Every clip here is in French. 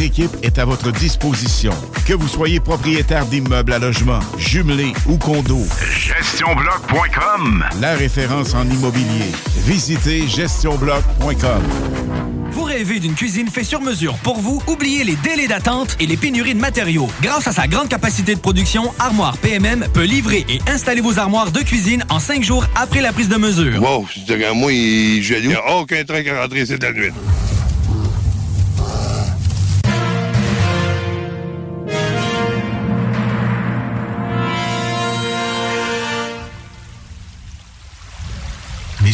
L'équipe est à votre disposition. Que vous soyez propriétaire d'immeubles à logement, jumelés ou condos, GestionBloc.com la référence en immobilier. Visitez gestionbloc.com. Vous rêvez d'une cuisine faite sur mesure pour vous? Oubliez les délais d'attente et les pénuries de matériaux. Grâce à sa grande capacité de production, Armoire PMM peut livrer et installer vos armoires de cuisine en cinq jours après la prise de mesure. Wow, Oh, je dirais, moi, il est jaloux. Il n'y a aucun train qui est rentré cette nuit. Mais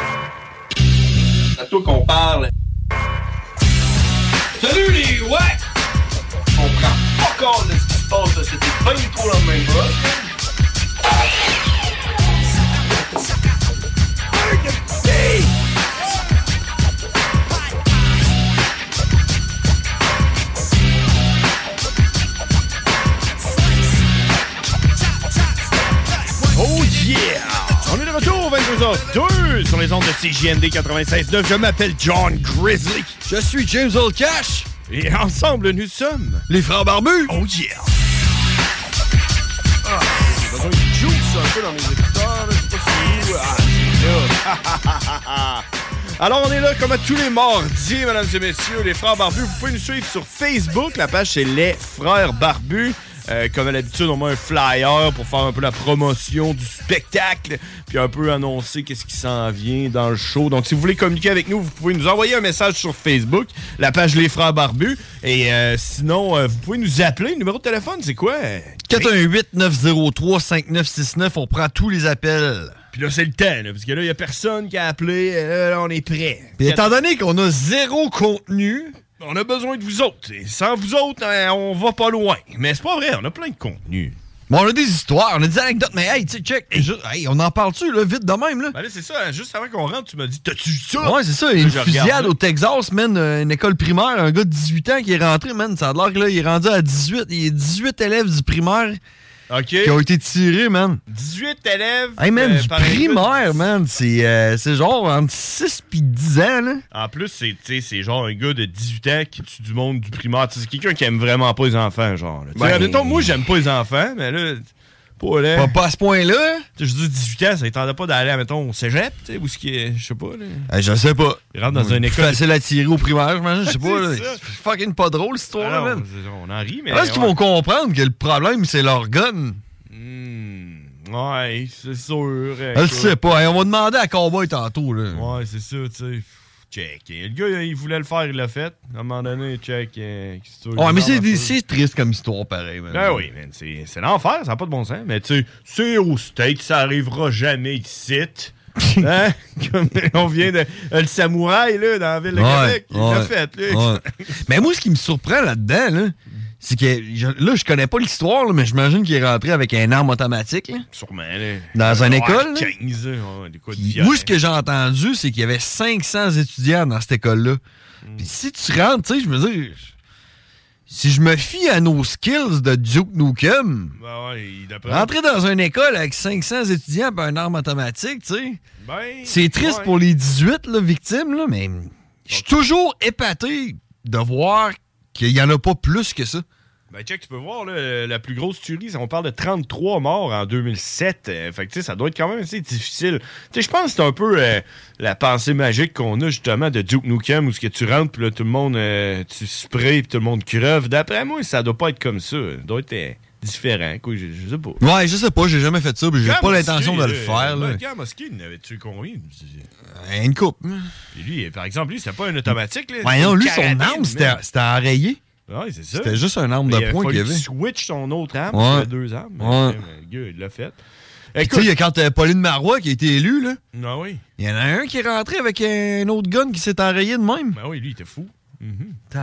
C'est à toi qu'on parle. Salut les ouais! On prend pas compte de ce qui se passe. là. C'était pas du tout la même chose. Oh yeah! On est de retour, 22h02 sur les ondes de CJMD 96.9. Je m'appelle John Grizzly. Je suis James Old Cash, Et ensemble, nous sommes... les frères barbus. Oh yeah! J'ai besoin de juice un peu dans mes écouteurs, là, je sais pas si vous- Ah, c'est là. Alors, on est là comme à tous les mardis, mesdames et messieurs, les Frères Barbus. Vous pouvez nous suivre sur Facebook. La page, c'est Les Frères Barbus. Euh, comme à l'habitude, on met un flyer pour faire un peu la promotion du spectacle, puis un peu annoncer qu'est-ce qui s'en vient dans le show. Donc, si vous voulez communiquer avec nous, vous pouvez nous envoyer un message sur Facebook, la page Les Frères Barbus. Et euh, sinon, euh, vous pouvez nous appeler. Le numéro de téléphone, c'est quoi? 418-903-5969, on prend tous les appels. Puis là, c'est le temps, là, parce que là, il n'y a personne qui a appelé. Euh, Là, on est prêt. Puis étant donné qu'on a zéro contenu, On a besoin de vous autres. Et sans vous autres, hein, on va pas loin. Mais c'est pas vrai, on a plein de contenu. bon, on a des histoires, on a des anecdotes, mais hey, tu sais, check, juste- hey, on en parle-tu, là, vite de même, là? Ben là, c'est ça, hein, juste avant qu'on rentre, tu m'as dit T'as-tu vu ça Ouais, c'est ça. Là, Une je regarde, fusillade là. au Texas, man, euh, une école primaire, un gars de 18 ans qui est rentré, man. Ça a l'air que là, il est rendu à 18. Il y a 18 élèves du primaire qui ont Ok. été tirés, man. 18 élèves. Hey, man, euh, du par équipe. primaire, man. C'est euh, c'est genre entre 6 puis 10 ans, là. En plus, c'est tu sais, c'est genre un gars de 18 ans qui tue du monde du primaire. Tu sais, C'est quelqu'un qui aime vraiment pas les enfants, genre. là. Tu sais, Ben- admettons, moi, j'aime pas les enfants, mais là. Pas là. Pas, pas à ce point-là. Tu sais, Je dis 18 ans, ça n'étendait pas d'aller, mettons, au cégep, tu sais, ou ce qui est. Je sais pas, là. Euh, je sais pas. Il rentre dans une Plus école. facile à tirer au primaire, j'imagine. Je sais pas, là. C'est ça. C'est fucking pas drôle, cette Ah histoire-là, non, man. c'est- on en rit, mais. Est-ce qu'ils ouais. vont comprendre que le problème, c'est leur gun? Hmm, ouais, c'est sûr. Je le écoute. sais pas. Hey, on va demander à Cowboy tantôt, là. Ouais, c'est ça, tu sais. Check. Et Le gars, il voulait le faire, il l'a fait. À un moment donné, check. euh, qu'est-ce que tu veux, Ouais, mais il en a c'est- pas. c'est triste comme histoire, pareil, man. Ben oui, man, c'est c'est l'enfer, Ah, ça n'a pas de bon sens. Mais tu sais, c'est au steak, ça arrivera jamais ici. Hein? Comme on vient de. euh, Le samouraï, là, dans la ville de Ouais, Québec, il l'a ouais, fait, là. ouais. Mais moi, ce qui me surprend là-dedans, là, C'est que je- là, je connais pas l'histoire, là, mais j'imagine qu'il est rentré avec un arme automatique. là. Sûrement, là. Ah, Dans une Ouais, école, là? 15, ouais, des quoi de Puis violent. Moi, ce que j'ai entendu, c'est qu'il y avait 500 étudiants dans cette école-là. Hmm. Puis si tu rentres, tu sais, je me dis, si je me fie à nos skills de Duke Nukem, Ben ouais, il apprend. rentrer dans une école avec 500 étudiants et un arme automatique, tu sais, Ben, c'est triste ouais. pour les 18 là, victimes, là, mais je suis toujours épaté de voir qu'il n'y en a pas plus que ça. Ben, check, tu peux voir, là, la plus grosse tuerie, on parle de 33 morts en 2007. Euh, fait que, tu sais, ça doit être quand même assez difficile. Tu sais, je pense que c'est un peu euh, la pensée magique qu'on a, justement, de Duke Nukem, où ce que tu rentres, puis là, tout le monde, euh, tu sprays, puis tout le monde creve. D'après moi, ça doit pas être comme ça. Ça doit être euh, différent, quoi, je, je sais pas. Ouais, je sais pas, j'ai jamais fait ça, puis j'ai Quand pas Mosky, l'intention de le là, faire. là. Ben, ben, Quand Mosky, il n'avait tué combien? Une coupe. Puis lui, par exemple, lui, c'était pas un automatique. Là, Ouais, non, une lui, son carabine, arme, c'était man. c'était enrayé. Ouais, c'est ça. C'était juste un arme de Mais il a poing fallu qu'il y avait. switch son autre arme, Ouais. il avait deux armes. Ouais. Mais le gars, il l'a fait. Puis, Tu sais, il y a quand euh, Pauline Marois qui a été élue, là. Non, Ah oui. Il y en a un qui est rentré avec un autre gun qui s'est enrayé de même. Ben oui, lui, il était fou. Mhm. Ouais.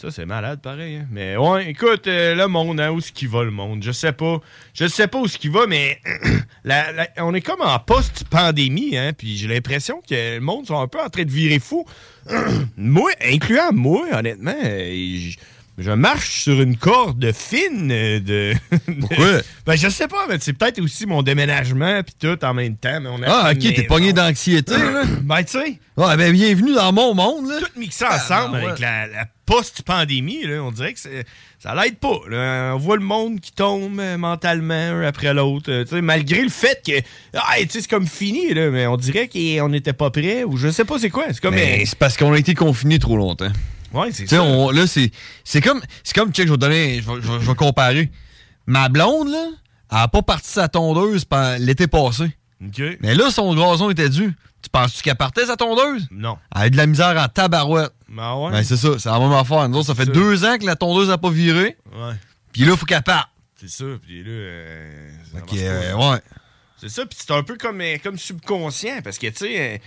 Ça, c'est malade, pareil. hein. Mais ouais, écoute, euh, le monde, hein, où est-ce qu'il va, le monde? Je sais pas. Je sais pas où est-ce qu'il va, mais la- la- on est comme en post-pandémie, hein, puis j'ai l'impression que le monde sont un peu en train de virer fou. moi, incluant moi, honnêtement, euh, je, je marche sur une corde fine euh, de... Pourquoi? ben, je sais pas, mais c'est peut-être aussi mon déménagement, puis tout, en même temps. mais on a Ah, une ok, t'es maison. pogné d'anxiété, là. Ben, tu sais. Ouais, ben, bienvenue dans mon monde, là. Tout mixé ensemble Ah, ouais. avec la, la post-pandémie, là, on dirait que c'est- ça l'aide pas. là. On voit le monde qui tombe euh, mentalement un après l'autre. euh, tu sais, malgré le fait que ah, tu sais, c'est comme fini, là, mais on dirait qu'on n'était pas prêt ou je sais pas c'est quoi. C'est comme. Mais euh, Ben, c'est parce qu'on a été confinés trop longtemps. Ouais, c'est Tu sais, ça. on- là, c'est, c'est comme, c'est comme, check, je vais te donner, je vais, je vais- je vais comparer. Ma blonde, là, elle a pas parti sa tondeuse pen- l'été passé. OK. Mais là, son gazon était dû. Tu penses-tu qu'elle partait sa tondeuse? Non. Elle a eu de la misère en tabarouette. Ah ouais? Ben, c'est ça, c'est la même affaire. Nous autres, ça fait C'est ça. deux ans que la tondeuse a pas viré. Ouais. Puis là, faut qu'elle parte. C'est ça, puis là. euh, ça Ok, marche pas. euh, ouais. C'est ça, puis c'est un peu comme, euh, comme subconscient, parce que, tu sais, euh,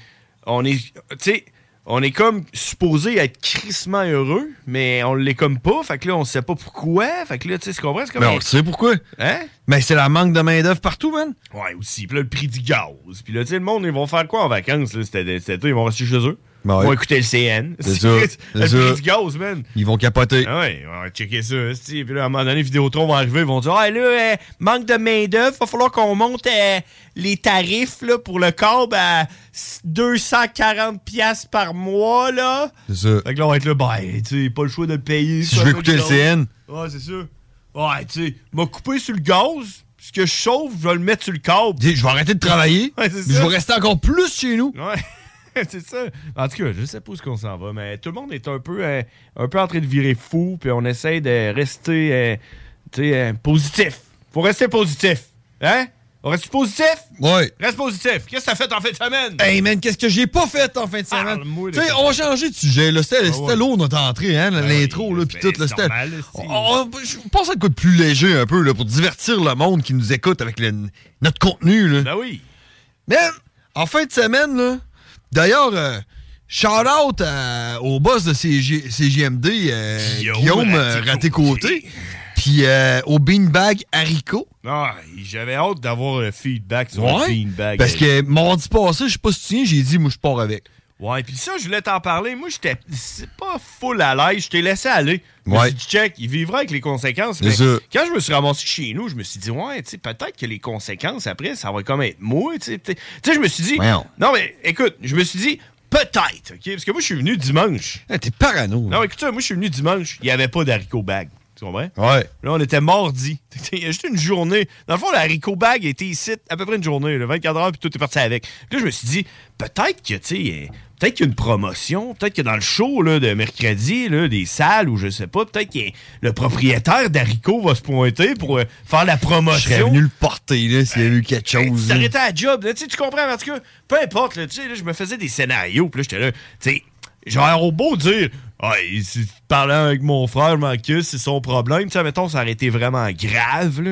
on est, tu sais, on est comme supposé être crissement heureux, mais on l'est comme pas, fait que là, on sait pas pourquoi, fait que là, tu sais, tu comprends? C'est comme Mais un- Ben, on le sait pourquoi. Hein? Mais c'est la manque de main-d'œuvre partout, man. Ouais, aussi, puis là, le prix du gaz, puis là, tu sais, le monde, ils vont faire quoi en vacances, là, cet été, cet été? ils vont rester chez eux, Ben ouais. ils vont écouter le CN. C'est ça, c'est le ça. prix du gaz, man. Ils vont capoter. Ah ouais, on va checker ça. esti. Puis là, à un moment donné, Vidéotron va arriver, ils vont dire Ah, là, euh, manque de main-d'œuvre, va falloir qu'on monte euh, les tarifs là, pour le câble à 240$ piastres par mois. là. C'est ça. Fait que là, on va être là, ben, tu sais, pas le choix de le payer. Si ça, je veux ça, écouter le ça. CN. Ouais, c'est ça. Ouais, tu sais, m'a coupé sur le gaz. Ce que je sauve, je vais le mettre sur le câble. Je vais arrêter de travailler. Ouais, c'est mais ça. je vais rester encore plus chez nous. Ouais, c'est ça. En tout cas, je sais pas où ce qu'on s'en va, mais tout le monde est un peu, euh, un peu en train de virer fou, puis on essaie de rester euh, tu sais, euh, positif. Faut rester positif. Hein? On reste positif? Ouais. Reste positif. Qu'est-ce que t'as fait en fin de semaine? Hey man, qu'est-ce que j'ai pas fait en fin de semaine? Parle-moi de Tu sais, ça. on a changé de sujet, là. C'était Ah c'était ouais. lourd notre entrée, hein, l'intro, là, pis ben, tout, là. c'est C'était. normal, là, c'est- On- on- Je pense à quoi de plus léger un peu, là, pour divertir le monde qui nous écoute avec le- notre contenu, là. Ben oui. Mais, en fin de semaine, là. D'ailleurs, euh, shout out à- au boss de CG CGMD, euh, Guillaume Guillaume euh, Raté-Côté, pis euh, au Beanbag Haricot. Ah, j'avais hâte d'avoir le feedback sur le Ouais. feedback. Parce que mardi passé, je sais pas si tu te souviens, j'ai dit, moi, je pars avec. Ouais, puis ça, je voulais t'en parler. Moi, j'étais c'est pas full à l'aise. Je t'ai laissé aller. Je me Ouais. suis dit, check, il vivra avec les conséquences. C'est Mais ça. quand je me suis ramassé chez nous, je me suis dit, ouais, tu sais, peut-être que les conséquences après, ça va comme être moi. Tu sais, peut-être. Tu sais, je me suis dit, Voyons. non, mais écoute, je me suis dit, peut-être, OK? Parce que moi, je suis venu dimanche. Ah, T'es parano. Non, écoute, moi, je suis venu dimanche. Il n'y avait pas d'haricot bag. Tu comprends? Ouais. Là, on était mardi. Il y a juste une journée. Dans le fond, l'haricot bag était ici à peu près une journée, là, 24 heures, puis tout est parti avec. Là, je me suis dit, peut-être que, tu sais, euh, peut-être qu'il y a une promotion, peut-être que dans le show là, de mercredi, là, des salles ou je sais pas, peut-être que le propriétaire d'haricot va se pointer pour euh, faire la Je serais promotion. venu le porter, là, s'il y avait eu quelque Ben, chose. là. T'arrêtais à la job, là, tu sais, tu comprends, en tout cas, peu importe, là, tu sais, là, je me faisais des scénarios, puis là, j'étais là, tu sais, genre, au beau dire, ah, il- si- parlant avec mon frère, mon cul, c'est son problème, tu sais, mettons, ça aurait été vraiment grave, là.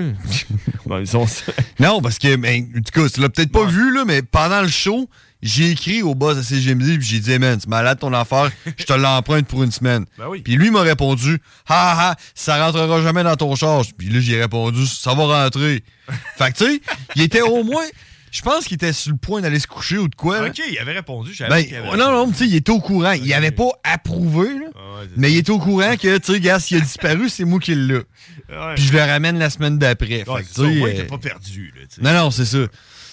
Bon, ils sont- Ben, Non, parce que, mais, en tout cas, tu l'as peut-être pas vu, là, mais pendant le show, J'ai écrit au boss de CGMD, puis j'ai dit, Hey, man, c'est malade ton affaire, je te l'emprunte pour une semaine. Ben oui. Puis lui m'a répondu, ha ha, ça rentrera jamais dans ton charge. Puis là, j'ai répondu, ça va rentrer. fait que tu sais, il était au moins, je pense qu'il était sur le point d'aller se coucher ou de quoi. là. Ok, il avait répondu. j'avais Ben, qu'il avait Ah oh, non, non, tu sais, il était au courant. Il avait pas approuvé, là, mais il était au courant que, tu sais, gars, s'il a disparu, c'est moi qui l'ai. Ouais. Puis je le ramène la semaine d'après. Ouais, Fait que, c'est ça, au tu sais, moins, euh, t'es pas perdu. Là, tu sais. non, non, c'est ça.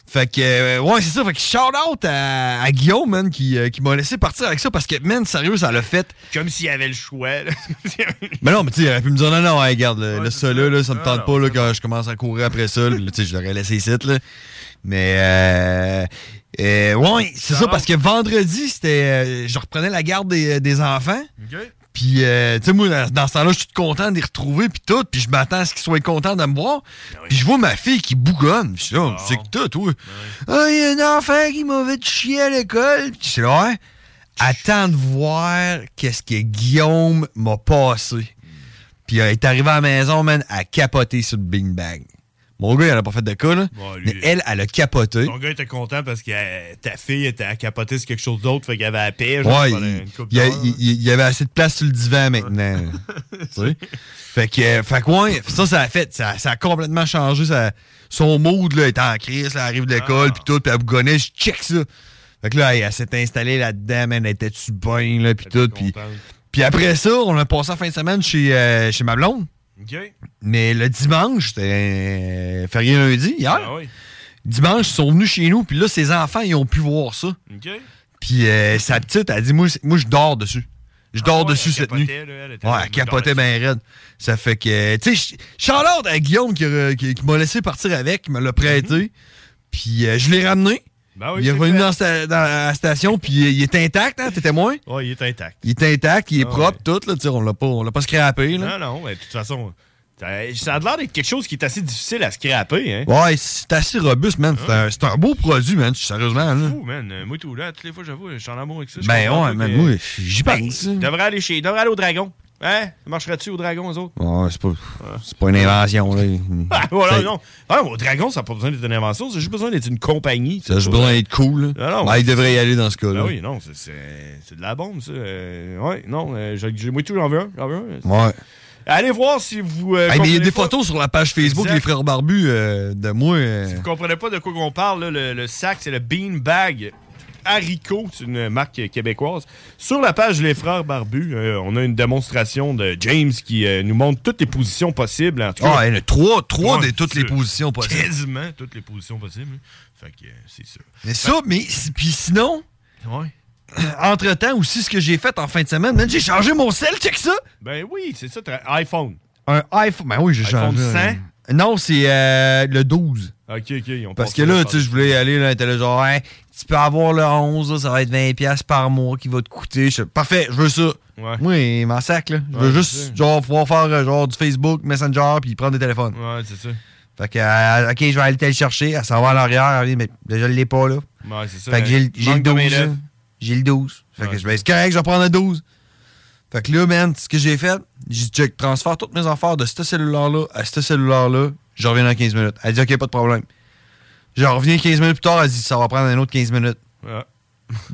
Fait que, euh, ouais, c'est ça. Fait que shout out à, à Guillaume, man, qui, euh, qui m'a laissé partir avec ça parce que, man, sérieux, ça l'a fait. Comme s'il y avait le choix. là. Mais non, mais tu sais, il aurait pu me dire, non, non, hey, regarde, le, le ça là, là, ça me Ah, tente non, pas, là, quand je commence à courir après ça. là, tu sais, je l'aurais laissé ici, là. Mais, euh, euh, ouais, c'est ça, parce que vendredi, c'était, euh, je reprenais la garde des, des enfants. Puis, euh, tu sais, moi, dans, dans ce temps-là, je suis tout content de les retrouver, puis tout, puis je m'attends à ce qu'ils soient contents de me voir. Puis je vois ma fille qui bougonne. Puis je suis là, c'est que tout, toi. Ah, il y a un enfant qui m'a fait chier à l'école. Puis je suis là, ouais. Attends de voir qu'est-ce que Guillaume m'a passé. Puis euh, elle est arrivée à la maison, man, à capoter sur le beanbag. Mon gars, il en a pas fait de cas, là. Ouais, lui- mais elle, elle a capoté. Ton gars était content parce que euh, ta fille était à capoter sur quelque chose d'autre, fait qu'il avait la paix. genre, Ouais, pendant il, une couple il y a- d'heures. il- il y avait assez de place sur le divan maintenant. Tu sais? fait que, euh, fait que ouais, ça, ça a fait, ça, ça a complètement changé sa- son mood, là, elle était en crise, là, elle arrive de Ah. l'école, puis tout, puis elle bougonnait, je check ça. Fait que là, elle, elle s'est installée là-dedans, man, elle était-tu bien, là, puis tout, puis... Puis après ça, on a passé la fin de semaine chez, euh, chez ma blonde. Ok. Mais le dimanche, c'était euh, férié lundi, hier. Ah Dimanche, ils sont venus chez nous, puis là, ses enfants, ils ont pu voir ça. Ok. Puis euh, sa petite, elle dit Moi, c'est- moi je dors dessus. Je dors dessus cette nuit. capotait, là, Ah elle était ouais, là, elle capotait bien raide. Ça fait que. Tu sais, Charlotte à Guillaume qui, a- qui- qui m'a laissé partir avec, qui me l'a prêté. Puis euh, je l'ai ramené. Mhm. Ben oui, il est c'est revenu fait. dans, sa- dans la station, puis il est intact, hein, t'es témoin? Ouais, il est intact. Il est intact, il est Ah propre, tout, là, tu sais, on l'a pas, on l'a pas scrappé, là. Non, non, mais de toute façon, t'as- ça a l'air d'être quelque chose qui est assez difficile à scraper. Hein. Ouais, c'est assez robuste, man. C'est un- C'est un, beau produit, man, sérieusement, là. Ah Fou, man. Euh, Moi, tout là, toutes les fois, j'avoue, je suis en amour avec ça. Je Ben comprends ouais, pas man, que- moi, j'y pense. Ben, devrait aller chez. devrait aller au dragon. Hein? Ça marcherait-tu au dragon, eux autres? Ouais, c'est pas, c'est pas une invention, là. Ah, voilà, C'est- non. Ah, au dragon, ça n'a pas besoin d'être une invention, ça a juste besoin d'être une compagnie. Ça a juste besoin d'être cool, là. Ah, non. Ben, il devrait y aller dans ce cas-là. Ben oui, non, c'est- c'est c'est de la bombe, ça. Euh, ouais, non, euh, j'ai- j'ai- moi, tout, j'en veux un. j'en veux un. Ouais. Allez voir si vous. euh, Hey, mais il y a comprenez des pas- photos sur la page Facebook Exact. Les Frères Barbus euh, de moi. euh, Vous comprenez pas de quoi qu'on parle, là, le, le sac, c'est le Beanbag Haricot, c'est une marque québécoise. Sur la page Les Frères Barbus, euh, on a une démonstration de James qui euh, nous montre toutes les positions possibles. En tout cas, Ah, il y en a trois, trois Ouais, de toutes les c'est- positions possibles. Quasiment toutes les positions possibles. hein. Fait que euh, c'est ça. Mais ça, mais si- puis sinon. euh, Ouais. Entre-temps, aussi, ce que j'ai fait en fin de semaine, man, j'ai changé mon sel, check ça! Ben oui, c'est ça, t'as un iPhone. Un iPhone. Ben oui, j'ai iPhone changé. 100? un- Non, c'est euh, le 12. Ok, ok, ils ont Parce que passé là, la tu sais, je voulais y aller, là, t'es là, genre, Hey, tu peux avoir le 11, là, ça va être 20$ par mois qui va te coûter. Je fais, Parfait, je veux ça. Ouais. Moi, ma sac, là. Je veux Ouais, je sais. juste, genre, pouvoir faire, euh, genre, du Facebook, Messenger, puis prendre des téléphones. Ouais, c'est ça. Fait que, euh, ok, je vais aller le chercher, elle s'en va à l'arrière, elle dit, mais déjà, je l'ai pas, là. Ouais, c'est ça. hein. Fait que j'ai le- j'ai le Manque de 12. main-d'œuvre. là. J'ai le 12. Fait Ouais. que je vais c'est correct, je vais prendre le 12. Fait que là, man, ce que j'ai fait, j'ai dit, check, transfère toutes mes affaires de ce cellulaire-là à ce cellulaire-là, je reviens dans 15 minutes. Elle dit, ok, pas de problème. Je reviens 15 minutes plus tard, elle dit, ça va prendre un autre 15 minutes. Ouais. Là,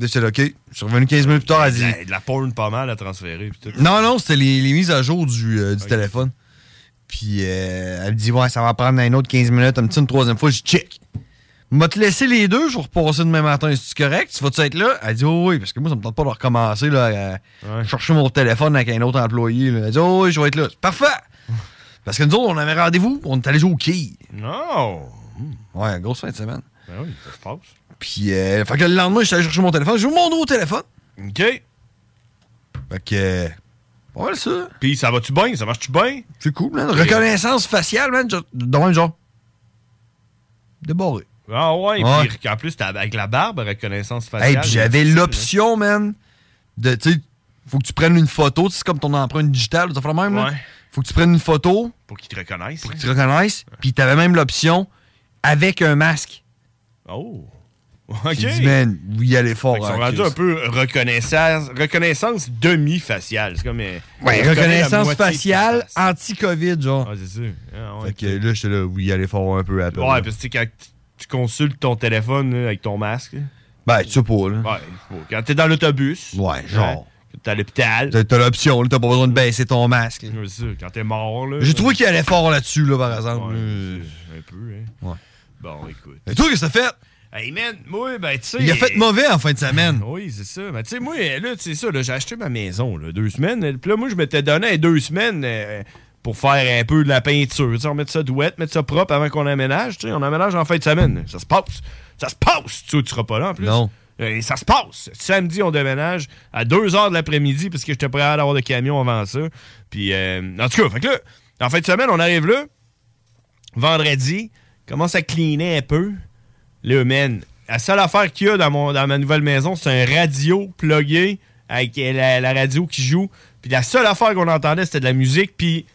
j'étais là, ok. Je suis revenu 15 minutes plus tard, elle De dit, la- de la porn pas mal à transférer. puis tout. non, non, c'était les, les mises à jour du, euh, du téléphone. Puis euh, elle me dit, ouais, ça va prendre un autre 15 minutes, un petit une troisième fois, je dis, check. M'a te laisser les deux, je vais repasser demain matin. Est-ce correct? Tu vas-tu être là? Elle dit, oh oui, parce que moi, ça me tente pas de recommencer, là, à chercher mon téléphone avec un autre employé. là. Elle dit, oh oui, je vais être là. C'est Parfait! Parce que nous autres, on avait rendez-vous, on est allé jouer au quilles. Non! Ouais, grosse fin de semaine. Ben oui, ça se passe. Puis, euh, fait que le lendemain, je suis allé chercher mon téléphone, j'ai eu mon nouveau téléphone. OK. Fait que. Ouais, ça. Puis ça va-tu bien? Ça marche-tu bien? C'est cool, man. Reconnaissance faciale, man. genre, De même, genre. Débarré. Ah ouais, Ouais. puis en plus, t'as- avec la barbe, reconnaissance faciale. Hey, puis j'avais l'option, man, de, tu sais, faut que tu prennes une photo, tu sais, c'est comme ton empreinte digitale, tu fait même, là. Ouais. Faut que tu prennes une photo, Pour qu'ils te reconnaissent. hein. pour qu'ils te reconnaissent, puis t'avais même l'option avec un masque. Oh! OK. J'ai dit, man, oui, allez fort. Fait qu'ils sont hein, rendus Chris. un peu reconnaissance, reconnaissance demi-faciale. C'est comme. euh, Ouais, on reconnaît la reconnaissance moitié de ta faciale, face. anti-COVID, genre. Ah, c'est sûr. Ah, ouais, fait que là, j'étais là, oui, allez fort un peu après. Ouais, parce que tu sais, quand tu- tu consultes ton téléphone là, avec ton masque. là. Ben, tu sais pas, là. Ouais, faut- quand t'es dans l'autobus. Ouais, genre. Hein, t'es à l'hôpital. T'as t'as l'option, là, t'as pas besoin de baisser ton masque. Ouais, c'est ça, Quand t'es mort, là. J'ai trouvé qu'il allait fort là-dessus, là, par exemple. Euh, Un peu, hein. Ouais. Bon, écoute. Et toi, qu'est-ce que t'as fait? Hey, man, moi, ben, tu sais. Il a fait mauvais en fin de semaine. Oui, c'est ça. Mais tu sais, moi, là, tu sais ça, là, j'ai acheté ma maison, là, deux semaines. Puis là, moi, je m'étais donné deux semaines euh, pour faire un peu de la peinture. Tu sais, on met ça douette, mettre ça propre avant qu'on aménage. Tu sais, on aménage en fin de semaine. Ça se passe. Ça se passe. Tu sais, tu seras pas là, en plus. Non. Et ça se passe. Samedi, on déménage à 2 h de l'après-midi parce que j'étais prêt à avoir le camion avant ça. Puis, euh, en tout cas, fait que là, en fin de semaine, on arrive là vendredi, commence à cleaner un peu. Là, man, la seule affaire qu'il y a dans, mon, dans ma nouvelle maison, c'est un radio plugué avec la, la radio qui joue. Puis la seule affaire qu'on entendait, c'était de la musique. Puis.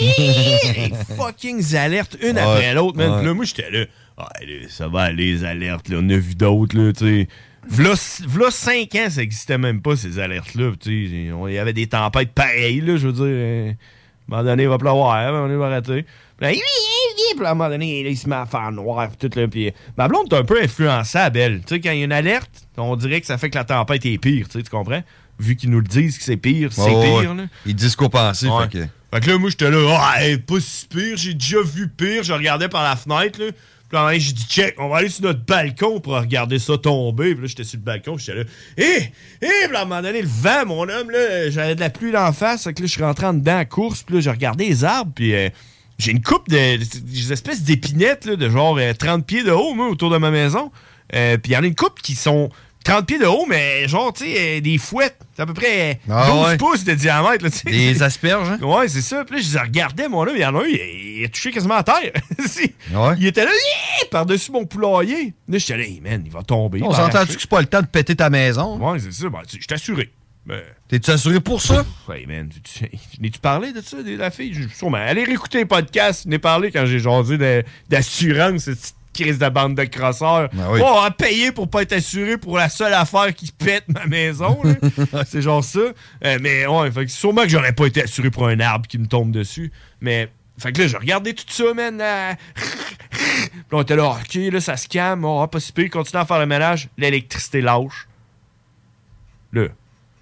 Hey, fucking alertes, une Ouais, après l'autre, man. ouais. Puis là, moi, j'étais là. Ah, là, ça va aller, les alertes, là. On a vu d'autres, là, tu sais. V'là, v'là cinq ans, ça n'existait même pas, ces alertes-là. Tu sais, on- il y avait des tempêtes pareilles, là, je veux dire. euh, à un moment donné, il va pleuvoir, à un moment donné, il va rater. Puis là, Hi, hi, hi. Puis là, à un moment donné, là, il se met à faire noir, puis tout, là. Puis euh, ma blonde est un peu influençable, elle. Tu sais, quand il y a une alerte, on dirait que ça fait que la tempête est pire, tu sais, tu comprends? Vu qu'ils nous le disent que c'est pire, c'est Ouais, ouais, pire, ouais. là. Ils disent qu'on pensait, Ouais. fait que. Fait que là, moi, j'étais là, ah, hey, pas si pire, j'ai déjà vu pire. Je regardais par la fenêtre, là. Puis là, j'ai dit, check, on va aller sur notre balcon pour regarder ça tomber. Puis là, j'étais sur le balcon, puis j'étais là, hé, hé, puis à un moment donné, le vent, mon homme, là, j'avais de la pluie d'en face. Fait que là, je suis rentré en dedans à course, puis là, j'ai regardé les arbres, puis euh, j'ai une coupe de. des espèces d'épinettes, là, de genre euh, 30 pieds de haut, moi, autour de ma maison. Euh, puis il y en a une coupe qui sont 30 pieds de haut, mais genre, tu sais, euh, des fouettes. C'est à peu près euh, 12 Ah ouais. pouces de diamètre, là, tu sais. Des asperges, hein? Ouais, c'est ça. Puis là, je les regardais, mon là, il y en a un, il, il a touché quasiment à terre. Si. Ouais. Il était là, yeah, par-dessus mon poulailler. Là, j'étais là, Hey, man, il va tomber. On s'entend-tu que c'est pas le temps de péter ta maison? Ouais, c'est ça. Ben, tu- je t'assurais. Ben, Mais... T'es-tu assuré pour ça? Hey, man, tu- tu- n'es-tu parlé de ça, de la fille? Je- Sûrement. Allez réécouter les podcasts. Je n'ai parlé quand j'ai jasé de- d'assurance, cette petite crise de bande de crosseurs. Ben oui. Oh, à payer pour pas être assuré pour la seule affaire qui pète ma maison. là. C'est genre ça. Euh, mais ouais, fait que sûrement que j'aurais pas été assuré pour un arbre qui me tombe dessus. Mais, fait que là, j'ai regardé tout ça, man. euh, Puis on était là, Ah, OK, là, ça se calme. On va pas si pire. Continue à faire le ménage. L'électricité lâche. Là, on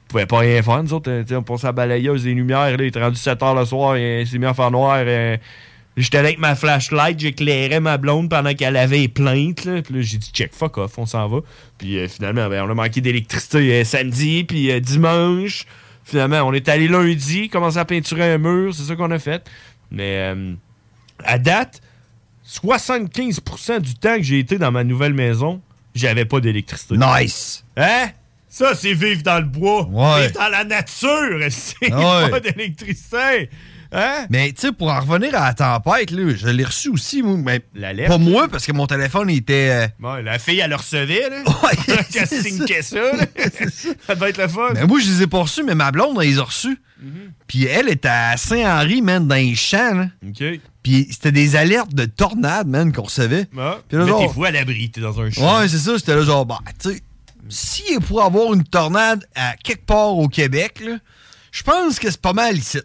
pouvait pas rien faire, nous autres. euh, t'sais, on passait à la balayeuse des lumières. Là, il était rendu 7 h le soir, et il s'est mis à faire noir. euh, J'étais là avec ma flashlight, j'éclairais ma blonde pendant qu'elle avait les plaintes. Là. Puis là, j'ai dit check, fuck off, on s'en va. Puis euh, finalement, ben, on a manqué d'électricité euh, samedi, puis euh, dimanche. Finalement, on est allé lundi, commencer à peinturer un mur, c'est ça qu'on a fait. Mais euh, à date, 75% du temps que j'ai été dans ma nouvelle maison, j'avais pas d'électricité. Nice! Hein? Ça, c'est vivre dans le bois. Ouais. Vivre dans la nature. C'est Ouais. pas d'électricité. Hein? Mais tu sais, pour en revenir à la tempête, là, je l'ai reçu aussi, moi. Mais L'alerte. pas moi, parce que mon téléphone il était. euh, Bon, la fille, elle le recevait, là. Ouais. Qu'elle signait ça, là. ça devait être le fun. Ben, moi, je les ai pas reçus, mais ma blonde, elle les a reçus. Mm-hmm. Puis elle est à Saint-Henri, man, dans les champs, là. OK. Puis c'était des alertes de tornades, man, qu'on recevait. Ah, Puis là, genre- Mettez-vous à l'abri, t'es dans un champ. Ouais, c'est ça. C'était là, genre, bah, tu sais, s'il est pour avoir une tornade à quelque part au Québec, là, je pense que c'est pas mal ici.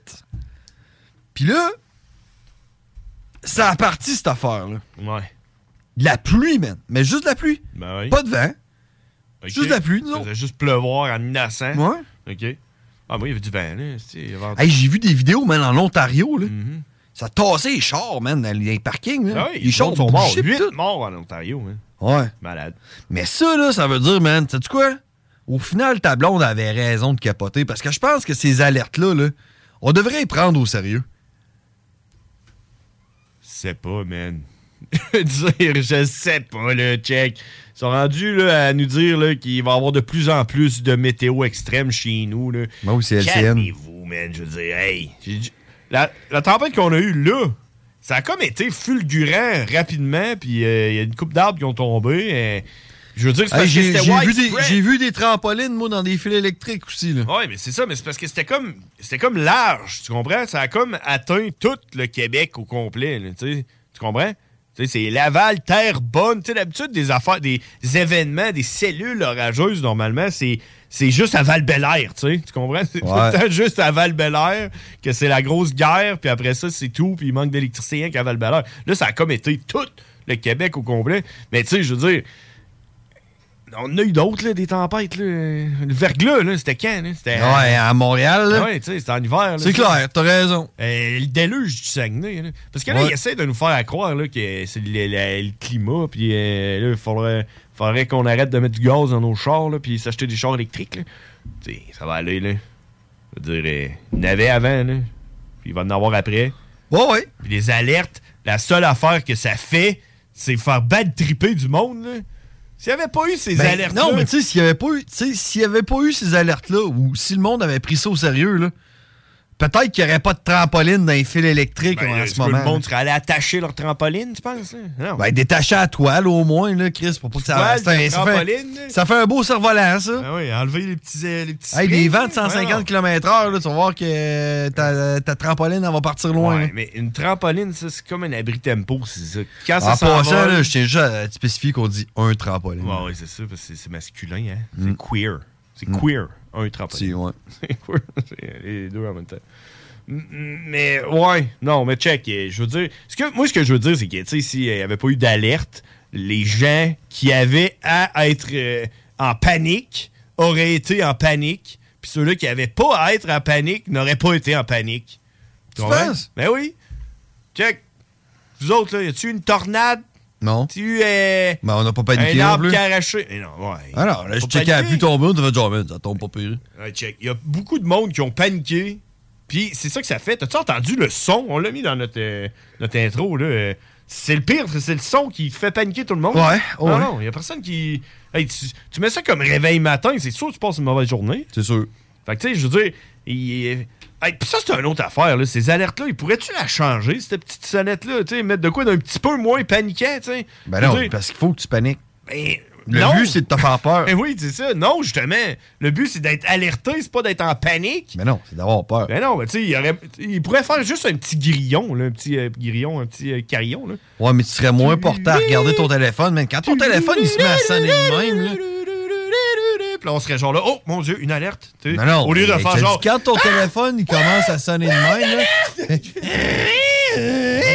Puis là, ça a parti, cette affaire-là. Ouais. De la pluie, man. Mais juste de la pluie. Ben oui. Pas de vent. Ok. juste de la pluie, Ça faisait juste pleuvoir en innocent. Ouais. OK. Ah, moi, il y avait du vent, là. c'est- il y avait- Hey, j'ai vu des vidéos, man, en Ontario, là. Ça tassait les chars, man, dans les parkings. là. Mm-hmm. Ah oui, les chars sont morts. bouchés, pis tout. 8 morts en Ontario, hein. Ouais. Malade. Mais ça, là, ça veut dire, man, sais-tu quoi? Au final, ta blonde avait raison de capoter parce que je pense que ces alertes-là, là, on devrait les prendre au sérieux. sais pas, man. dire, je sais pas, là, check. Ils sont rendus là, à nous dire là, qu'il va y avoir de plus en plus de météo extrême chez nous. Là. Moi aussi, LCN. Calmez-vous, man. Je veux dire, hey. j'ai dit- La, la tempête qu'on a eue là, ça a comme été fulgurant rapidement, puis euh, il y a une coupe d'arbres qui ont tombé. euh, je veux dire, c'est Hey, parce que j'ai, c'était j'ai vu des, widespread. j'ai vu des trampolines, moi, dans des fils électriques aussi. Là. Oui, mais c'est ça, mais c'est parce que c'était comme c'était comme large, tu comprends? Ça a comme atteint tout le Québec au complet, là, tu sais. Tu comprends? Tu sais, c'est Laval, Terrebonne. Tu sais, d'habitude, des affaires, des événements, des cellules orageuses, normalement, c'est, c'est juste à val belair tu sais. Tu comprends? C'est tout le Ouais. temps juste à val belair que c'est la grosse guerre, puis après ça, c'est tout, puis il manque d'électricien qu'à val belair Là, ça a comme été tout le Québec au complet. Mais tu sais, je veux dire, on en a eu d'autres, là, des tempêtes, là. Le verglas, là, c'était quand, là? C'était euh, Ouais, à Montréal, là. Ouais, tu sais, c'était en hiver, là. C'est clair, t'as raison. Euh, le déluge du Saguenay, là. Parce que là, Ouais. ils essaient de nous faire croire, là, que c'est le, le- le climat, puis euh, là, il faudrait, faudrait qu'on arrête de mettre du gaz dans nos chars, là, puis s'acheter des chars électriques, là. Tu sais, ça va aller, là. Je veux dire, euh, il y en avait avant, là. Puis il va en avoir après. Ouais, ouais. Puis les alertes, la seule affaire que ça fait, c'est faire bad triper du monde, là. S'il n'y avait pas eu ces Ben, alertes Non, mais tu sais, s'il n'y avait, pas eu- tu sais, s'il y avait pas eu ces alertes-là, ou si le monde avait pris ça au sérieux, là, peut-être qu'il n'y aurait pas de trampoline dans les fils électriques Ben, en est-ce ce que moment. le monde serait allé attacher leur trampoline, tu penses? hein? Non. Ben, détaché à la toile, au moins, là, Chris, pour pas que ça... Toile, c'est un- des ça, fait, trampolines, là. ça fait un beau cerf-volant, ça. Ah oui, enlever les petits... euh, les petits Hey, des springs, vents là. de 150 Ouais, non. km/h, là, tu vas voir que euh, ta, ta trampoline, elle va partir loin. Ouais, là. mais une trampoline, ça, c'est comme un abri tempo, c'est ça. Quand ça En passant, s'envole- là, je tiens juste à te spécifier qu'on dit un trampoline. Ouais, ouais, c'est ça, parce que c'est- c'est masculin, hein. Mm. C'est queer. C'est Mm. queer, un trampoline. Si, ouais. C'est queer, c'est les deux en même temps. M- m- Mais, ouais, non, mais check, eh, je veux dire... Ce que, moi, ce que je veux dire, c'est que, tu sais, s'il n'y avait pas eu d'alerte, les gens qui avaient à être euh, en panique auraient été en panique, puis ceux-là qui n'avaient pas à être en panique n'auraient pas été en panique. Tu comprends? penses? Ben oui. Check. Vous autres, là, y a-tu une tornade? Non. Tu es. Ben, on n'a pas paniqué Un non arbre plus. qui a arraché. Mais non, ouais. Alors, là, je Faut checkais à paniquer. plus tomber, on devait genre, mais ça tombe pas pire. Ouais, check. Il y a beaucoup de monde qui ont paniqué. Puis c'est ça que ça fait. T'as-tu entendu le son? On l'a mis dans notre, euh, notre intro. là. Euh, C'est le pire, c'est le son qui fait paniquer tout le monde. Ouais, ouais. Non, non, il y a personne qui. Hey, tu, tu mets ça comme réveil matin, c'est sûr que tu passes une mauvaise journée. C'est sûr. Fait que tu sais, je veux dire. il- Hey, puis ça, c'est une autre affaire, là. Ces alertes-là, ils pourraient-tu la changer, cette petite sonnette-là? Tu sais, mettre de quoi d'un petit peu moins paniquant, tu sais? Ben Je veux non, dire, parce qu'il faut que tu paniques. ben, Le non. but, c'est de te faire peur. Ben oui, c'est ça. Non, justement. Le but, c'est d'être alerté, c'est pas d'être en panique. Mais non, c'est d'avoir peur. Ben non, mais tu sais, il, aurait- il pourrait faire juste un petit grillon, là, un petit euh, grillon, un petit euh, carillon. Là. Ouais, mais tu serais moins porté à regarder ton téléphone, mais quand ton téléphone, il se met à sonner de même, là. Et puis là, on serait genre là, oh mon Dieu, une alerte. tu sais. Non, non. Au lieu de mais faire je te genre. dis, Quand ton téléphone, il commence à sonner de même, là.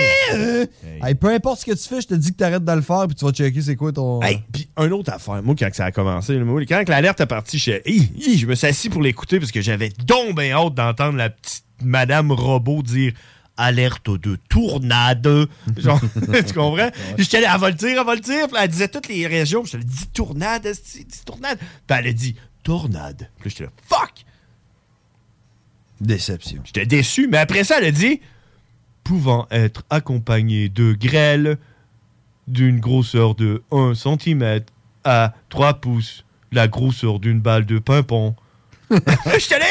Hey, peu importe ce que tu fais, je te dis que t'arrêtes de le faire, puis tu vas checker c'est quoi ton. Hey, puis un autre affaire, moi, quand que ça a commencé, là, moi, quand que l'alerte est partie, je, hi, hi, je me suis assis pour l'écouter parce que j'avais donc bien hâte d'entendre la petite madame robot dire alerte de tournade. Genre, tu comprends? J'étais allé, elle va le dire, elle va le dire. Puis elle disait toutes les régions. Puis Je te dis tournade, esti, dis tournade. Puis elle a dit tornade. Puis là, j'étais là, fuck! Déception. J'étais déçu, mais après ça, elle a dit pouvant être accompagné de grêle d'une grosseur de 1 cm à 3 pouces, la grosseur d'une balle de ping-pong. Je te l'ai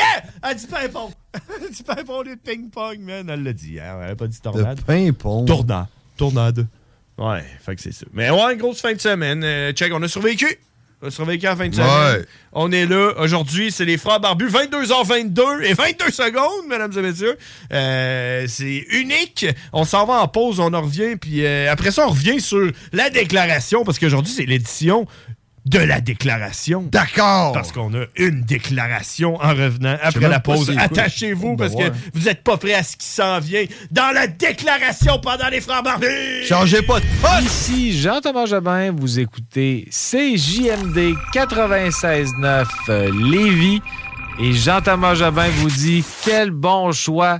Elle dit ping-pong! Elle dit ping-pong au lieu de ping-pong, man! Elle l'a dit, hein, elle a pas dit tornade. Pimpon. Tournade. Tornade. Ouais, fait que c'est ça. Mais ouais, grosse fin de semaine. Euh, check, on a survécu. On a survécu à la fin de semaine. Ouais. On est là. Aujourd'hui, c'est les frères barbus. 22h22 et 22 secondes, mesdames et messieurs. Euh, c'est unique. On s'en va en pause, on en revient. Puis euh, après ça, on revient sur la déclaration parce qu'aujourd'hui, c'est l'édition de la déclaration. D'accord. Parce qu'on a une déclaration en revenant après même la pas pause. c'est quoi. Attachez-vous Ben parce ouais. que vous n'êtes pas prêts à ce qui s'en vient dans la déclaration pendant les frères barbus. Changez pas de Ici Jean-Thomas Jobin, vous écoutez CJMD 96.9 euh, Lévis. Et Jean-Thomas Jobin vous dit quel bon choix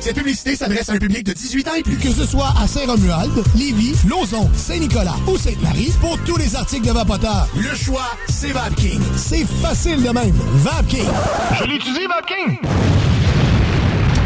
Cette publicité s'adresse à un public de 18 ans et plus. Que ce soit à Saint-Romuald, Lévis, Lauson, Saint-Nicolas ou Sainte-Marie, pour tous les articles de Vapoteur, le choix, c'est VapKing. C'est facile de même. VapKing. Je l'utilise, VapKing.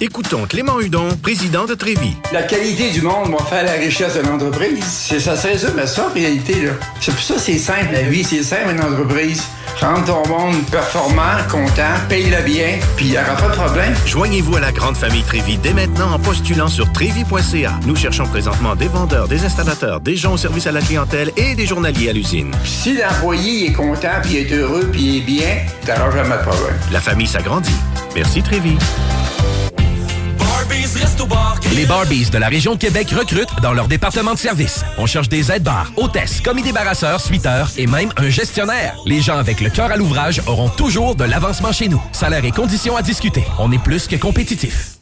Écoutons Clément Hudon, président de Trévi. La qualité du monde va faire la richesse de l'entreprise. C'est ça, c'est ça, mais ça, en réalité, là. C'est pour ça que c'est simple, la vie, c'est simple, une entreprise. Rendre ton monde performant, content, paye-le bien, puis il n'y aura pas de problème. Joignez-vous à la grande famille Trévi dès maintenant en postulant sur trévi.ca. Nous cherchons présentement des vendeurs, des installateurs, des gens au service à la clientèle et des journaliers à l'usine. Si l'employé est content, puis est heureux, puis est bien, t'auras jamais de problème. La famille s'agrandit. Merci Trévi. Les Barbies de la région de Québec recrutent dans leur département de service. On cherche des aides-bars, hôtesses, commis débarrasseurs, suiteurs et même un gestionnaire. Les gens avec le cœur à l'ouvrage auront toujours de l'avancement chez nous. Salaire et conditions à discuter. On est plus que compétitif.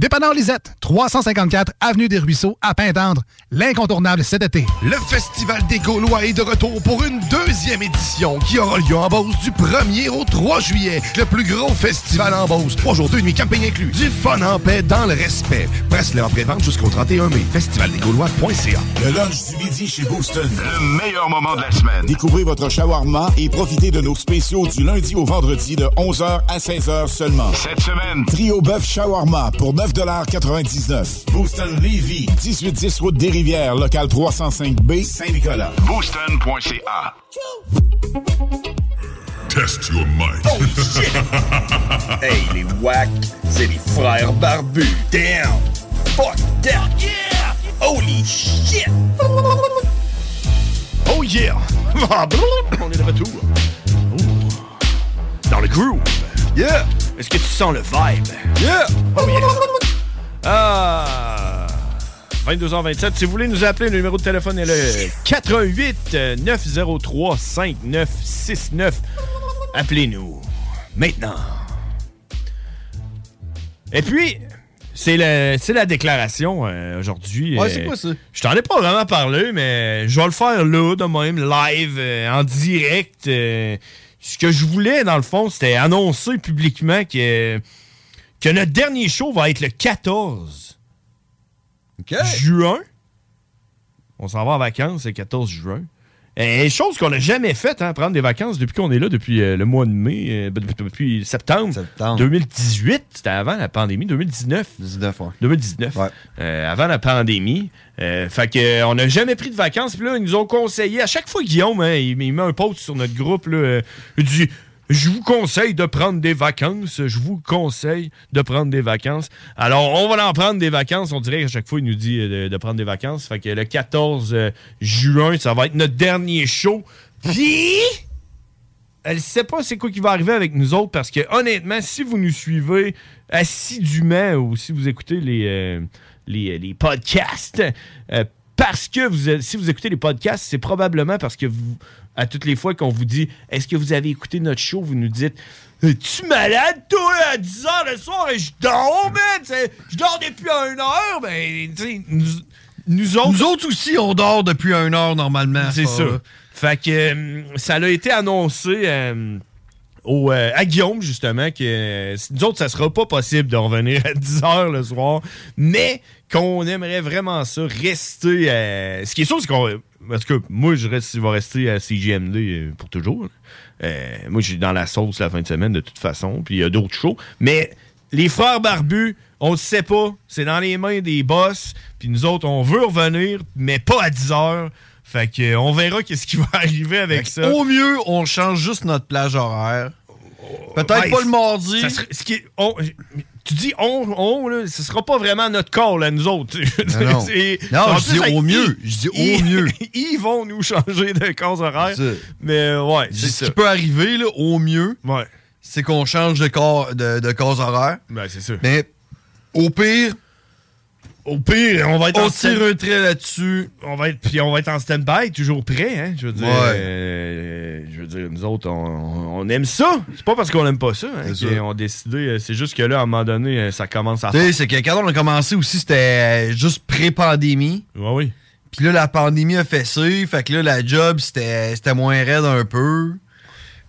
Dépanneur Lisette, 354 Avenue des Ruisseaux, à Pintendre. L'incontournable cet été. Le Festival des Gaulois est de retour pour une deuxième édition qui aura lieu en Beauce du 1er au 3 juillet. Le plus gros festival en Beauce. Trois jours, deux nuits, campagne inclus. Du fun en paix dans le respect. Presse-le en pré-vente jusqu'au 31 mai. Festivaldesgaulois.ca Le lunch du midi chez Booston. Le meilleur moment de la semaine. Découvrez votre shawarma et profitez de nos spéciaux du lundi au vendredi de 11h à 16h seulement. Cette semaine. Trio bœuf shawarma pour 9,99 Booston Levy, 1810 Route des Rivières, local 305B, Saint-Nicolas. Booston.ca. Test your mind. Oh, hey, les wack, c'est les frères barbus. Damn! Fuck that! Yeah! Holy shit! Oh yeah! On est de retour. Ouh. Dans le groove. Yeah! Est-ce que tu sens le vibe? Yeah! Oh yeah! Ah! 22h27, si vous voulez nous appeler, le numéro de téléphone est le 88 euh, 903 5969. Appelez-nous maintenant. Et puis, c'est le- c'est la déclaration euh, aujourd'hui. Ouais, Euh, c'est quoi ça? Je t'en ai pas vraiment parlé, mais je vais le faire là, de même, live, euh, en direct. euh. ce que je voulais, dans le fond, c'était annoncer publiquement que, que notre dernier show va être le 14 juin. On s'en va en vacances le 14 juin. Et chose qu'on n'a jamais faite, hein, prendre des vacances depuis qu'on est là, depuis euh, le mois de mai, euh, ben, depuis, depuis septembre, 2018, c'était avant la pandémie, 2019. 2019, Euh, avant la pandémie. Euh, fait que, euh, on n'a jamais pris de vacances. Puis là, ils nous ont conseillé, à chaque fois, Guillaume, hein, il, il met un post sur notre groupe, là, euh, il dit je vous conseille de prendre des vacances. Je vous conseille de prendre des vacances. Alors, on va en prendre des vacances. On dirait qu'à chaque fois, il nous dit euh, de, de prendre des vacances. Fait que le 14 euh, juin, ça va être notre dernier show. Puis, elle sait pas c'est quoi qui va arriver avec nous autres parce que, honnêtement, si vous nous suivez assidûment ou si vous écoutez les, euh, les, les podcasts, euh, parce que vous, êtes- si vous écoutez les podcasts, c'est probablement parce que vous, à toutes les fois qu'on vous dit Est-ce que vous avez écouté notre show Vous nous dites Es-tu malade, toi, à 10 h le soir et je dors, man C'est- Je dors depuis une heure, ben, tu sais, nous, nous autres. Nous autres aussi, on dort depuis une heure normalement. à ce C'est soir-là. sûr. Fait que euh, ça a été annoncé euh, au, euh, à Guillaume, justement, que euh, nous autres, ça sera pas possible de revenir à 10 h le soir, mais qu'on aimerait vraiment ça rester. euh, ce qui est sûr, c'est qu'on. Parce que moi, je reste, je vais rester à CGMD euh, pour toujours. là. Euh, moi, je suis dans la sauce la fin de semaine, de toute façon, puis il y a d'autres shows. Mais les frères barbus, on ne sait pas. C'est dans les mains des boss. Puis nous autres, on veut revenir, mais pas à 10 heures. Fait que euh, on verra qu'est-ce qui va arriver avec ça. Au mieux, on change juste notre plage horaire. Peut-être Ouais, pas le mardi. ça serait- ce qui est- on- tu dis on, on là, ce sera pas vraiment notre call à nous autres. Non, non. C'est- Non, en je dis avec- au mieux. ils- Je dis au ils- mieux. Ils vont nous changer de cause horaire. Mais euh, ouais, c'est Ce ça. qui peut arriver, là, au mieux, c'est qu'on change de, corps, de, de cause horaire. Ben, c'est sûr. Mais au pire. Au pire, on va être on en tire stand- un trait là-dessus. On va être, puis on va être en stand-by, toujours prêt, hein? Je veux dire, Ouais. euh, je veux dire, nous autres, on, on aime ça. C'est pas parce qu'on aime pas ça hein, C'est qu'on sûr. a décidé. euh, C'est juste que là, à un moment donné, euh, ça commence à Tu sais, c'est que quand on a commencé aussi, c'était euh, juste pré-pandémie. Ouais, oui. Puis là, la pandémie a fessé. Fait que là, la job, c'était c'était moins raide un peu.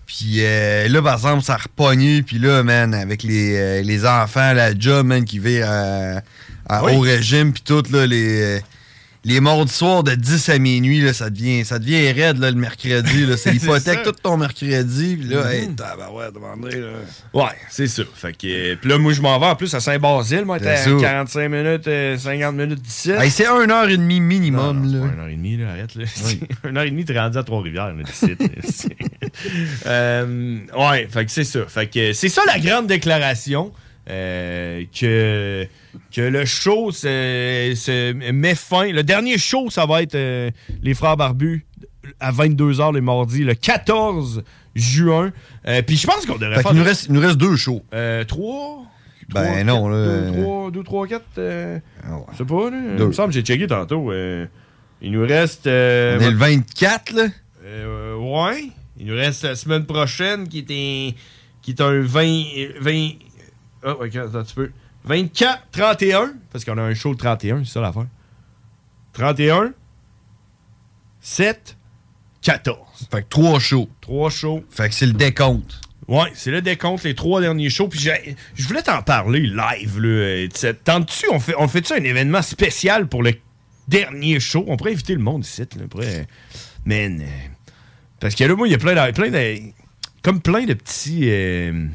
Puis euh, là, par exemple, ça a repogné. Puis là, man, avec les, euh, les enfants, la job, man, qui vit à, à Oui. haut régime, puis tout, là, les, euh, les mardis soirs de 10 à minuit, là, ça devient, ça devient raide, là, le mercredi. là. C'est C'est l'hypothèque ça. tout ton mercredi. Puis là, Mhm. hey, tabarouette, demandez, là. Ouais, c'est ça. Fait que. euh, Puis là, moi, je m'en vais en plus à Saint-Basile. Moi, Bien t'es à sûr. 45 minutes, euh, 50 minutes d'ici. Hey, c'est 1h30 minimum, là. Une heure et demie, là, arrête. Là. une heure et demie, t'es rendu à Trois-Rivières, là, d'ici. C'est- Euh, ouais, fait que c'est ça. Fait que euh, c'est ça la grande déclaration. euh, que, que le show se, se met fin. Le dernier show, ça va être euh, Les Frères Barbus à 22h les mardis, le 14 juin. Euh, Puis je pense qu'on devrait Fait faire. qu'il nous reste, il nous reste deux shows. Euh, trois? Ben non, là. Ah 2, 3, 4. euh, Je sais pas, là. Il Deux. me semble que j'ai checké tantôt. euh, il nous reste. euh, On est le 24, là. euh, ouais. Il nous reste la semaine prochaine qui est un, qui est un 20. 20 oh, ok, attends un petit peu. 24, 31. Parce qu'on a un show le 31, c'est ça l'affaire. 31, 7, 14. Fait que trois shows. Trois shows. Fait que c'est le décompte. Ouais, c'est le décompte, les trois derniers shows. Puis j'ai- je voulais t'en parler live. Là. Euh, tu sais, Tentes-tu, on fait, on fait-tu un événement spécial pour le dernier show? On pourrait inviter le monde ici. Là, on pourrait- Man. euh, Parce que là, moi, il y a plein de. Plein de comme plein de petits. euh,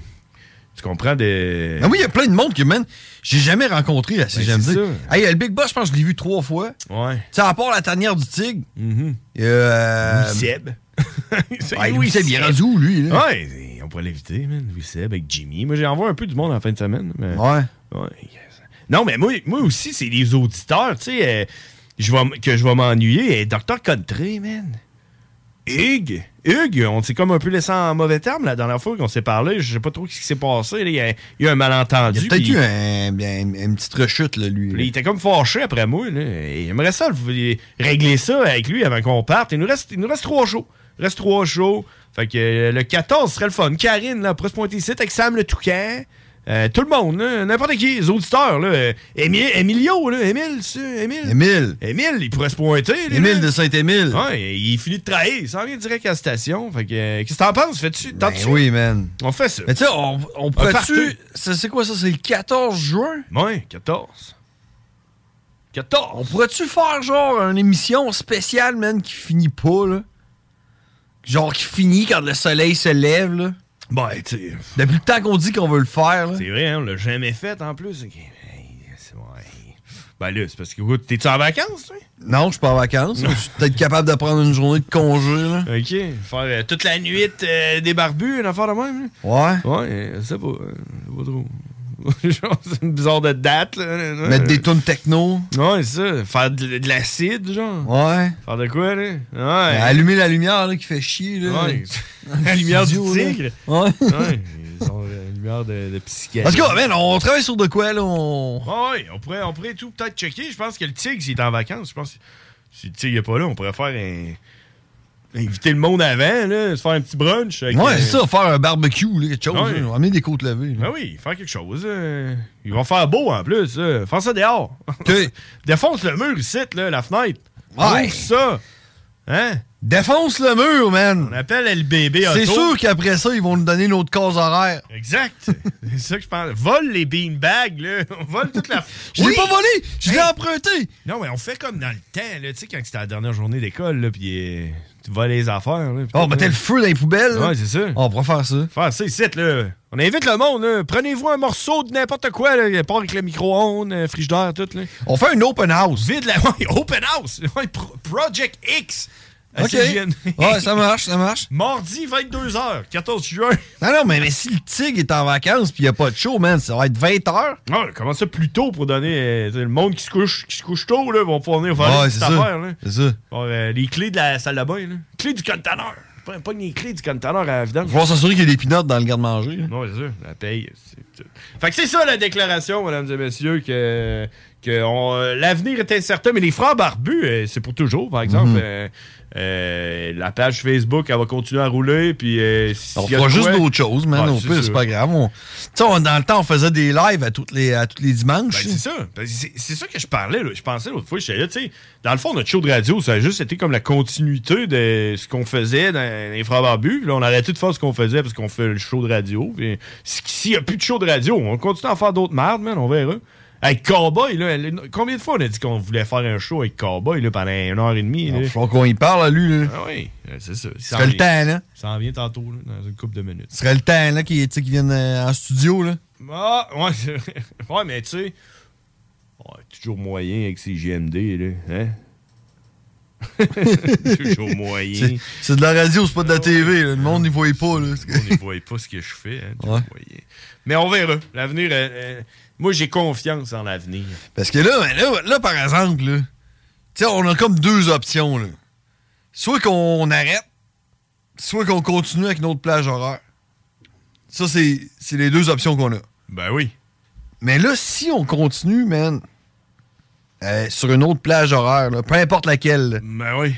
tu comprends? De... Ah oui, il y a plein de monde que, man, j'ai jamais rencontré à Ben, c'est CGMD. Hey, le Big Boss, je pense que je l'ai vu trois fois. Ouais. Tu sais, à part la tanière du tigre. il y a, euh, Louis Seb. Mhm. C'est Ouais, Louis Seb, Ah, il est rendu où, lui? Là? Ouais, et on pourrait l'éviter, man. Louis Seb avec Jimmy. Moi, j'ai envoyé un peu du monde en fin de semaine. mais- Ouais, yes. Non, mais moi, moi aussi, c'est les auditeurs, tu sais, euh, je vais m- que je vais m'ennuyer. Et Dr. Country, man. Hugues, Hugues, on s'est comme un peu laissé en mauvais terme la dernière fois qu'on s'est parlé. Je sais pas trop ce qui s'est passé. là. Il y, a- il y a un malentendu. Il y a peut-être puis- eu un- bien, une, une petite rechute, là, lui. puis Il était comme fâché après moi. Là. Et Il aimerait ça le- régler ça avec lui avant qu'on parte. Il nous reste, il nous reste trois shows. Il reste trois shows. Fait que euh, le 14 serait le fun. Karine, là, pourrait se pointer ici avec Sam le Toucan. Euh, tout le monde, là, n'importe qui, les auditeurs. Là. Euh, Émi- Emilio, là, Émile, ça, Émile. Émile. Émile, il pourrait se pointer. lui, Émile là. de Saint-Émile. Ouais, il finit de trahir. Il s'en vient direct à la station. Fait que, euh, qu'est-ce que t'en penses? Fais-tu? Ben oui, man. On fait ça. Mais tu sais, on, on Un pourrait-tu. party. C'est c'est quoi ça? C'est le 14 juin? Ouais, 14. 14. On pourrait-tu faire, genre, une émission spéciale, man, qui finit pas, là? Genre, qui finit quand le soleil se lève, là? Ben, tu sais. Depuis le temps qu'on dit qu'on veut le faire, là. C'est vrai, hein, on l'a jamais fait en plus. Ok, hey, c'est bon, hey. Ben là, c'est parce que écoute, t'es-tu en vacances, toi? Non, je suis pas en vacances. Je suis peut-être capable de prendre une journée de congé, là. Ok. Faire euh, toute la nuit euh, des barbus, une affaire de même. là. Ouais. Ouais, euh, c'est pas, euh, c'est pas trop. Genre, c'est une bizarre de date, là. Mettre des tunes techno. Ouais, c'est ça. Faire de, de l'acide, genre. Ouais. Faire de quoi, là? Ouais. Euh, Allumer la lumière là, qui fait chier. Là. Ouais. la lumière du Studio, là. tigre. Ouais. ouais. Ils ont la lumière de, de psychiatre. Parce que, man, on travaille sur de quoi, là? On... Ouais, ouais, on pourrait, on pourrait tout peut-être checker. Je pense que le Tigre, il est en vacances. Je pense, je Si tu sais, il est pas là, on pourrait faire un. Inviter le monde avant, là, se faire un petit brunch. avec, Ouais, euh, c'est ça, faire un barbecue, là, quelque chose. Ouais. là, amener des côtes levées. là. Ben oui, faire quelque chose. euh, Ils vont faire beau en plus. euh, Faire ça dehors. Défonce le mur ici, là, la fenêtre. Ouais. Ouvre ça. Hein? Défonce le mur, man. On appelle le bébé C'est sûr qu'après ça, ils vont nous donner notre cause horaire. Exact. C'est ça que je pense. Vole les beanbags, là. On vole toute la. Je l'ai pas volé. Je l'ai emprunté. Non, mais on fait comme dans le temps, là. Tu sais, quand c'était la dernière journée d'école, là, puis euh, tu voles les affaires, là. on mettait le feu dans les poubelles. là. Ouais, c'est ça. On pourrait faire ça. Faire ça ici, là. On invite le monde, là. Prenez-vous un morceau de n'importe quoi, là. Pas avec le micro-ondes, euh, frigidaire, tout, là. On fait un open house. Vide la. Ouais, open house. Ouais, Pro- Project X. à OK. CJMD. Ouais, ça marche, ça marche. Mardi, 22h, 14 juin. Non, non, mais, mais si le tigre est en vacances puis il n'y a pas de show, man, ça va être 20 heures. Ouais, comment ça plus tôt pour donner. euh, tu sais, le monde qui se couche, qui se couche tôt, là, vont pouvoir venir voler Ouais, cette c'est ça. affaire, là. C'est ça. Bon, euh, les clés de la salle de bain, là. Clés du conteneur. Pas, pas les clés du conteneur à vidange. Faut s'assurer qu'il y a des pinottes dans le garde-manger. là. Non, c'est sûr, la paye. c'est tout. Fait que c'est ça la déclaration, mesdames et messieurs, que, que on- euh, l'avenir est incertain, mais les frères barbus, euh, c'est pour toujours, par exemple. Mhm. euh, euh, la page Facebook, elle va continuer à rouler, puis... euh, s'il On y a fera de juste quoi- d'autres choses, man. Ouais, au c'est pire, c'est sûr. pas grave. On- Tu sais, on- dans le temps, on faisait des lives à tous les, à tous les dimanches. Ben, c'est ça. Ben, c'est c'est ça que je parlais. là. Je pensais l'autre fois, j'étais là, tu sais, dans le fond, notre show de radio, ça a juste été comme la continuité de ce qu'on faisait dans les Frères Barbus. Puis Là, on a arrêté de faire ce qu'on faisait parce qu'on fait le show de radio. Puis si- S'il n'y a plus de show de radio, on continue à faire d'autres merdes, man, on verra. Avec Cowboy, là, elle- combien de fois on a dit qu'on voulait faire un show avec Cowboy là, pendant une heure et demie? là? Faut qu'on y parle à lui. Là. Ah oui, euh, c'est ça. Ce serait le temps, là. Ça en vient tantôt, là, dans une couple de minutes. Ce serait le temps, là, qu'il tu sais, qu'il vienne euh, en studio, là. Ah, ouais, c'est- ouais, mais tu sais, ouais, toujours moyen avec ces GMD, là, hein? toujours moyen. Ah C'est- C'est de la radio, c'est pas de la TV. là. Le monde n'y voit pas, là. On ne voit pas ce que je fais, hein, toujours Ouais. moyen. Mais on verra. L'avenir, euh, euh, moi, j'ai confiance en l'avenir. Parce que là, ben là, là, par exemple, là, tu sais, on a comme deux options. Là. Soit qu'on arrête, soit qu'on continue avec notre plage horaire. Ça, c'est c'est les deux options qu'on a. Ben oui. Mais là, si on continue, man, euh, sur une autre plage horaire, là, peu importe laquelle. là. Ben oui. Ouais,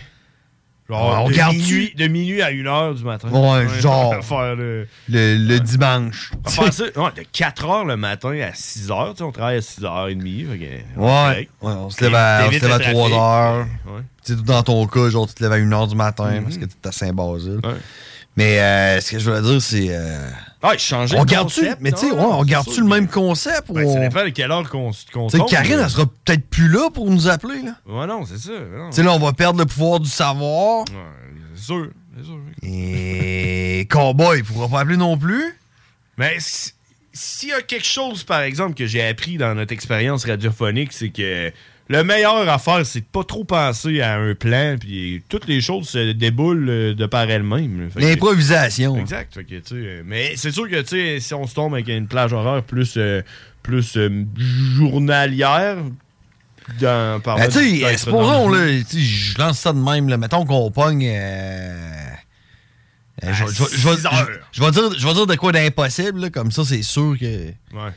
Genre, Ah, on de, garde-tu? minuit, de minuit à 1h du matin. Ouais, genre. Faire le... Le, le dimanche. On va faire ça, ouais, de 4h le matin à 6h, tu sais, on travaille à 6h30. Fait que, euh, Ouais, ouais, on se lève à, on se T'évites lève à le trafic. 3 heures. Ouais. Tu sais, dans ton cas, genre, tu te lèves à 1 heure du matin Mhm. parce que tu à Saint-Basile. Mais euh, ce que je voulais dire, c'est. euh, Ouais, changer on de garde-tu, concept, mais tu sais, non, ouais, on c'est garde-tu sûr le même concept? ou Ben, ça on- dépend de quelle heure qu'on s- qu'on Tu sais, tombe, Karine, là. elle sera peut-être plus là pour nous appeler, là. Ouais, non, c'est ça. non. Tu sais, là, on va perdre le pouvoir du savoir. Ouais, c'est sûr. c'est sûr. Et. Cowboy, il pourra pas appeler non plus. Mais si- s'il y a quelque chose, par exemple, que j'ai appris dans notre expérience radiophonique, c'est que le meilleur à faire, c'est de pas trop penser à un plan, puis toutes les choses se déboulent euh, de par elles-mêmes. là. Fait que- L'improvisation. Exact. fait que, tu sais, euh, mais c'est sûr que tu sais, si on se tombe avec une plage horaire plus, euh, plus euh, journalière, dans, par Ben, mode- tu dans- sais, supposons, là, tu sais, je lance ça de même, là. Mettons qu'on pogne. euh, euh, je- je- je- Ah, six heures. je- Je vais dire- je vais dire de quoi d'impossible, là, comme ça, c'est sûr que. Ouais.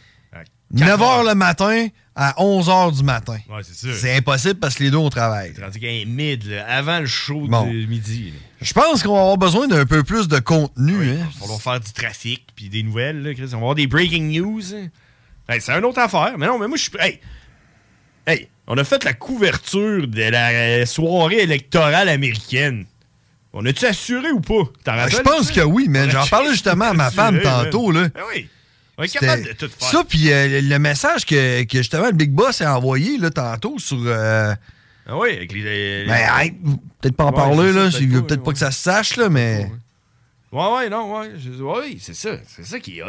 À 9 h le matin à 11 h du matin. Ouais, c'est sûr. C'est impossible parce que les deux, on travaille. Tandis qu'il y a un mid, là, avant le show Bon. de midi. là. Je pense qu'on va avoir besoin d'un peu plus de contenu. hein. Il va falloir faire du trafic, puis des nouvelles, là, Chris. On va avoir des breaking news. hein. Hey, c'est une autre affaire. Mais non, mais moi, je suis... Hey! Hey! On a fait la couverture de la euh, soirée électorale américaine. On a-tu assuré ou pas? T'en Ben, je rappelles, pense ça? que oui, mais On a j'en parlais justement à ma femme assuré, man. tantôt. Là. Ben oui. On est capable de tout faire. Ça, puis euh, le- le message que, que justement le Big Boss a envoyé là, tantôt sur. euh, Ah oui, avec les... les- ben, hey, peut-être pas en euh, Ouais, parler, c'est ça, là. peut-être Il veut pas, peut-être pas que ça se sache, là, mais. Ouais, ouais, non, ouais. je- ouais, oui, c'est ça. C'est ça qui est hot.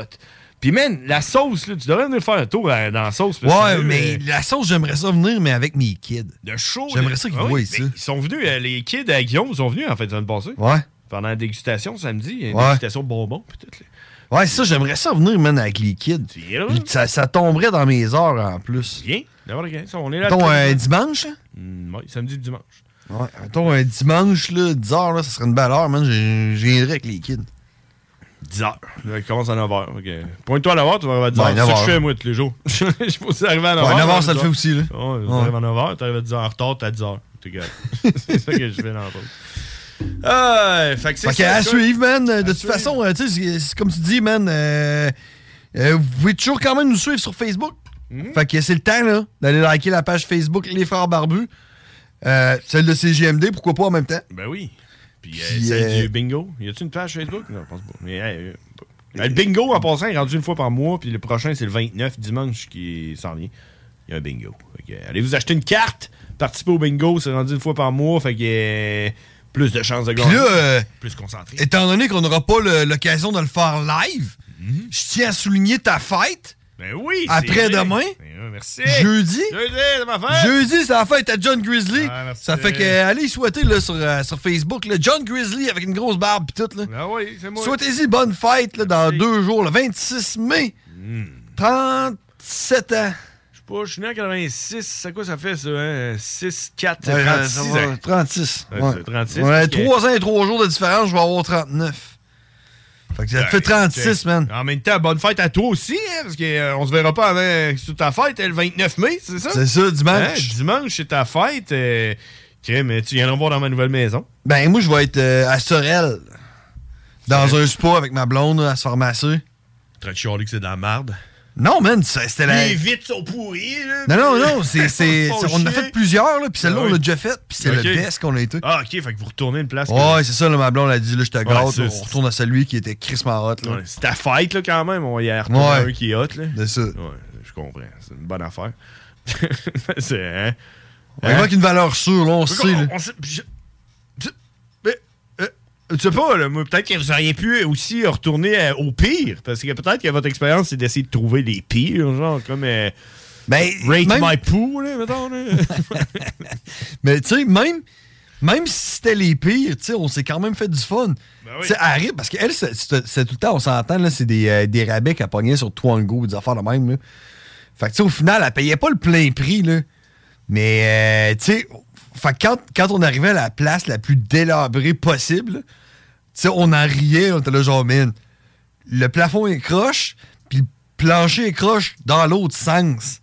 Puis, man, la sauce, là, tu devrais venir faire un tour à- dans la sauce. Ouais, parce que, euh, mais la sauce, j'aimerais ça venir, mais avec mes kids. de show. J'aimerais là. ça qu'ils Ah oui, voient mais ça. Ils sont venus, euh, les kids à Guillaume sont venus en fait, semaine passée. Ouais. Pendant la dégustation samedi, il y a une Ouais. dégustation de bonbons. puis tout, là. Ouais, ça, j'aimerais ça venir, man, avec les kids. iras? Ça, ça tomberait dans mes heures en plus. Bien, d'abord, ok, ça, on est là. Mettons le un samedi. dimanche, hein? là. Mm, ouais, samedi dimanche. Ouais, mettons un dimanche, là, 10 heures, là, ça serait une belle heure, man. Je je viendrais avec les kids. 10 h Il commence à 9 h Pointe-toi à 9 h Oh, tu vas arriver à 10 Ouais, h C'est 9 ce que je heures. fais, moi, tous les jours. Je faut arriver à 9 h Ouais, 9 heures, ça le fait aussi, là. Ouais, Ouais. t'arrives à 9 h t'arrives à 10 h en retard, t'es à 10 h to God. c'est ça que je fais, entre autres. Ah, fait que c'est Fait que ça, à écoute. suivre, man. De toute façon, euh, tu sais, c'est- c'est comme tu dis, man, euh, euh, vous pouvez toujours quand même nous suivre sur Facebook. Mhm. Fait que c'est le temps, là, d'aller liker la page Facebook Les Frères Barbus. Euh, celle de CGMD, pourquoi pas en même temps? Ben oui. Puis, euh, Puis, celle euh, du bingo. Y a-tu une page Facebook? Non, je pense pas. Mais, euh, euh, le bingo, en passant, est rendu une fois par mois. Puis le prochain, c'est le 29 dimanche qui s'en vient. Il y a un bingo. Fait que, euh, allez vous acheter une carte. Participez au bingo. C'est rendu une fois par mois. Fait que euh, plus de chances de Puis gagner. là, euh, plus concentré. Étant donné qu'on n'aura pas le- l'occasion de le faire live, Mm-hmm. je tiens à souligner ta fête. Ben oui. c'est Après-demain? vrai. Ben, euh, merci. Jeudi? Jeudi, c'est ma fête. Jeudi, c'est la fête à John Grizzly. merci. ça fait que euh, allez souhaiter là, sur, euh, sur Facebook là, John Grizzly avec une grosse barbe pis tout. Là. Ah oui, c'est moi. Souhaitez-y bonne fête là, dans deux jours, le 26 mai. 37 ans. Hmm. Je sais pas, je suis né en 86. C'est quoi ça fait, ça? Hein? 6, 4, Ouais, 36 ça va, ans. 36. Ouais, c'est 36, Ouais, parce que- 3 ans et 3 jours de différence, je vais avoir 39. Fait que ça te fait 36, ok. man. Ben, En même temps, bonne fête à toi aussi, hein, parce qu'on on se verra pas avant euh, sous ta fête, euh, le 29 mai, c'est ça? C'est ça, dimanche. Hein, dimanche, c'est ta fête. euh, ok, mais tu viendras voir dans ma nouvelle maison. Ben, moi, je vais être euh, à Sorel. Dans un spa avec ma blonde là, à se faire masser. En train de chialer que c'est de la merde. Non, man, ça- c'était la. Les vitres sont pourries, Non, là. non, non, c'est, c'est- Ils font c'est- on en a chier. fait plusieurs, là, puis celle-là, Ah on oui. l'a déjà faite, puis c'est Ok. le best qu'on a été. Ah, ok, fait que vous retournez une place. Ouais, c'est ça, là, ma blonde a dit, là, je te Ouais, gâte, c'est- on retourne à celui qui était Chris Marotte. là. Ouais, c'est ta fête, là, quand même. On y a retourné Ouais. à un qui est hot, là. C'est ça. je comprends. C'est une bonne affaire. c'est. Hein? On Hein? évoque une valeur sûre, là, on Fait sait, qu'on- là. on sait- je- je- mais, euh, Tu sais pas, là, moi, peut-être que vous auriez pu aussi retourner euh, au pire, parce que peut-être que votre expérience, c'est d'essayer de trouver les pires, genre comme euh, Rate Ben, même- My Poo, là, mettons. là. Mais tu sais, même, même si c'était les pires, tu sais, on s'est quand même fait du fun. Tu sais, elle rit, parce qu'elle, c'est- c'est c'est tout le temps, on s'entend, là, c'est des, euh, des rabais qu'elle pognait sur Twango, des affaires de même. Là. Fait que tu sais, au final, elle payait pas le plein prix, là. Mais, euh, tu sais, fait que quand, quand on arrivait à la place la plus délabrée possible, là, tu sais, on en riait, on était là, genre, man, le plafond est croche, puis le plancher est croche dans l'autre sens.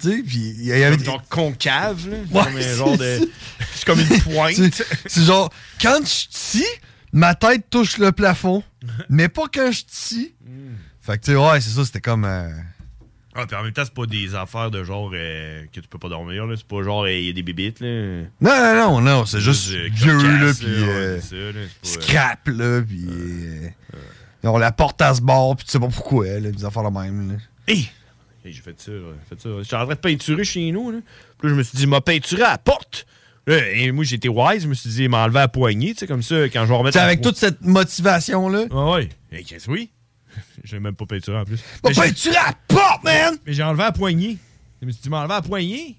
Tu sais, puis il y avait... Comme genre concave, là. C'est Ouais, comme un genre c'est de. C'est comme une pointe. C'est- C'est genre, quand je suis ici, ma tête touche le plafond, mais pas quand je suis ici. Fait que, tu sais, ouais, c'est ça, c'était comme. euh, Ah, puis en même temps, c'est pas des affaires de genre euh, que tu peux pas dormir, là. C'est pas genre, euh, il y a des bibites, là. Non, non, non, non, c'est juste euh, vieux, cocasse, là, là, puis. ouais, euh, c'est ça, là, c'est pas, euh, Scrap, là, puis. euh, On la porte à ce bord, puis tu sais pas pourquoi, là, des affaires la même, là. Hé! Hey, j'ai fait ça, là, j'ai fait ça. J'étais en train de peinturer chez nous. Là. Puis là, je me suis dit, m'a peinturé à la porte. Là, et moi, j'étais wise. Je me suis dit, m'enlever à la poignée, tu sais, comme ça, quand je vais remettre. Tu sais, avec toute cette motivation-là. Ah ouais. Hey, qu'est-ce oui? J'ai même pas peinturé en plus. M'a Mais j'ai- peinturé à la porte, man! Mais j'ai enlevé à la poignée. Je me suis dit, m'enlever à la poignée.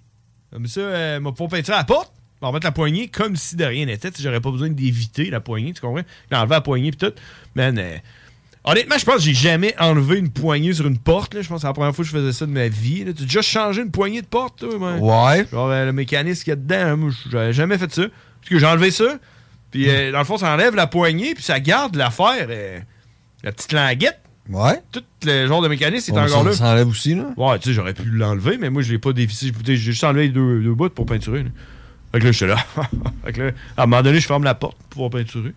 Comme ça, euh, m'a pas peinturé à la porte. M'a remettre la poignée comme si de rien n'était. Tu sais, J'aurais pas besoin d'éviter la poignée, tu comprends? J'ai enlevé la poignée, puis tout. Man, euh, Honnêtement, je pense que j'ai jamais enlevé une poignée sur une porte. là. Je pense que c'est la première fois que je faisais ça de ma vie. là. Tu as déjà changé une poignée de porte, toi, man? Ouais. Genre euh, le mécanisme qu'il y a dedans, hein, moi, j'avais jamais fait ça. Parce que j'ai enlevé ça, puis euh, dans le fond, ça enlève la poignée, puis ça garde l'affaire, euh, la petite languette. Ouais. Tout le genre de mécanisme est On encore s'en- là. s'enlève aussi, là. Ouais, tu sais, j'aurais pu l'enlever, mais moi, je l'ai pas dévissé. Je- J'ai juste enlevé les deux, deux bouts pour peinturer. là. Fait que là, je suis là. fait que là, à un moment donné, je ferme la porte pour pouvoir peinturer.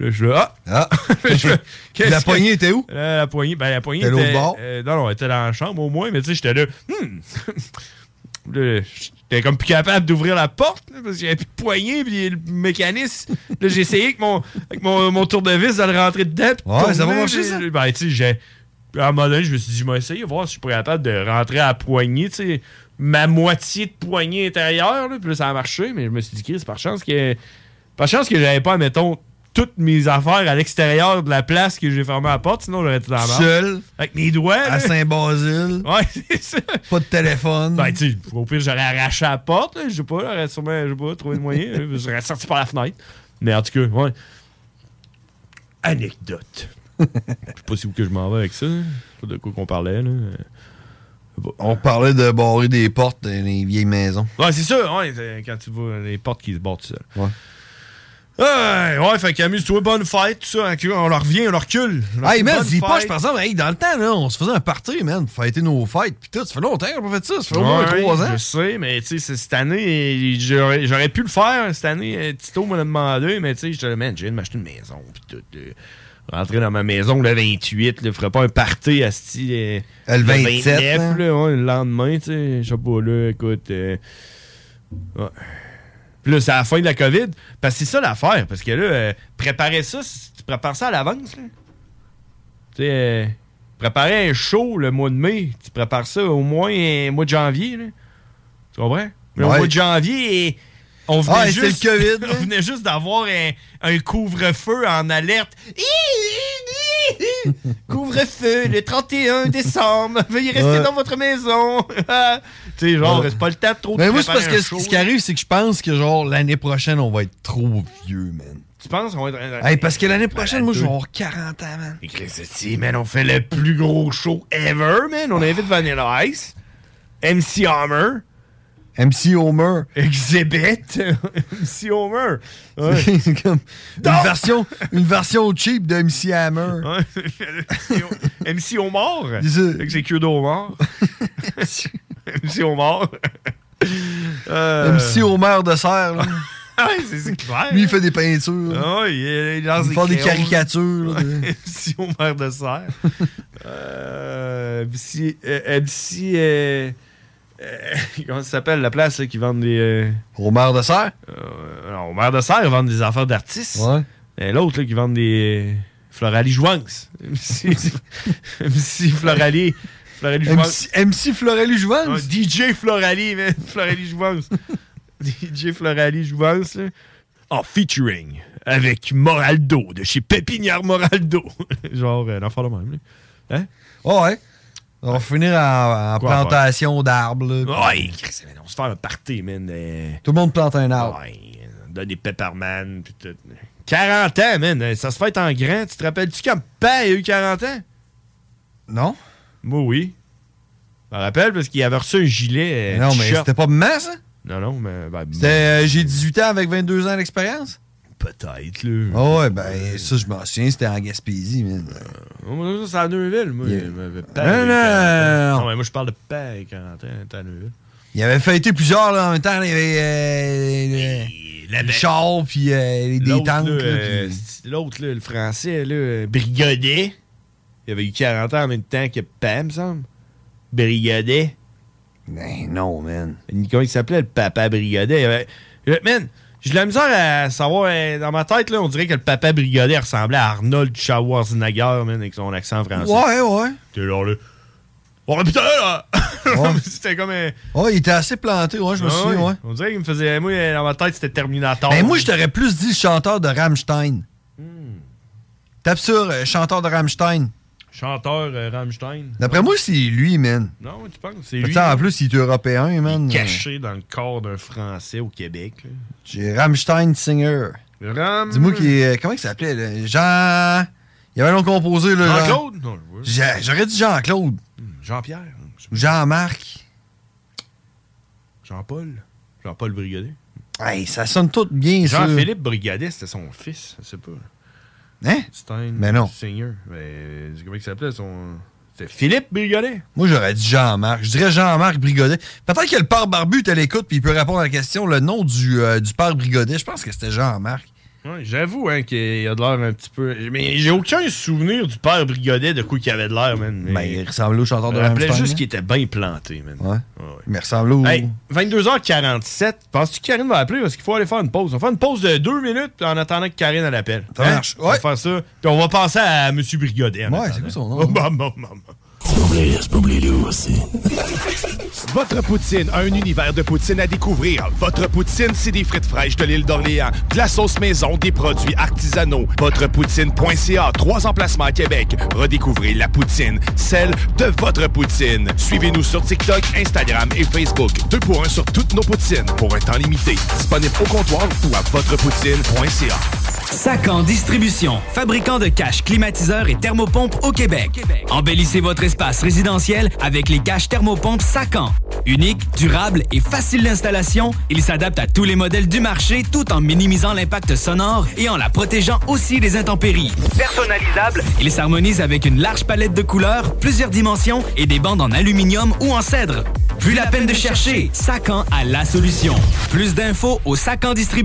Là, je suis là. Ah! Je- qu'est-ce La que- poignée était où? Euh, la poignée, ben, la poignée T'es allé au était. bord? euh, non, non, elle était dans la chambre au moins, mais tu sais, j'étais là. Hmm. Là, J'étais comme plus capable d'ouvrir la porte là, parce qu'il n'y avait plus de poignée puis le mécanisme. Là, j'ai essayé avec mon, avec mon, mon tour de vis de le rentrer dedans. puis de Ouais, ça va tourner, marcher, puis- ça? Ben, tu sais, j'ai. À un moment donné, je me suis dit, je vais essayer, voir si je suis capable de rentrer à la poignée, tu sais, ma moitié de poignée intérieure, là, puis là, ça a marché, mais je me suis dit, Chris, par chance que. Par chance que j'avais pas, mettons, toutes mes affaires à l'extérieur de la place que j'ai fermé la porte, sinon j'aurais été dans la merde. Seul. Avec mes doigts. À là. Saint-Basile. Ouais, c'est ça. Pas de téléphone. Ben, tu sais, au pire, j'aurais arraché la porte, là, je sais pas, j'aurais sûrement, je sais pas, trouvé le moyen, là, j'aurais sorti par la fenêtre. Mais en tout cas, ouais. Anecdote. Je sais pas si où que je m'en vais avec ça. Je sais pas de quoi qu'on parlait, là. On parlait de barrer des portes dans les vieilles maisons. Ouais, c'est ça, ouais, c'est- quand tu vois les portes qui se battent tout seul. Ouais. Hey, ouais, fait qu'amuse-toi, bonne fête, tout ça. hein, On leur revient, on leur recule. On leur Hey, dit man, bonne dis pas, fête. par exemple, hey, dans le temps, là, on se faisait un party, man, pour fêter nos fêtes. Puis tout, ça fait longtemps qu'on n'a pas fait ça. Ça fait au moins Ouais, trois ans. Je sais, mais tu sais, c'est- cette année, j'aurais j'aurais pu le faire. Cette année, euh, Tito me l'a demandé, mais tu sais, j'étais là, man, j'ai de m'acheter une maison. Puis tout. euh, rentrer dans ma maison le 28, là, ferais pas un party à ce euh, Le 27, hein. là, ouais, le lendemain, tu sais, je sais pas, là, écoute. euh, ouais. Puis là, c'est à la fin de la COVID. Parce que c'est ça l'affaire. Parce que là, euh, préparer ça, si tu prépares ça à l'avance, là. Tu sais, euh, préparer un show le mois de mai, tu prépares ça au moins euh, mois de janvier, là. Tu comprends? Le Ouais. mois de janvier, on venait Ah, et c'est juste... le COVID, on venait juste d'avoir un, un couvre-feu en alerte. couvre-feu le 31 décembre. Veuillez rester Ouais. dans votre maison. tu sais, genre, Ouais. c'est pas le temps de trop Mais de moi, c'est parce préparer que un ce show, ce qui arrive, c'est que je pense que, genre, l'année prochaine, on va être trop vieux, man. Tu penses qu'on va être. Hey, parce que l'année prochaine, moi, je vais deux. avoir 40 ans, man. Et que c'est, man, on fait le plus gros show ever, man. On invite Vanilla Ice, MC Hammer, MC Homer. Exhibit, MC Homer. Ouais. C'est comme une version, une version cheap de MC Hammer. Ouais. MC Omar. C'est ça. Fait que C'est que d'Omar. MC Omar. Euh, MC Homer de serre, là. ouais, c'est c'est clair. Lui, il fait des peintures. là. Ah ouais, il est- il lance Il fait des crayons. caricatures, là, de- MC Homer de serre. euh, MC. euh, MC, euh, euh, comment ça s'appelle la place là, qui vend des. Euh... Homer de serre Non, Homer de serre, ils vendent des affaires d'artistes. Ouais. Et l'autre là, qui vend des. euh, Floralie Jouance. MC, MC Floralie. Floralie Jouance. MC, MC Florelli Jouvence? Ouais, DJ Floralie, man. Floralie Jouvence. DJ Floralie Jouvence, là. En featuring avec Moraldo de chez Pépinière Moraldo. Genre, euh, l'enfant de même, là. Hein? Ah ouais. On va finir en, en Quoi à faire? plantation d'arbres. là. Ouais, Chris, man, on se fait un party, man. euh, Tout le monde plante un arbre. on donne des Pepperman, pis tout. 40 ans, man. euh, Ça se fait en grand. Tu te rappelles-tu quand Père a eu 40 ans? Non. Moi, oui. Je me rappelle parce qu'il avait reçu un gilet. euh, Non, mais t-shirt. Mm. c'était pas maman, ça? Non, non, mais. ben, C'était, euh, j'ai 18 ans avec 22 ans d'expérience? Peut-être, là. Ah ouais, ben ça, je m'en souviens, c'était en Gaspésie, man. Moi, ça, c'est à Neuville, moi. Yeah. mais- mais Non, Père, non, euh, non, non. mais moi, je parle de Père et 40 ans, t'es à Neuville. Il avait fêté plusieurs, là, en même temps, il y avait euh, les, les chars, puis euh, les L'autre, détentes. là, là, euh, puis- c'est- L'autre, là, le français, là, euh, Brigodet. Il avait eu 40 ans en même temps que Pam, me semble. Brigodet. Ben non, man. Comment il s'appelait, le papa Brigodet? Il avait- Euh, Man, j'ai de la misère à savoir. euh, Dans ma tête, là, on dirait que le papa Brigodet ressemblait à Arnold Schwarzenegger, man, avec son accent français. Ouais, ouais. T'es genre là. Oh putain, là! C'était comme un. Ouais, il était assez planté, ouais, je me Ah souviens, oui. ouais. On dirait qu'il me faisait. Moi, dans ma tête, c'était Terminator. Ben moi, je t'aurais plus dit le chanteur de Rammstein. Hmm. Tape sur euh, chanteur de Rammstein. Chanteur euh, Rammstein. D'après moi, c'est lui, man. Non, tu penses? C'est Tu lui. hein. sais, En plus, euh, il est européen, man. Caché dans le corps d'un Français au Québec. là. J'ai Rammstein Singer. Ram- Dis-moi qui est. euh, Comment il s'appelait, là? Jean. Il y avait un nom composé, là. genre- Jean-Claude? Non, je vois. J'ai- J'aurais dit Jean-Claude. Jean-Pierre. Ou Jean-Marc. Jean-Paul. Jean-Paul Brigadet. Hey, ça sonne tout bien, ça. Jean-Philippe Brigadet, c'était son fils. Je sais pas. Hein? Stein. Mais non. Seigneur. Mais comment il s'appelait son. C'était Philippe Brigadet. Moi, j'aurais dit Jean-Marc. Je dirais Jean-Marc Brigodet. Peut-être que le père Barbu est à l'écoute puis il peut répondre à la question. Le nom du, euh, du père Brigodet, je pense que c'était Jean-Marc. Ouais, J'avoue hein, qu'il a de l'air un petit peu. Mais j'ai aucun souvenir du père Brigadet de quoi qu'il avait de l'air, man. Mais... Ben, il ressemblait au chanteur de Je me rappelais Rammstein, juste là. qu'il était bien planté, man. Ouais. Mais il ressemble au. Hey, 22h47. Penses-tu que Karine va appeler? Parce qu'il faut aller faire une pause. On va faire une pause de deux minutes en attendant que Karine elle appelle. Hein? Ça marche, Oh. On va faire ça. Puis on va passer à M. Brigodet. Ouais, c'est quoi son nom? Votre poutine, un univers de poutine à découvrir. Votre poutine, c'est des frites fraîches de l'île d'Orléans, de la sauce maison, des produits artisanaux. Votrepoutine.ca, trois emplacements à Québec. Redécouvrez la poutine, celle de votre poutine. Suivez-nous sur TikTok, Instagram et Facebook. Deux pour un sur toutes nos poutines, pour un temps limité. Disponible au comptoir ou à votrepoutine.ca. Sacan Distribution, fabricant de caches climatiseurs et thermopompes au Québec. Embellissez votre espace résidentiel avec les caches thermopompes Sacan. Unique, durable et facile d'installation, il s'adapte à tous les modèles du marché tout en minimisant l'impact sonore et en la protégeant aussi des intempéries. Personnalisable, il s'harmonise avec une large palette de couleurs, plusieurs dimensions et des bandes en aluminium ou en cèdre. Plus la peine de chercher, Sacan a la solution. Plus d'infos au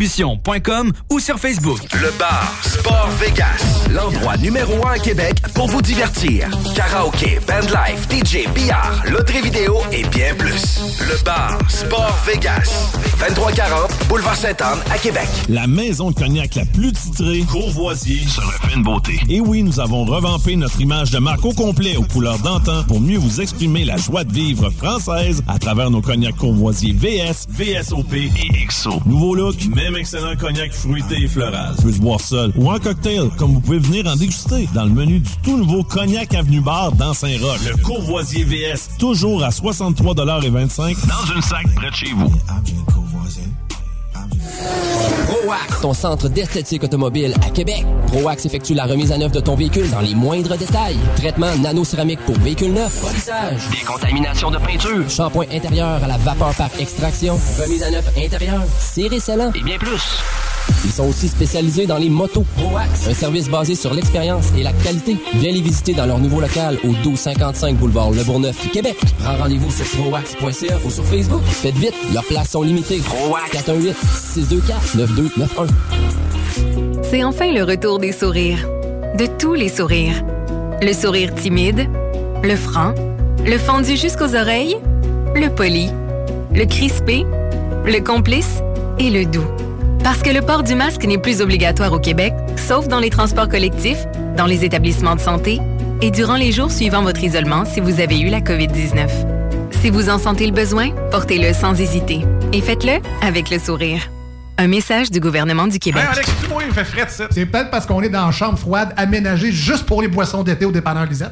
sacandistribution.com ou sur Facebook. Le bar Sport Vegas, l'endroit numéro un à Québec pour vous divertir. Karaoké, bandlife, DJ, billard, loterie vidéo et bien plus. Le bar Sport Vegas, 2340 Boulevard Sainte-Anne à Québec. La maison de cognac la plus titrée, Courvoisier, se refait une beauté. Et oui, nous avons revampé notre image de marque au complet aux couleurs d'antan pour mieux vous exprimer la joie de vivre française à travers nos cognacs Courvoisier VS, VSOP et XO. Nouveau look, même excellent cognac fruité et floral. Peut se boire seul ou en cocktail, comme vous pouvez venir en déguster dans le menu du tout nouveau Cognac Avenue Bar dans Saint-Roch. Le Courvoisier VS, toujours à 63,25 dans une sac près de chez vous. Ah, ProAx, ton centre d'esthétique automobile à Québec. ProAx effectue la remise à neuf de ton véhicule dans les moindres détails. Traitement nano-céramique pour véhicule neuf, polissage, décontamination de peinture, shampoing intérieur à la vapeur par extraction, remise à neuf intérieure, serré scellant et bien plus. Ils sont aussi spécialisés dans les motos. ProAx, un service basé sur l'expérience et la qualité. Viens les visiter dans leur nouveau local au 1255 boulevard Le Bourgneuf, Québec. Prends rendez-vous sur ProAx.ca ou sur Facebook. Faites vite, leurs places sont limitées. ProAx 418 624 9291. C'est enfin le retour des sourires. De tous les sourires. Le sourire timide, le franc, le fendu jusqu'aux oreilles, le poli, le crispé, le complice et le doux. Parce que le port du masque n'est plus obligatoire au Québec, sauf dans les transports collectifs, dans les établissements de santé et durant les jours suivant votre isolement si vous avez eu la COVID-19. Si vous en sentez le besoin, portez-le sans hésiter et faites-le avec le sourire. Un message du gouvernement du Québec. Ben, il fait fret, ça. C'est peut-être parce qu'on est dans une chambre froide aménagée juste pour les boissons d'été au dépanneur Lisette.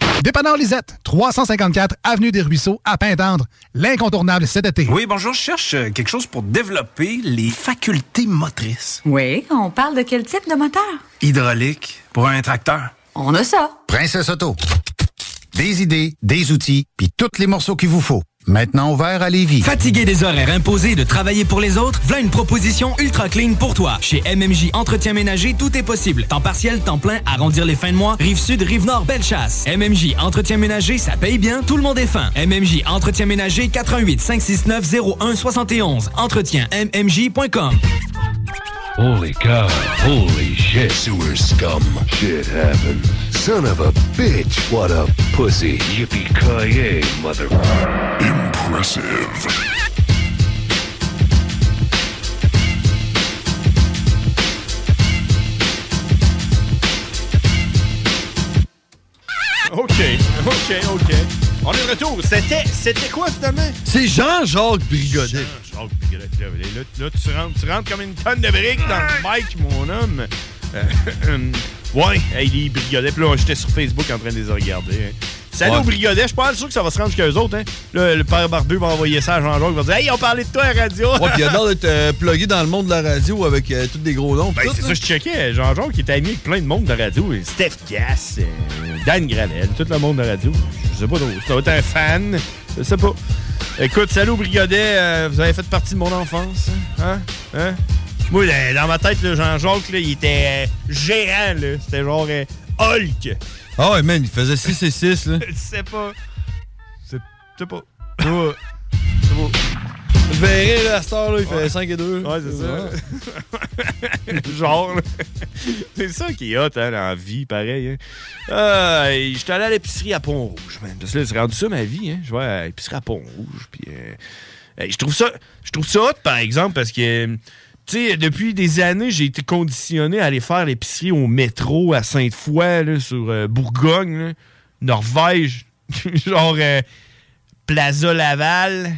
Dépanneur Lisette, 354 Avenue des Ruisseaux, à Pintendre. L'incontournable cet été. Oui, bonjour, je cherche euh, quelque chose pour développer les facultés motrices. Oui, on parle de quel type de moteur? Hydraulique pour un tracteur. On a ça. Princesse Auto. Des idées, des outils, puis tous les morceaux qu'il vous faut. Maintenant ouvert à Lévis. Fatigué des horaires imposés de travailler pour les autres, voilà une proposition ultra clean pour toi. Chez MMJ Entretien Ménager, tout est possible. Temps partiel, temps plein, arrondir les fins de mois, rive sud, rive nord, belle chasse. MMJ Entretien Ménager, ça paye bien, tout le monde est fin. MMJ Entretien Ménager, 88 569 0171. Entretien MMJ.com. Holy cow. Holy shit. Sewer scum. Shit happened. Son of a bitch. What a pussy. Yippee-ki-yay, mother... Impressive. OK, OK, OK. On est de retour. C'était, c'était quoi, finalement? C'est Jean-Jacques Brigodet. Jean-Jacques Brigodet, là, là, là, tu, rentres, tu rentres comme une tonne de briques dans le mic, mon homme. Euh, ouais, hey, les Brigodets. Puis là, j'étais sur Facebook en train de les regarder. hein. Salut Ouais. aux Brigodets. Je suis pas sûr que ça va se rendre jusqu'à eux autres. Hein. Là, le père Barbu va envoyer ça à Jean-Jacques. Il va dire « Hey, on parlait de toi à la radio. Ouais, puis il a l'air d'être euh, plugué dans le monde de la radio avec euh, tous des gros noms. Ben, c'est ça, je checkais. Jean-Jacques qui était ami avec plein de monde de radio. Et Steph Cass, euh, Dan Gravel, tout le monde de radio. Je sais pas trop. Ça doit être un fan. Je sais pas. Écoute, salut Brigodet. euh, vous avez fait partie de mon enfance. Hein? Hein? Moi, là, dans ma tête, là, Jean-Jacques, là, il était euh, géant. là. C'était genre euh, Hulk. Ah ouais, man, il faisait 6 et 6, là. Je sais pas. C'est- Je sais pas. Je sais pas. Je sais pas. Vous verrez, là, à cette heure-là, il faisait 5 et 2. Ouais, c'est ça. Genre, là. C'est ça qui est hot, hein, dans la vie, pareil. Hein. Euh, et J'étais allé à l'épicerie à Pont-Rouge, man. Parce que là, c'est rendu ça ma vie, hein. Je vais à l'épicerie à Pont-Rouge, puis... euh, euh, je trouve ça... Je trouve ça hot, par exemple, parce que... euh, Tu sais, depuis des années, j'ai été conditionné à aller faire l'épicerie au métro à Sainte-Foy, là, sur euh, Bourgogne, là, Norvège, genre euh, Plaza Laval,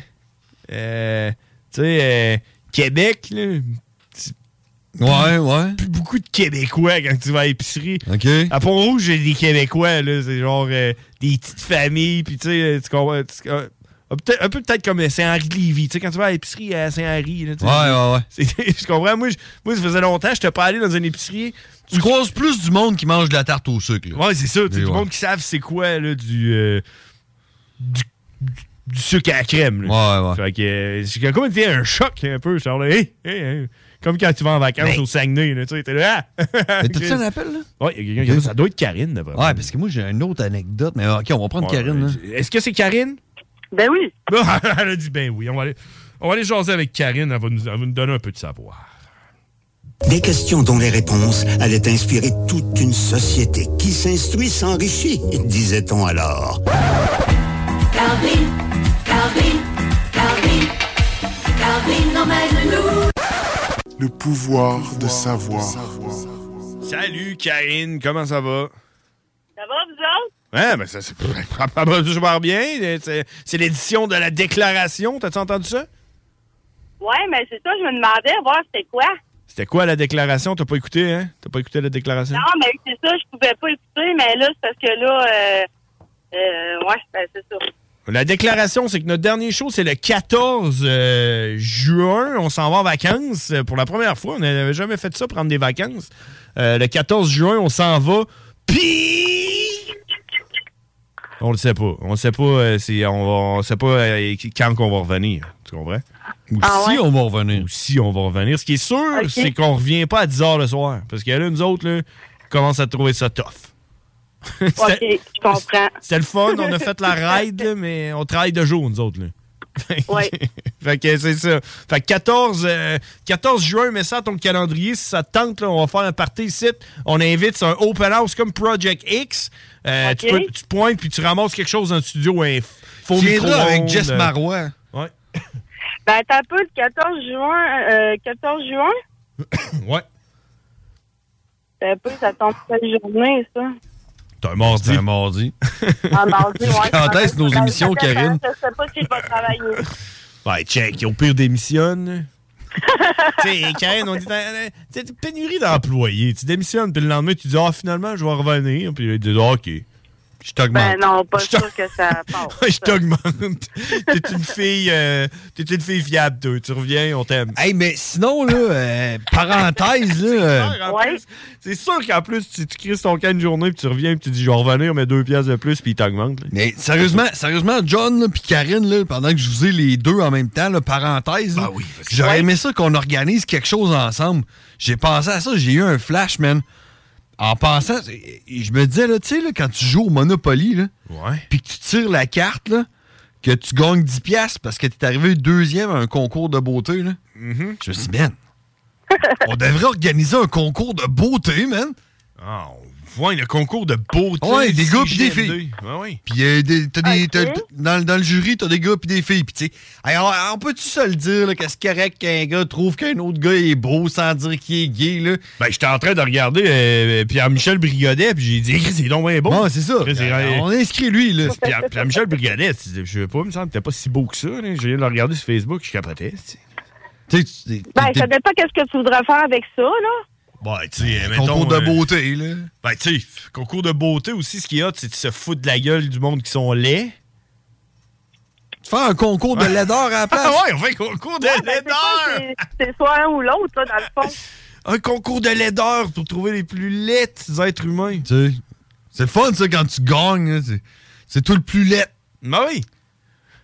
euh, Tu sais, euh, Québec, là. Ouais, ouais. Plus beaucoup de Québécois quand tu vas à l'épicerie. OK. À Pont-Rouge, j'ai des Québécois, là. C'est genre euh, des petites familles, puis tu sais, tu comprends. tu- euh, un peu- un peu peut-être comme Saint-Henri-Lévis. Tu sais, quand tu vas à l'épicerie à Saint-Henri, là. tu sais, Ouais, ouais, ouais. Je comprends. Moi, je- moi, ça faisait longtemps, je n'étais pas allé dans une épicerie. Tu croises plus du monde qui mange de la tarte au sucre. là. Ouais, c'est ça. Tu sais, Et du ouais. monde qui savent c'est quoi, là, du, euh, du, du sucre à la crème. Ouais, ouais. Fait que euh, c'est comme été un choc un peu, genre, là, Hey, hey, hey. comme quand tu vas en vacances Mais- au Saguenay, là, tu sais, t'es là, ah! Mais Ben. t'as-tu un appel, là? Ouais, il y a quelqu'un qui a- ça doit être Karine, d'après Ouais, parce que moi, j'ai une autre anecdote, mais OK, on va prendre Ouais, Karine. là. Est-ce que c'est Karine? Ben oui. elle a dit ben oui. On va aller, on va aller jaser avec Karine, elle va, nous, elle va nous donner un peu de savoir. Des questions dont les réponses allaient inspirer toute une société qui s'instruit s'enrichit, disait-on alors. Calvin, Calvin, Calvin, Calvin emmène-nous. Le pouvoir, de savoir. Salut Karine, comment ça va? Ça va, vous autres? Ouais, ben ça c'est ça va toujours bien. C'est c'est l'édition de la déclaration. T'as-tu entendu ça? Ouais, mais c'est ça, je me demandais voir c'était quoi. C'était quoi la déclaration? T'as pas écouté, hein? T'as pas écouté la déclaration? Non, mais c'est ça, je pouvais pas écouter, mais là, c'est parce que là, euh, euh, ouais, ben, c'est ça. La déclaration, c'est que notre dernier show, c'est le 14 euh, juin. On s'en va en vacances euh, pour la première fois. On n'avait jamais fait ça, prendre des vacances. Euh, le 14 juin, on s'en va. Puis... On le sait pas. On le sait pas euh, si on va, on sait pas euh, quand qu'on va revenir. Tu comprends? Ou si on va revenir. Ou si on va revenir. Ce qui est sûr, Ok. c'est qu'on revient pas à 10 h le soir. Parce que là, nous autres, là, on commence à trouver ça tough. OK, je comprends. C'était le fun, on a fait la ride, là, mais on travaille de jour, nous autres. Là. Ouais. fait que c'est ça. Fait que 14, euh, 14 juin, mets ça à ton calendrier. Si ça te tente, là, on va faire un party ici. On invite, c'est un open house comme Project X. Euh, tu, peux- tu pointes puis tu ramasses quelque chose dans le studio. Un f- faux Tu viendras micro-ondes, avec Jess euh, Marois. Ouais. Ben, t'as un peu le 14 juin, euh, 14 juin? Ouais. T'as un peu, ça tombe quelle journée, ça? Ah, T'es un mardi. un mardi. En mardi, ouais. Quand est-ce nos émissions, Ça dépend, Karine? Je sais pas si je vais travailler. Ouais, check. Au pire, démissionne. tu sais, Karine, on dit. euh, tu sais, pénurie d'employés. Tu démissionnes, puis le lendemain, tu dis, ah, finalement, je vais revenir. Puis ils disent, Ah, OK. Je t'augmente. Ben non, pas sûr que ça passe. je t'augmente. T'es une fille, euh, t'es une fille fiable, toi. Tu reviens, on t'aime. Hey, mais sinon, là, euh, parenthèse, là. euh, En plus, C'est sûr qu'en plus, tu, tu crises ton camp une journée, puis tu reviens, puis tu dis, je vais revenir, mais deux pièces de plus, puis il t'augmente. Mais sérieusement, sérieusement, John là, puis Karine, là, pendant que je vous ai les deux en même temps, là, parenthèse, Ah là, j'aurais aimé ça qu'on organise quelque chose ensemble. J'ai pensé à ça, j'ai eu un flash, man. En pensant, c'est- je me disais, là, tu sais, là, quand tu joues au Monopoly, là, puis que tu tires la carte, là, que tu gagnes 10 piastres parce que t'es arrivé deuxième à un concours de beauté, là. Mm-hmm. je me suis dit, man, on devrait organiser un concours de beauté, man. Ah, on voit le concours de beauté. Ouais, des gars puis des CGMD. filles. Ouais, ouais. Puis euh, des- t'as des- t'as- dans, dans le jury, t'as des gars puis des filles. Puis tu sais, hey, on, on peut-tu se le dire là, que c'est correct qu'un gars trouve qu'un autre gars est beau sans dire qu'il est gay, là? Ben, j'étais en train de regarder euh, Pierre-Michel Brigodet, puis j'ai dit, Chris, c'est donc bien beau. Bon, c'est ça. Euh, on inscrit lui, là. Pierre- Pierre-Michel Brigodet, c'est- je sais pas, il me semble que t'es pas si beau que ça. Là. Je viens de le regarder sur Facebook, je capotais. Tu Ben, ça dépend qu'est-ce que tu voudrais faire avec ça, là. Ben, tu sais, mettons, Concours de euh, beauté, là. Ben, tu sais, concours de beauté aussi, ce qu'il y a, c'est de se foutre de la gueule du monde qui sont laids. Tu fais un concours de laideur à la place. Ah ouais, on fait un concours de Ouais, ben, c'est ça, c'est- C'est soit un ou l'autre, là, dans le fond. Un concours de laideur pour trouver les plus laids êtres humains. Tu sais, c'est le fun, ça, quand tu gagnes. là, c'est- C'est tout le plus laid. Ben oui.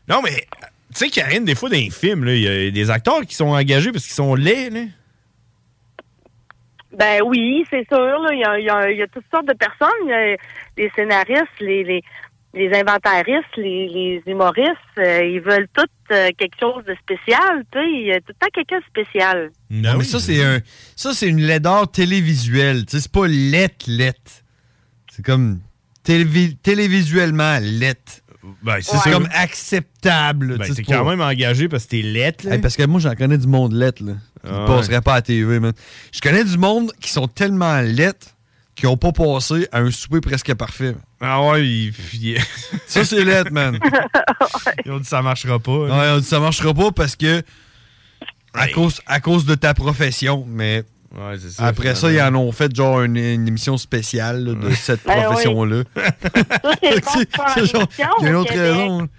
Non, mais, tu sais, Karine, des fois, dans les films, là, il y a des acteurs qui sont engagés parce qu'ils sont laids, là. Ben oui, c'est sûr. là. Il y a, il y a- il y a toutes sortes de personnes. Il y a les scénaristes, les, les, les inventaristes, les, les humoristes. euh, ils veulent tous euh, quelque chose de spécial. Tu sais, il y a tout le temps quelqu'un de spécial. Non, mais ça, c'est un, ça, c'est une laideur télévisuelle. Tu sais, c'est pas lette, lette. C'est comme télévi- télévisuellement lette. Ben, c'est comme acceptable. Ben, tu sais, t'es c'est quand pas- même engagé parce que t'es lettre, là. Hey, parce que moi, j'en connais du monde lettre, là. Qui Ah ouais. passerait pas à la TV, man. Je connais du monde qui sont tellement lettres qu'ils ont pas passé à un souper presque parfait. man. Ah ouais, il- il- Ça, c'est lettre, man. Ils ont dit ça marchera pas. Ouais, on dit, ça marchera pas parce que à, cause, à cause de ta profession, mais après ça, ils en finalement. ont fait genre une, une émission spéciale là, de cette Ben oui. profession-là. Ça, c'est bon pour faire C'est genre, émission Il y a une au autre Québec. raison.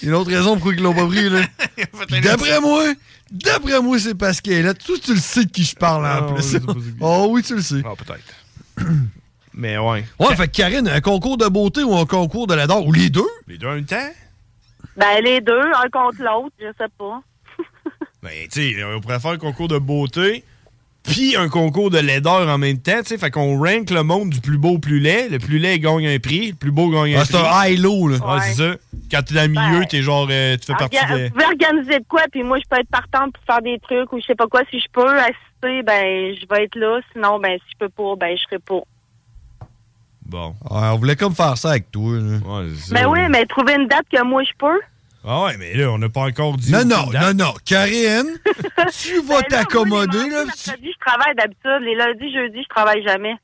Il y a une autre raison pourquoi ils l'ont pas pris, là. Puis d'après moi, d'après moi, c'est parce qu'elle est là. Toi, tu le sais de qui je parle, en plus. Oh oui, tu le sais. Ah, peut-être. Mais ouais. Ouais, fait que Karine, un concours de beauté ou un concours de la dent, ou les deux? Les deux en même temps? Ben, les deux, un contre l'autre, je sais pas. Ben, tu sais, on pourrait faire un concours de beauté, puis un concours de laideur en même temps, tu sais. Fait qu'on rank le monde du plus beau au plus laid. Le plus laid gagne un prix, le plus beau gagne un Ah, prix. c'est un high-low, là. Ouais, c'est ça. Quand t'es dans le milieu, t'es genre, euh, tu fais partie Orga- de... Ben, Vous pouvez organiser de quoi, puis moi, je peux être partante pour faire des trucs ou je sais pas quoi. Si je peux assister, ben, je vais être là. Sinon, ben, si je peux pas, ben, je serai pas. Bon. on voulait comme faire ça avec toi, là. Ouais, Ben oui, mais trouver une date que moi, je peux. Ah ouais, mais là, on n'a pas encore dit... Non, non, non, non. Karine, tu vas t'accommoder, là. Ben, Mercredi, je travaille d'habitude. Les lundis, jeudi, je travaille jamais.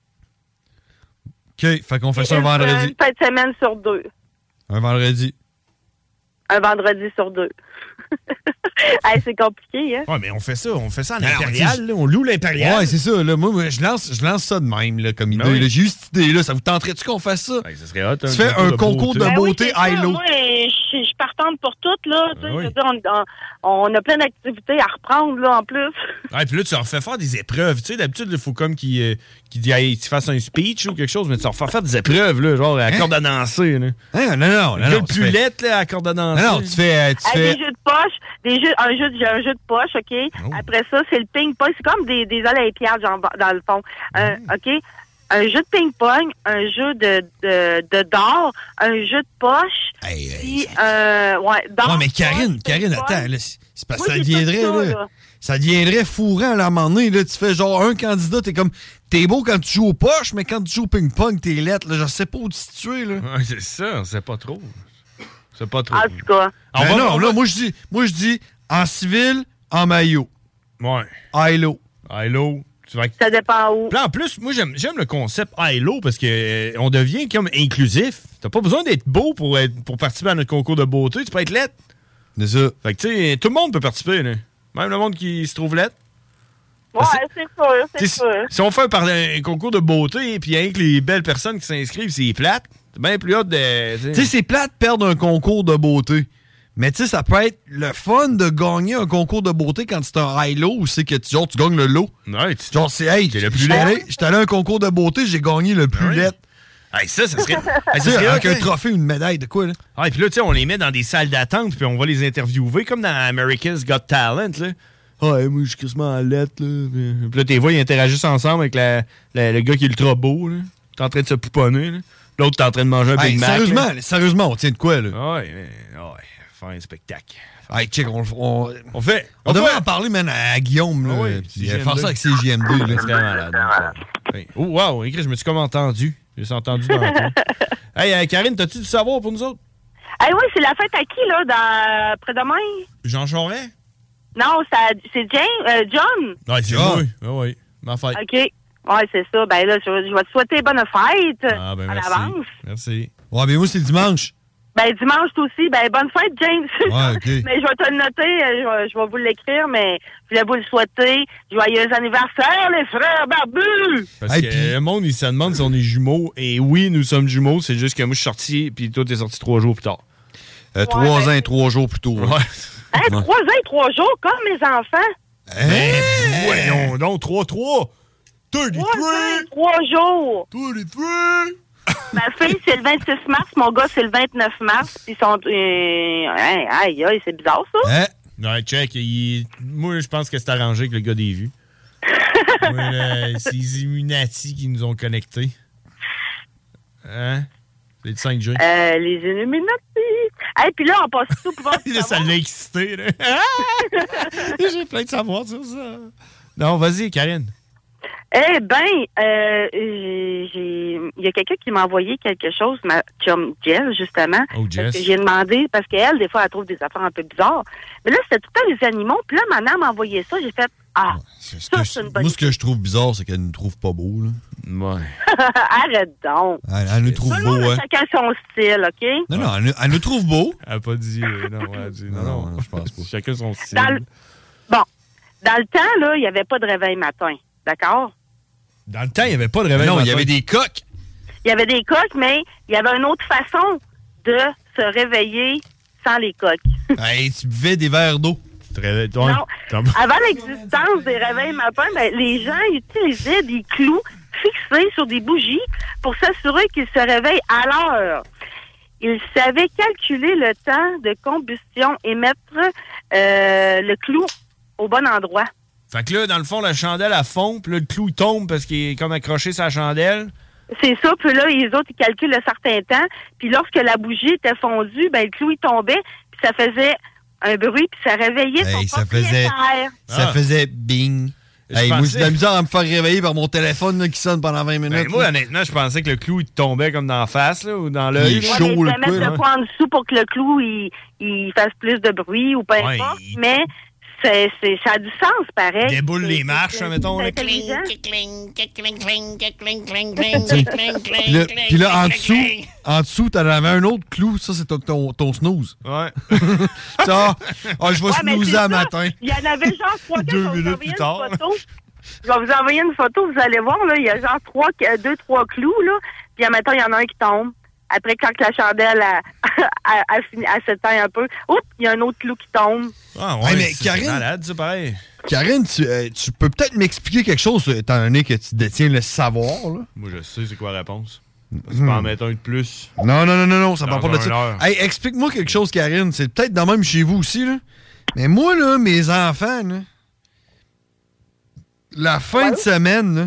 OK, fait qu'on fait ça un Une- vendredi. Une fin de semaine sur deux. Un vendredi. Un vendredi sur deux. Hey, c'est compliqué, hein? Ouais, Ah, mais on fait ça, on fait ça en Ben Non, non, impérial, tu- là, on loue l'impérial. Ben Ouais, c'est ça. Là, moi, moi, je, lance, je lance ça de même là, comme idée. oui. là. J'ai eu cette idée-là. Ça vous tenterait-tu qu'on fasse ça? ça serait hot. hein, Tu fais un concours de Ben oui, beauté c'est ça. high-low. Moi, je je suis partante pour toutes, là. Tu sais, Ben oui. je veux dire, on, on- on a plein d'activités à reprendre, là, en plus. Ouais, puis là, tu leur fais faire des épreuves. Tu sais, d'habitude, il faut comme qu'ils euh, qu'ils disent, hey, tu fasses un speech ou quelque chose, mais tu leur fais faire des épreuves, là, genre à corde à danser. Là. Hein, non, non, Le non, gars non, le tu plus fais- lettre, là, à corde à danser. Non, non, tu fais, euh, tu Hey, Ah, Des jeux de poche, des jeux, un jeu, de- j'ai un jeu de poche, ok. Après ça, c'est le ping-pong, c'est comme des, des Olympiades genre, dans le fond, Euh, ok. Un jeu de ping-pong, un jeu de de de d'or, un jeu de poche, puis euh, ouais, d'or. Non, mais Karine, Karine, attends, là, c'est c'est parce que Moi, ça j'ai pas deviendrait, ça, là, là. ça deviendrait fourrant là, à un moment donné. Là, tu fais genre un candidat, t'es comme, t'es beau quand tu joues aux poches, mais quand tu joues au ping-pong, t'es lettre. Là, je sais pas où te situer. Là. Ouais, c'est ça, on sait pas trop. C'est pas trop. En tout cas, Ah ben non, là, moi, je dis, moi, je dis, en civil, en maillot. Ouais. High-low. High-low. Ça dépend où. en plus, moi, j'aime j'aime le concept ILO parce que euh, on devient comme inclusif. T'as pas besoin d'être beau pour, être, pour participer à notre concours de beauté. Tu peux être lettre. C'est ça. Fait que, tu sais, tout le monde peut participer. là. Même le monde qui se trouve lettre. ouais, c'est sûr, T'sais, c'est si- sûr. Si on fait un, par- un concours de beauté, puis avec les belles personnes qui s'inscrivent, c'est plate, c'est bien plus hâte de. t'sais. Tu sais, c'est plate de perdre un concours de beauté. Mais tu sais, ça peut être le fun de gagner un concours de beauté quand c'est un high-low ou c'est que tu, genre, tu gagnes le lot. genre, c'est, hey, j'étais plus laid. allé, j'étais allé à un concours de beauté, j'ai gagné le plus laid. Hey, ça, ça serait. hey, Tu ça sais, serait avec hot, un hein. trophée ou une médaille, de quoi, là? Ah, et puis là, tu sais, on les met dans des salles d'attente, puis on va les interviewer, comme dans America's Got Talent, là. Ouais, moi, je suis quasiment en lettre, là. Puis là, t'es vois, ils interagissent ensemble avec la- la- le gars qui est ultra beau, là. T'es en train de se pouponner, là. L'autre, t'es en train de manger un Hey, Big Mac. sérieusement, là. sérieusement, on tient de quoi, là? Ouais, mais- ouais, faire un spectacle. Hey, check, on, on, on fait. Ah On, devrait en parler, man, à Guillaume, là. puis, euh, faire ça avec ses JMD, là. C'est malade. Ouais. Oh, wow, écrit, je me suis comme entendu. Je me suis entendu dans le temps. Hey, euh, Karine, t'as-tu du savoir pour nous autres? Eh oui, c'est la fête à qui là, dans après-demain Jean Charest? Non, ça, c'est James, euh, John. Ouais, c'est moi. Oui, oui. Ma fête. OK. Ouais, c'est ça. Ben là, je, je vais te souhaiter bonne fête Ah, ben, en merci. avance. Merci. Ouais, mais moi, c'est dimanche. Ben dimanche toi aussi. Ben bonne fête, James. Ouais, OK. mais je vais te le noter. euh, Je vais, je vais vous l'écrire, mais je voulais vous le souhaiter. Joyeux anniversaire, les frères barbus! Parce que le monde, il se demande si on est jumeaux. Et oui, nous sommes jumeaux. C'est juste que moi, je suis sorti, puis toi, t'es sorti trois jours plus tard. Euh, trois ans et trois jours plus tôt. Ouais. Hein, trois ans et trois jours, comme mes enfants. Ben, voyons donc, trois, trois. Deux, Trois ans et trois jours. Ma fille, c'est le 26 mars. Mon gars, c'est le 29 mars. Ils sont... euh, hein, aïe, aïe, c'est bizarre, ça. Ouais, check. il- Moi, je pense que c'est arrangé avec le gars des vues. Moi, là, c'est les Illuminati qui nous ont connectés. Hein? C'est le 5G. Euh, les Illuminati. Et puis là, on passe tout pour Là, ça l'a excité, là. Ah! J'ai plein de savoir sur ça. Non, vas-y, Karine. Eh ben, euh, j'ai- j'ai- il y a quelqu'un qui m'a envoyé quelque chose, ma chum Jess, justement. Oh, Jess. Parce que j'ai demandé, parce qu'elle, des fois, elle trouve des affaires un peu bizarres. Mais là, c'était tout le temps les animaux. Puis là, ma mère m'a envoyé ça. J'ai fait, ah, ça, c'est une bonne Moi, ce que je trouve bizarre, c'est qu'elle nous trouve pas beau, là. Ouais. Arrête donc. Elle, elle nous trouve Tout le beau, hein. monde a ouais. chacun son style, OK? Non, non, elle, nous- elle nous trouve beau. Elle a pas dit. euh, non, elle a dit. Non, non, je pense pas. Chacun son style. Dans le- Dans le temps, là, il n'y avait pas de réveil matin. D'accord? Dans le temps, il n'y avait pas de réveil. Non, il y matin. avait des coques. Il y avait des coques, mais il y avait une autre façon de se réveiller sans les coques. Hey, tu buvais des verres d'eau. Non. Ah, Avant l'existence des réveils matin, ben, les gens utilisaient des clous fixés sur des bougies pour s'assurer qu'ils se réveillent à l'heure. Ils savaient calculer le temps de combustion et mettre euh, le clou au bon endroit. Fait que là, dans le fond, la chandelle, elle fond, puis là, le clou, il tombe parce qu'il est comme accroché sa chandelle. C'est ça, puis là, les autres, ils calculent un certain temps, puis lorsque la bougie était fondue, ben, le clou, il tombait, puis ça faisait un bruit, puis ça réveillait son ça faisait, propriétaire. ça faisait bing. Hey, moi, Ah. pensais- j'ai de la misère à me faire réveiller par mon téléphone là, qui sonne pendant 20 minutes. Ben, moi, là. honnêtement, je pensais que le clou, il te tombait comme dans la face, là, ou dans l'œil. Il est Ouais, chaud, mais de mettre hein. le poing en dessous pour que le clou il, il fasse plus de bruit ou peu Ouais, importe, mais c'est, c'est, ça a du sens pareil. Déboule les marches, c'est- mettons, c'est là. intelligent. Puis là, puis là, en dessous, en dessous, t'en avais un autre clou. Ça, c'est ton, ton, ton snooze. Ouais. ah, ah, je vais Ouais, mais c'est snoozer à ça. matin. Il y en avait genre trois, quatre, je vais vous minutes envoyer plus une tard. photo. Je vais vous envoyer une photo, vous allez voir, là, il y a genre trois, euh, deux, trois clous, là, puis en même temps, il y en a un qui tombe. Après, quand la chandelle a, a, a fini- a s'éteint un peu, oups, il y a un autre clou qui tombe. Ah, ouais, mais c'est- Karine- C'est malade, ça, pareil. Karine, tu, euh, tu peux peut-être m'expliquer quelque chose, euh, étant donné que tu détiens le savoir. Là. Mm-hmm. Moi, je sais c'est quoi la réponse. Tu peux en mettre un de plus. Non, non, non, non, non, ça Dans parle pas de un ça. heure. Hey, explique-moi quelque chose, Karine. C'est peut-être dans même chez vous aussi, là. Mais moi, là, mes enfants, là, la fin de semaine, là,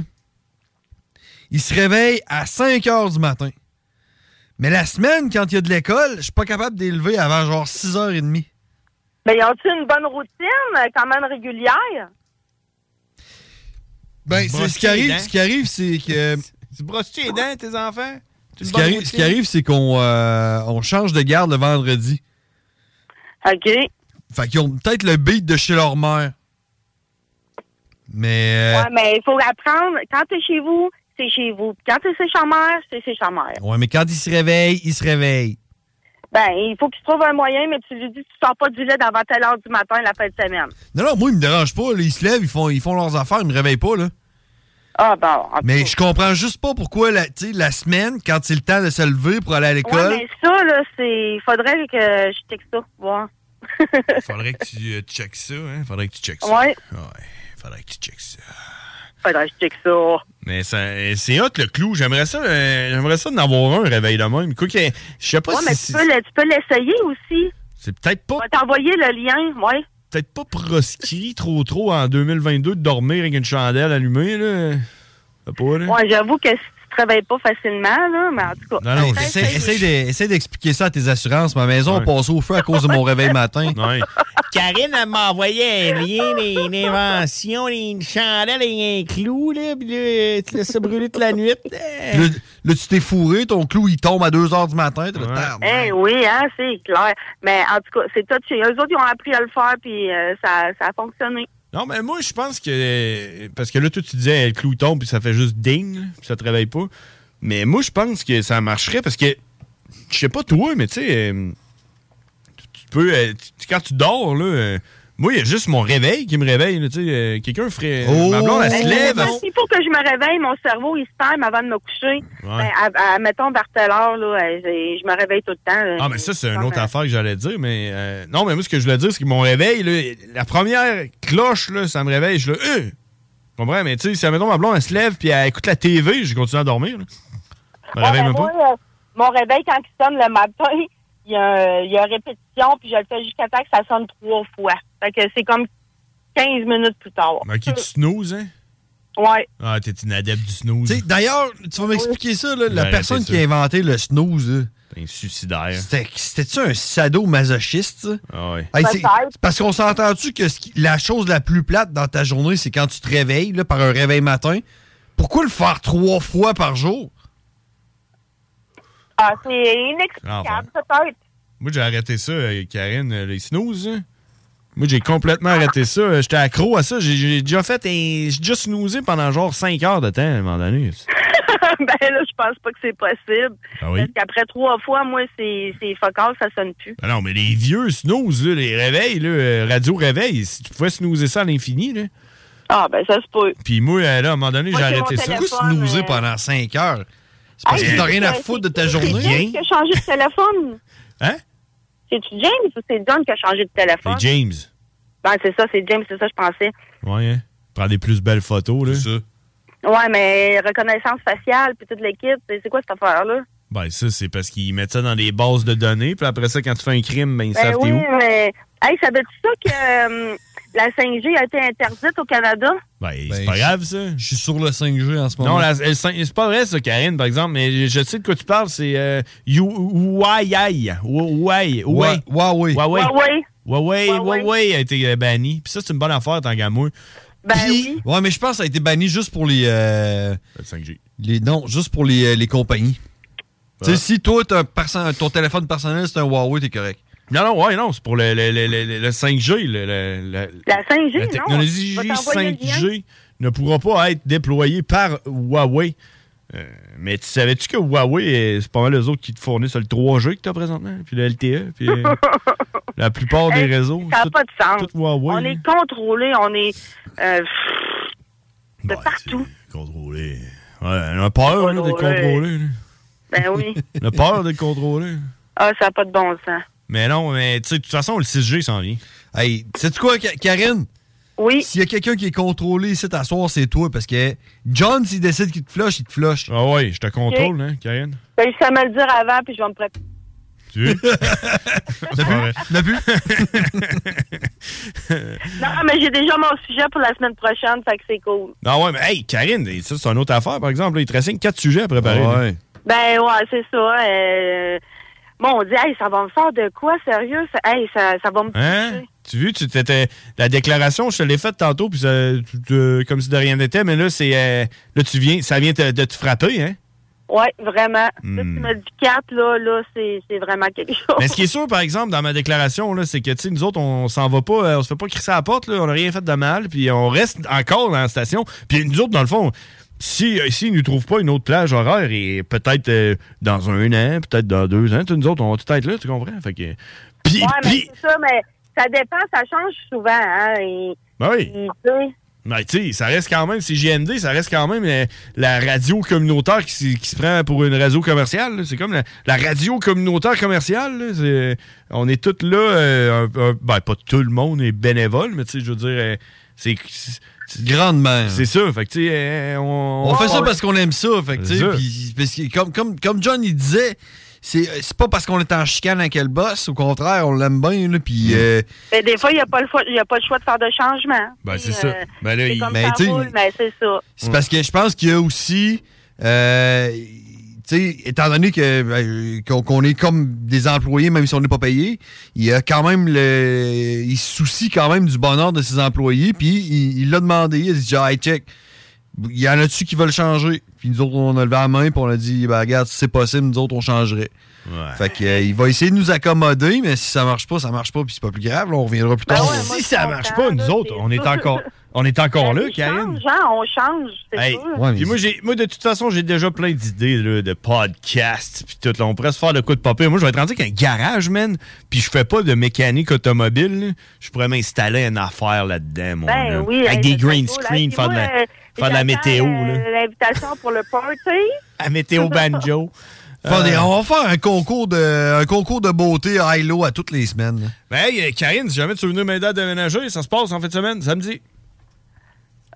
ils se réveillent à 5 heures du matin. Mais la semaine, quand il y a de l'école, je suis pas capable d'élever avant genre 6h30. Mais y ont-ils une bonne routine, euh, quand même régulière? Ben, Brosser c'est ce qui les arrive, dents. ce qui arrive, c'est que. Tu brosses-tu les dents, tes enfants? Ce Tu le qui bordes arrive, aussi? ce qui arrive, c'est qu'on euh, on change de garde le vendredi. OK. Fait qu'ils ont peut-être le beat de chez leur mère. Mais. euh, Ouais, mais il faut apprendre. Quand t'es chez vous, c'est chez vous. Quand t'es chez sa mère, c'est chez sa mère. Ouais, mais quand ils se réveillent, ils se réveillent. Ben, il faut que tu trouves un moyen, mais tu lui dis tu sors pas du lait avant telle heure du matin la fin de semaine. Non, non, moi, ils me dérangent pas. là. Ils se lèvent, ils font, ils font leurs affaires, ils me réveillent pas, là. Ah, bah. Mais je comprends juste pas pourquoi, la, tu sais, la semaine, quand c'est le temps de se lever pour aller à Ouais, l'école. mais ça, là, c'est. Il faudrait que je texte ça pour voir. Faudrait que tu euh, checkes ça, hein? Faudrait que tu checkes ça. Ouais. Ouais, faudrait que tu checkes ça. Faudrait que je check ça. Mais ça- euh, c'est hot, le clou. J'aimerais ça, euh, j'aimerais ça d'en avoir un, réveil de même. Quoi que, je sais pas Ouais, si mais tu c'est- peux, le- tu peux l'essayer aussi. c'est peut-être pas On va t'envoyer le lien, ouais. peut-être pas proscrit trop trop en 2022 de dormir avec une chandelle allumée là. T'as pas là. Ouais, j'avoue que si tu te réveilles pas facilement, là, mais en tout cas. Non, non, essaye- j'essaie essaie de- essaie d'expliquer ça à tes assurances. Ma maison a passé au feu à cause de mon réveil matin. Karine, elle m'a envoyé un lien, des- une invention, des- une chandelle et un clou, là, puis là, tu laisses ça brûler toute la nuit. Puis Là, là, tu t'es fourré, ton clou, il tombe à 2h du matin. t'es là, Merde. Eh oui, hein, c'est clair. Mais en tout cas, c'est tout chez eux autres, ils ont appris à le faire, puis euh, ça, ça a fonctionné. Non mais moi je pense que parce que là toi tu disais le clou tombe puis ça fait juste ding, là, puis ça te réveille pas. Mais moi je pense que ça marcherait parce que je sais pas toi mais tu sais euh, tu peux euh, tu- quand tu dors là euh, moi il y a juste mon réveil qui me réveille là, tu sais euh, quelqu'un ferait ma blonde elle se Ben, lève moi, elle- S'il faut que je me réveille, mon cerveau, il se ferme avant de me coucher. Ben, à, à- mettons, vers telle heure, là, euh, j'ai- je me réveille tout le temps. là. Ah, mais ça, c'est une autre affaire que j'allais dire, mais... euh, non, mais moi, ce que je voulais dire, c'est que mon réveil, là, la première cloche, là, ça me réveille, je le... Euh! Tu comprends? Mais tu sais, si, admettons, ma blonde, elle se lève, puis elle écoute la TV, je continue à dormir, là. Je me Ouais, réveille ben, même pas. moi, euh, mon réveil, quand il sonne le matin, il y a, un- il y a répétition, puis je le fais jusqu'à temps que ça sonne trois fois. Fait que c'est comme 15 minutes plus tard. Mais Ok, tu snooze, hein? Ouais. Ah, t'es une adepte du snooze. Tu sais, D'ailleurs, tu vas m'expliquer ça, là, la Arrêtez personne ça. qui a inventé le snooze. là, T'es un suicidaire. C'était- C'était-tu un sadomasochiste? ça? Ah ouais. Ben, Hey, c'est- c'est parce qu'on s'entend-tu que ce qui- la chose la plus plate dans ta journée, c'est quand tu te réveilles là, par un réveil matin? Pourquoi le faire trois fois par jour? Ah, c'est Ah, inexplicable, ben. peut-être. Moi, j'ai arrêté ça, euh, Karine, euh, les snooze, hein. Moi, j'ai complètement arrêté ça. Euh, J'étais accro à ça. J'ai- J'ai déjà fait un... J'ai déjà snoozé pendant genre 5 heures de temps, à un moment donné. ben là, je pense pas que c'est possible. Ah oui? Parce qu'après trois fois, moi, c'est c'est focal, ça sonne plus. Ah non, mais les vieux snooze, là, les réveils, là, euh, radio réveil, si tu pouvais snoozer ça à l'infini, là. Ah, ben ça se peut. Puis moi, euh, là, à un moment donné, Moi, j'ai j'ai arrêté mon ça. téléphone, Pourquoi snoozer euh, pendant 5 heures? C'est parce que t'as rien à foutre de ta journée. C'est James qui a changé de téléphone. Hein? C'est-tu James ou c'est John qui a changé de téléphone? C'est James. Ben, c'est ça, c'est James, c'est ça, je pensais. Ouais, hein? Prends des plus belles photos, là. ça. Ouais, mais reconnaissance faciale, puis toute l'équipe, c'est c'est quoi cette affaire-là? Ben, ça, c'est parce qu'ils mettent ça dans des bases de données, puis après ça, quand tu fais un crime, ben, ils Ben savent oui, t'es où. mais. Hey, savais-tu ça que euh, la 5G a été interdite au Canada? Ben, c'est pas grave, ça. Je suis sur le 5G en ce moment. Non, la- le cin- c'est pas vrai, ça, Karine, par exemple, mais je, je sais de quoi tu parles, c'est euh, You- Huawei. Huawei. Huawei. Huawei. Huawei. Huawei. Huawei a été euh, banni. Puis ça, c'est une bonne affaire, tant qu'à moi. Ben oui. Ouais, mais je pense que ça a été banni juste pour les. euh, les- non, juste pour les, euh, les compagnies. Tu sais, si toi, t'as un perso- ton téléphone personnel, c'est un Huawei, t'es correct. Non, non, ouais, non, c'est pour le, le- le- le- le 5G. le- le- le- La 5G, la non? technologie Je vais t'envoyer le lien. 5G ne pourra pas être déployée par Huawei. Euh, mais tu savais-tu que Huawei, euh, c'est pas mal les autres qui te fournissent le 3G que tu as présentement, puis le LTE, puis euh, la plupart des réseaux. Ça tout- n'a pas de sens. tout Huawei, on là. est contrôlé, on est euh, de partout. Contrôlé. Ouais, on a peur là, d'être Contrôlé. contrôlé. là. Ben oui. On a peur d'être contrôlé. Ah, ça n'a pas de bon sens. Mais non, mais tu sais, de toute façon, le 6G s'en vient. Hey, sais-tu quoi, Ka- Karine? Oui. S'il y a quelqu'un qui est contrôlé ici à soir, c'est toi, parce que John, s'il décide qu'il te flush, il te flush. Ah ouais, je te contrôle, hein, Karine? Ben, juste à me le dire avant, puis je vais me préparer. Tu L'a vu? Non, mais j'ai déjà mon sujet pour la semaine prochaine, fait que c'est cool. Non, Ah ouais, mais hey, Karine, ça, c'est une autre affaire, par exemple. là. il te reste cinq, quatre sujets à préparer. Ouais. Ben ouais, c'est ça. Euh... Mon Dieu, hey, ça va me faire de quoi, sérieux? Ça, hey, ça, ça va me... Hein? Tu vu, tu t'étais. La déclaration, je te l'ai faite tantôt, puis ça- tu- tu- comme si de rien n'était, mais là, c'est. euh, là, tu viens. Ça vient te- de te frapper, hein? Ouais, vraiment. Là, Hmm. tu me dis 4, là, là, c'est c'est vraiment quelque chose. Mais ce qui est sûr, par exemple, dans ma déclaration, là, c'est que, tu sais, nous autres, on s'en va pas, euh, on se fait pas crisser à la porte, là, on n'a rien fait de mal, puis on reste encore dans la station. Puis nous autres, dans le fond, si, euh, s'ils nous trouvent pas une autre plage horaire, et peut-être euh, dans un an, peut-être dans deux ans, tu sais, nous autres, on va tout être là, tu comprends? Fait que. Puis, ouais, mais c'est ça, mais ça dépend, ça change souvent, hein. et- ben oui. et, tu sais, Mais tu sais, ça reste quand même, c'est JMD, ça reste quand même euh, la radio communautaire qui, s- qui se prend pour une radio commerciale. là. C'est comme la, la radio communautaire commerciale. là. C'est- euh, on est tous là, euh, un- un- ben pas tout le monde est bénévole, mais tu sais, je veux dire, euh, c'est... Grandement. C'est ça, fait que tu sais, euh, on... On fait ça parce qu'on aime ça. Fait que, tu sais, C'est ça. puis- parce que comme, comme, comme John il disait, c'est c'est pas parce qu'on est en chicane avec le boss. Au contraire, on l'aime bien. Là, Mm. puis, euh, mais des fois, il n'y a, pas le choix- il y a pas le choix de faire de changement. Ben, Puis, euh, c'est ça. Ben là, c'est il- comme mais ça tu sais, roule, mais c'est ça. c'est parce que je pense qu'il y a aussi. euh, tu sais, étant donné que ben, qu'on qu'on est comme des employés, même si on n'est pas payé, il y a quand même le. Il se soucie quand même du bonheur de ses employés. Puis il il l'a demandé. Il a dit genre, hey, check. Il y en a-tu qui veulent changer? Puis nous autres, on a levé la main, puis on a dit, ben, regarde, si c'est possible, nous autres, on changerait. Fait que, euh, il va essayer de nous accommoder, mais si ça marche pas, ça marche pas, puis c'est pas plus grave, là, on reviendra Ben plus tard. si ça marche pas, nous autres, on est sûr. encore, on est encore là, Karine. Genre, on change, c'est Hey, sûr. puis moi, j'ai, moi, de toute façon, j'ai déjà plein d'idées là, de podcasts. Puis tout, là, on pourrait se faire de coups de papier. Moi, je vais être rendu avec un garage, man. Puis je fais pas de mécanique automobile. là. Je pourrais m'installer une affaire là-dedans, mon Ben homme. oui, Avec hey, des ça green serait cool, screen, hein. faire de la, Puis moi, euh, faire de la météo. j'attends, là. euh, L'invitation pour le party. La météo banjo. Faire des- Euh, on va faire un concours de, un concours de beauté high-low à toutes les semaines. là. ben, hey, euh, Karine, si jamais tu veux venir m'aider à déménager, ça se passe en fin de semaine, samedi.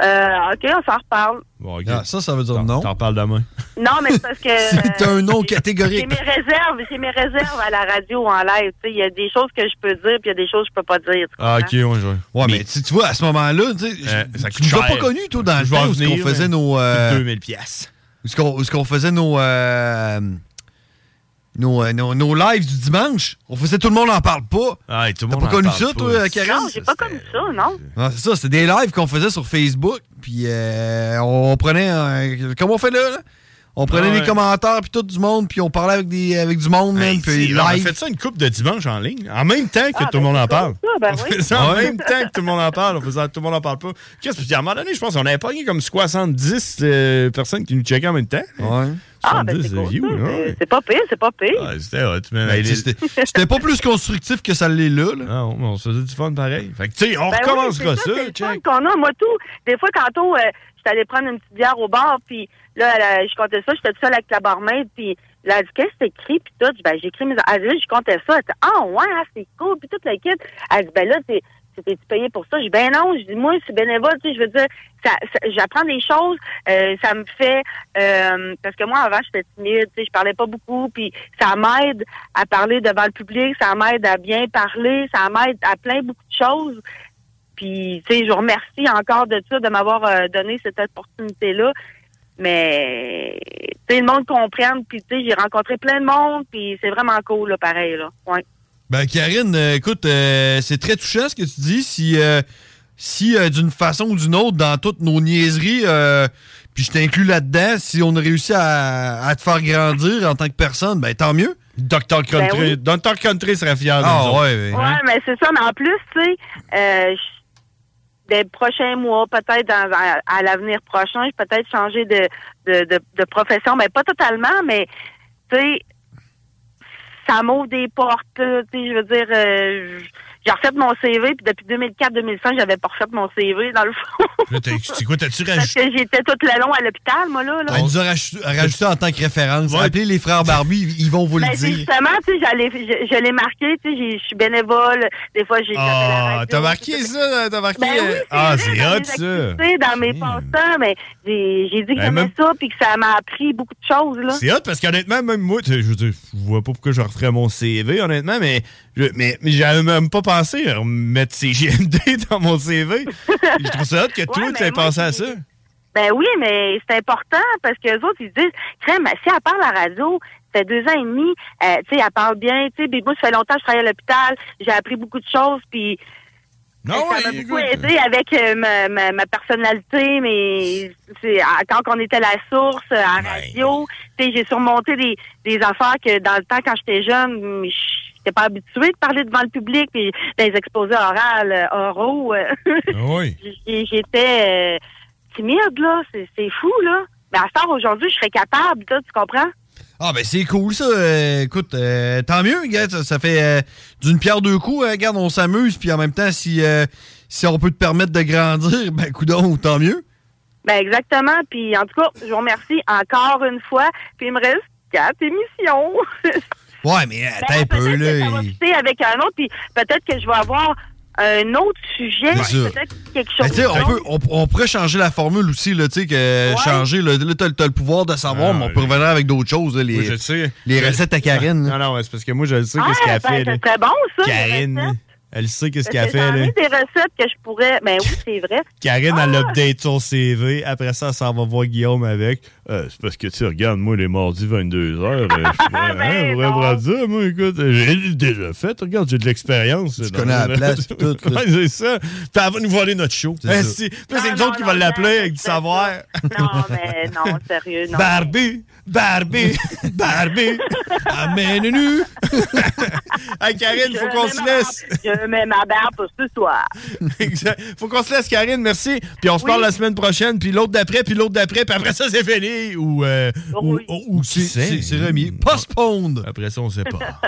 Euh, OK, on s'en reparle. Bon, ok. Ah, ça, ça veut dire non. T'en parles demain. Non, mais c'est parce que... C'est euh, un nom C'est catégorique. mes réserves, c'est mes réserves à la radio en live. tu sais. Il y a des choses que je peux dire, puis il y a des choses que je peux pas dire. tu Ah, ok, comprends? on joue. Ouais, mais, tu, tu vois, à ce moment-là, tu sais, je- Euh, ça tu coûte nous as cher. pas connus, toi, dans le Je vais en temps où ce qu'on venir, faisait mais nos. euh, 2000 piastres. Où ce qu'on- où ce qu'on faisait nos, euh, nos, euh, nos, nos lives du dimanche. On faisait tout le monde en parle pas. Ah, tout le T'as monde pas en connu parle ça, pas. toi, Karine? Non, j'ai pas comme ça, non? Ah, c'est ça, c'était des lives qu'on faisait sur Facebook. Puis euh, on prenait. un- comment on fait là? là? On prenait Ah ouais. des commentaires, puis tout du monde, puis on parlait avec, des, avec du monde, man, Hey, puis si, on a live. fait ça une coupe de dimanche en ligne, en même temps que tout le monde en parle. ça, Ah, ben on oui. faisait ça en Ouais. même temps que tout le monde en parle, on faisait ça, tout le monde en parle pas. Qu'est-ce que- puis à un moment donné, je pense qu'on avait pogné comme 70 euh, personnes qui nous checkaient en même temps. Ouais. Ah, ben c'est cool. views, ça. ouais. Ah, C'est- C'est pas pire, c'est pas pire. C'était hot, man. Ben, Hey, les- c'était- C'était pas plus constructif que ça l'est là. Non, mais Ah, on se faisait du fun pareil. Fait que, tu sais, on Ben oui, recommencera c'est ça. c'est le fun qu'on a. Moi, tout, des fois, quand on, euh, j'étais allée prendre une petite bière au bar, puis là, elle, euh, je comptais ça, j'étais toute seule avec la barmaid, puis là, elle dit, qu'est-ce que t'écris, puis tout, Je dis, ben, j'écris mes... Elle dit, là, je comptais ça, elle dit, ah, ouais, ah, c'est cool, puis tout le kit. Elle dit, ben là, t'es... T'es payé pour ça? Je dis, ben non, je dis, moi, c'est bénévole, tu sais, je veux dire, ça, ça- j'apprends des choses, euh, ça me fait, euh, parce que moi, avant, j'étais timide, tu sais, je parlais pas beaucoup, puis ça m'aide à parler devant le public, ça m'aide à bien parler, ça m'aide à plein beaucoup de choses. Puis, tu sais, je vous remercie encore de ça, de m'avoir euh, donné cette opportunité-là. Mais, tu sais, le monde comprenne. Puis, tu sais, j'ai rencontré plein de monde. Puis, c'est vraiment cool, là, pareil, là. Ouais. Ben, Karine, euh, écoute, euh, c'est très touchant ce que tu dis. Si, euh, si euh, d'une façon ou d'une autre, dans toutes nos niaiseries, euh, puis je t'inclus là-dedans, si on a réussi à, à te faire grandir en tant que personne, ben tant mieux. Dr. Ben Country- oui. Dr. Country serait fier de ah, nous autres. ouais, ouais. Ouais, mais c'est ça. Mais en plus, tu sais, euh, je- des prochains mois, peut-être dans, à, à l'avenir prochain, je vais peut-être changer de, de, de, de profession. Mais pas totalement, mais, tu sais, ça m'ouvre des portes, là, tu sais, je veux dire, euh, j- j'ai refait mon CV, puis depuis 2004-2005, j'avais pas refait mon CV, dans le fond, Là, t'as- C'est quoi, t'as-tu Ben, parce rajouté? que j'étais tout le long à l'hôpital, moi, là. là. Elle nous a raj- rajouté en tant que référence. Appelez les frères Barbie, ils- ils vont vous le Ben, c'est dire. justement, tu sais, j'allais- je, je l'ai marqué, tu sais, j'ai- je suis bénévole, des fois, j'ai... Ah, t'as marqué ça, t'as marqué. Ben oui, euh, ah, c'est dans hot, mes ça. activités, dans mes passe-temps, mais j'ai j'ai dit que Ben, j'aimais même- ça, puis que ça m'a appris beaucoup de choses, là. C'est hot parce qu'honnêtement, même moi, tu sais, je veux dire, je vois pas pourquoi je referais mon CV, honnêtement, mais je- mais, mais j'avais même pas pensé à mettre CGMD dans mon CV. je trouve ça hot que toi, tu aies pensé à ça. Ben oui, mais c'est important parce que les autres ils disent, crème, si elle parle à la radio, ça fait deux ans et demi, euh, tu sais, elle parle bien, tu sais, puis moi ça fait longtemps que je travaille à l'hôpital, j'ai appris beaucoup de choses, puis euh, Non, ça m'a beaucoup aidé avec euh, ma, ma, ma personnalité, mais c'est à- quand on était à la source euh, à la radio, tu sais, j'ai surmonté des, des affaires que dans le temps quand j'étais jeune, j'étais pas habituée de parler devant le public, puis dans les exposés orales, euh, oraux. euh, Ah Oui. J'ai- j'étais euh, timide, là. C'est c'est fou, là. Mais à ce aujourd'hui, je serais capable, là, tu comprends? Ah, ben c'est cool ça. Euh, écoute, euh, tant mieux, regarde, ça, ça fait euh, d'une pierre deux coups. hein. regarde, on s'amuse, puis en même temps, si, euh, si on peut te permettre de grandir, ben coudon, tant mieux. Ben, exactement. Puis, en tout cas, je vous remercie encore une fois. Puis, il me reste quatre émissions. Ouais, mais euh, attends un peu, là. il- Tu sais, avec un autre, puis peut-être que je vais avoir un autre sujet, Bien sûr. peut-être quelque Ben, tu chose. sais, on, d'autre. peut- on- on pourrait changer la formule aussi, là, tu sais, que Ouais. changer, là, là, t'as, t'as le pouvoir de savoir, mais on peut revenir avec d'autres choses, là, les, Ah, je sais. les Je- recettes à Karine. Non, non, ouais, c'est parce que moi, je le sais Ah, qu'est-ce qu'elle ben, fait. là. c'est très bon, ça, Ben, les Karine, recettes. elle sait qu'est-ce qu'elle Parce que j'en fait. là. ai des recettes que je pourrais. Ben oui, c'est vrai. Ah, Karine, Ah! elle update son CV. Après ça, elle s'en va voir Guillaume avec. Euh, c'est parce que, tu sais, regarde, moi, les mardis 22h, euh, je suis Ah, pas- ben hein, vrai bras de ça, moi, écoute, euh, j'ai déjà fait. Regarde, j'ai de l'expérience. Tu connais la place, pis tout, là. c'est ça. Puis elle va nous voler notre show. C'est Eh, ça. si. Puis là, c'est nous autres qui va l'appeler avec du savoir. Non, ben, mais non, sérieux, non. Barbie, Barbie, Barbie, amène-nous. hey, Karine, faut Je qu'on mets se ma- laisse. Je mets ma barbe pour ce soir. Exact. Faut qu'on se laisse, Karine, merci. Puis on se parle la semaine prochaine, puis l'autre d'après, puis l'autre d'après, puis après ça, c'est fini. Ou, euh, ou, ou- ou qui sait. c'est- c'est remis. Postpone. Après ça, on sait pas.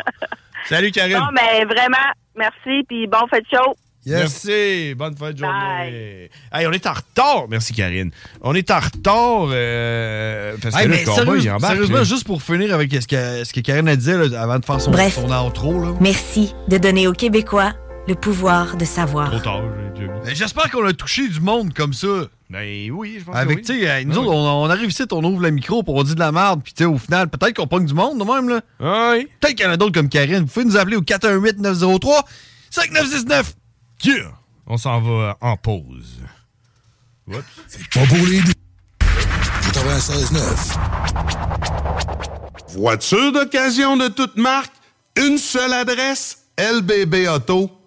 Salut, Karine. Non, mais ben, vraiment, merci, puis bon fait de show. Merci. Bonne fin de journée. Hey, on est en retard. Merci, Karine. On est en retard. euh, parce que Hey, là, mais le combat, sérieux- il embarque, sérieusement, là. juste pour finir avec ce que, ce que Karine a dit là, avant de faire son, Bref. son outro, là. Merci de donner aux Québécois le pouvoir de savoir. Ben, J'espère qu'on a touché du monde comme ça. Ben oui, je pense Avec, que oui. tu sais, hey, nous Ah autres, oui. on, on arrive ici, on ouvre le micro, puis on dit de la merde, puis tu sais, au final, peut-être qu'on pogne du monde de même, là. Peut-être qu'il y en a d'autres comme Karine. Vous pouvez nous appeler au 418-903-5969. Yeah! On s'en va en pause. What? Pas pour les doux. 96.9. Voiture d'occasion de toute marque, une seule adresse, lbbauto.com.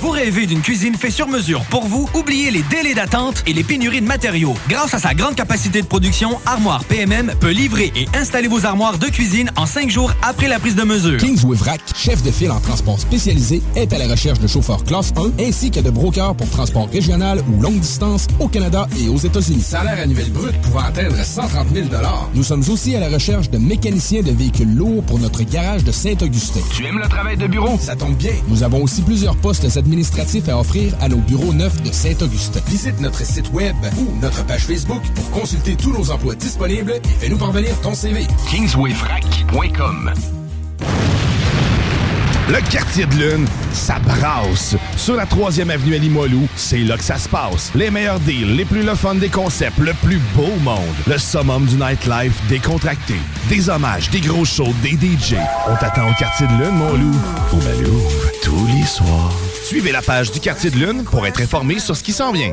Vous rêvez d'une cuisine fait sur mesure pour vous? Oubliez les délais d'attente et les pénuries de matériaux. Grâce à sa grande capacité de production, Armoire PMM peut livrer et installer vos armoires de cuisine en cinq jours après la prise de mesure. Kings Wavrac, chef de file en transport spécialisé, est à la recherche de chauffeurs classe 1 ainsi que de brokers pour transport régional ou longue distance au Canada et aux États-Unis. Salaire annuel brut pouvant atteindre 130 000 Nous sommes aussi à la recherche de mécaniciens de véhicules lourds pour notre garage de Saint-Augustin. Tu aimes le travail de bureau? Ça tombe bien. Nous avons aussi plusieurs postes administratifs à offrir à nos bureaux neufs de Saint-Auguste. Visite notre site web ou notre page Facebook pour consulter tous nos emplois disponibles et fais-nous parvenir ton CV. KingswayFrac.com Le quartier de lune, ça brasse. Sur la 3e avenue à Limoilou, c'est là que ça se passe. Les meilleurs deals, les plus le fun des concepts, le plus beau monde. Le summum du nightlife décontracté. Des hommages, des gros shows, des DJ. On t'attend au quartier de lune, mon loup. Au Malou, tous les soirs. Suivez la page du quartier de lune pour être informé sur ce qui s'en vient.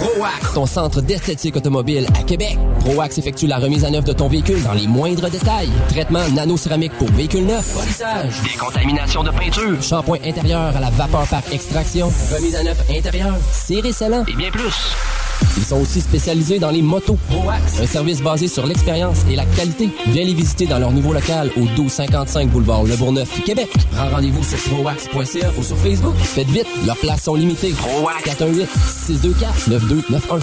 ProAx, ton centre d'esthétique automobile à Québec. ProAx effectue la remise à neuf de ton véhicule dans les moindres détails. Traitement nano-céramique pour véhicule neuf, polissage, décontamination de peinture, shampoing intérieur à la vapeur par extraction, remise à neuf intérieure, serré scellant et bien plus. Ils sont aussi spécialisés dans les motos. ProAx, un service basé sur l'expérience et la qualité. Viens les visiter dans leur nouveau local au 1255 boulevard Le Bourgneuf, Québec. Prends rendez-vous sur proax.ca ou sur Facebook. Faites vite, leurs places sont limitées. ProAx 418 624 9291.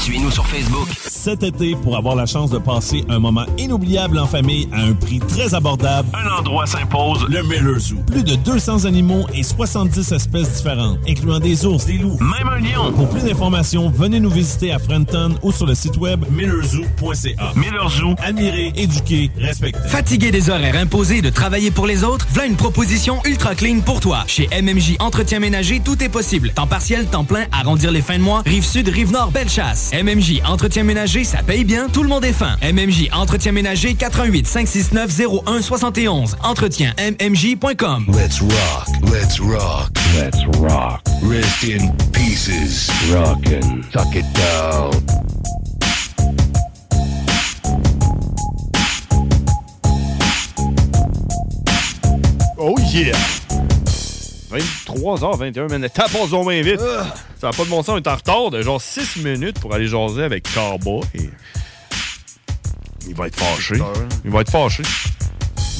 Suivez-nous sur Facebook. Cet été, pour avoir la chance de passer un moment inoubliable en famille à un prix très abordable, un endroit s'impose, le Miller Zoo. Plus de 200 animaux et 70 espèces différentes, incluant des ours, des loups, même un lion. Pour plus d'informations, venez nous visiter à Frenton ou sur le site web millerzoo.ca. Miller Zoo, admirer, éduquer, respecter. Fatigué des horaires imposés de travailler pour les autres, voilà une proposition ultra clean pour toi. Chez MMJ Entretien Ménager, tout est possible. Temps partiel, temps plein, arrondir les fins de mois, rive sud, rive nord, belle chasse. MMJ Entretien Ménager, ça paye bien, tout le monde est fin. MMJ Entretien Ménager, 88 569 0171. Entretien MMJ.com. Let's rock. Let's rock. Let's rock. Rest in pieces. Rockin'. Tuck it down. Oh yeah! 23h21, man. Tapons-en bien vite. Ah. Ça n'a pas de bon sens, on est en retard de genre 6 minutes pour aller jaser avec Carba. Et... Il va être fâché. Il va être fâché.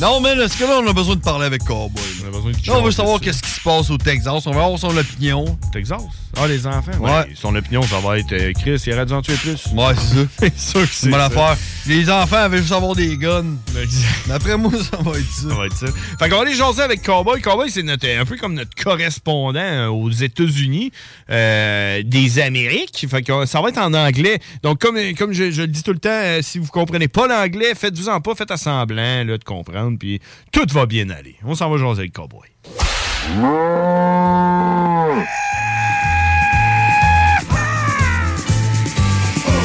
Non, mais est-ce que là, on a besoin de parler avec Cowboy? là? Là, on veut savoir qu'est-ce qui se passe au Texas. On veut avoir son opinion. Texas? Ah, les enfants? Ouais. Ouais. Son opinion, ça va être euh, Chris, il aurait dû en tuer plus. Ouais, c'est ça. c'est sûr que c'est Bonne ça. affaire. Les enfants avaient juste avoir des guns. D'après moi, ça va être ça. Ça va être ça. Fait qu'on va aller jaser avec Cowboy. Cowboy, c'est notre, un peu comme notre correspondant euh, aux États-Unis euh, des Amériques. Fait que euh, ça va être en anglais. Donc, comme, euh, comme je, je le dis tout le temps, euh, si vous comprenez pas l'anglais, faites-vous en pas, faites à semblant là, de comprendre, puis tout va bien aller. On s'en va jaser avec Cowboy.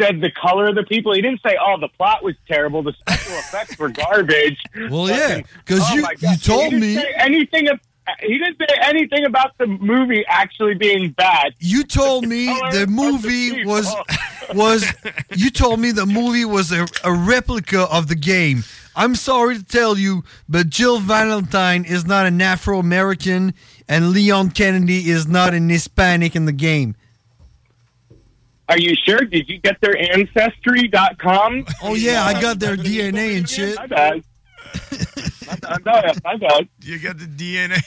said the color of the people. He didn't say, "Oh, the plot was terrible. The special effects were garbage." Well, yeah, because Oh you my God. you told He me didn't say anything. ab- He didn't say anything about the movie actually being bad. You told me the movie was was you told me the movie was a, a replica of the game. I'm sorry to tell you, but Jill Valentine is not an Afro American, and Leon Kennedy is not an Hispanic in the game. Are you sure? Did you get their ancestry.com? Oh yeah, I got their DNA and shit. My bad. my bad. My bad. My bad. You got the DNA.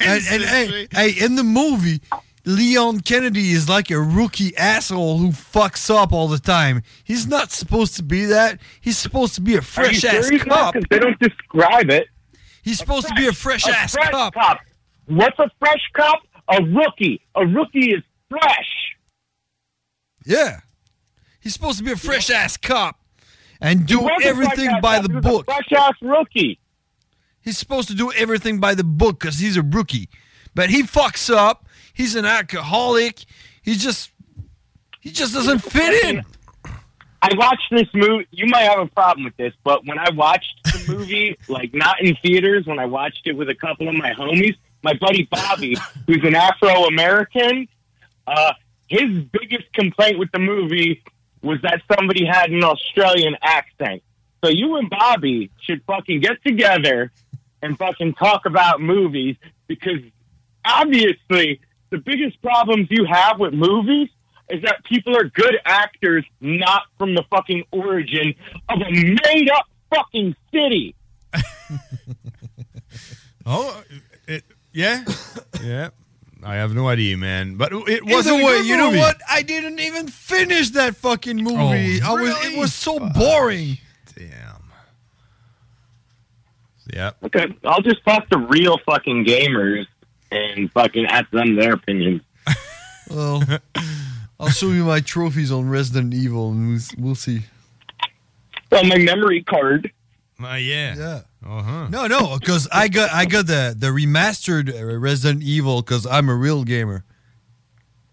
And, and hey, hey, in the movie, Leon Kennedy is like a rookie asshole who fucks up all the time. He's not supposed to be that. He's supposed to be a Are you fresh sure ass he's not? cop. 'Cause They don't describe it. He's supposed to be a fresh a ass fresh cop. What's a fresh cop? A rookie. A rookie is fresh. Yeah. He's supposed to be a fresh ass cop and do was a fresh everything ass by cop. the He was a book. Fresh ass rookie. He's supposed to do everything by the book because he's a rookie. But he fucks up. He's an alcoholic. He just he just doesn't fit in. I watched this movie. You might have a problem with this, but when I watched the movie, like not in theaters, when I watched it with a couple of my homies, my buddy Bobby, who's an Afro American, uh, his biggest complaint with the movie was that somebody had an Australian accent. So you and Bobby should fucking get together and fucking talk about movies because obviously the biggest problems you have with movies is that people are good actors not from the fucking origin of a made up fucking city. Oh, it, yeah, yeah. I have no idea, man. But it was Either a way, good you know movie. Oh, what? I didn't even finish that fucking movie. I was it really? was so boring. Yeah. Okay, I'll just talk to real fucking gamers and fucking ask them their opinions. Well, I'll show you my trophies on Resident Evil and we'll, we'll see. Well, my memory card. Uh, yeah. Yeah. Uh huh. No, no, because I got I got the the remastered uh, Resident Evil because I'm a real gamer.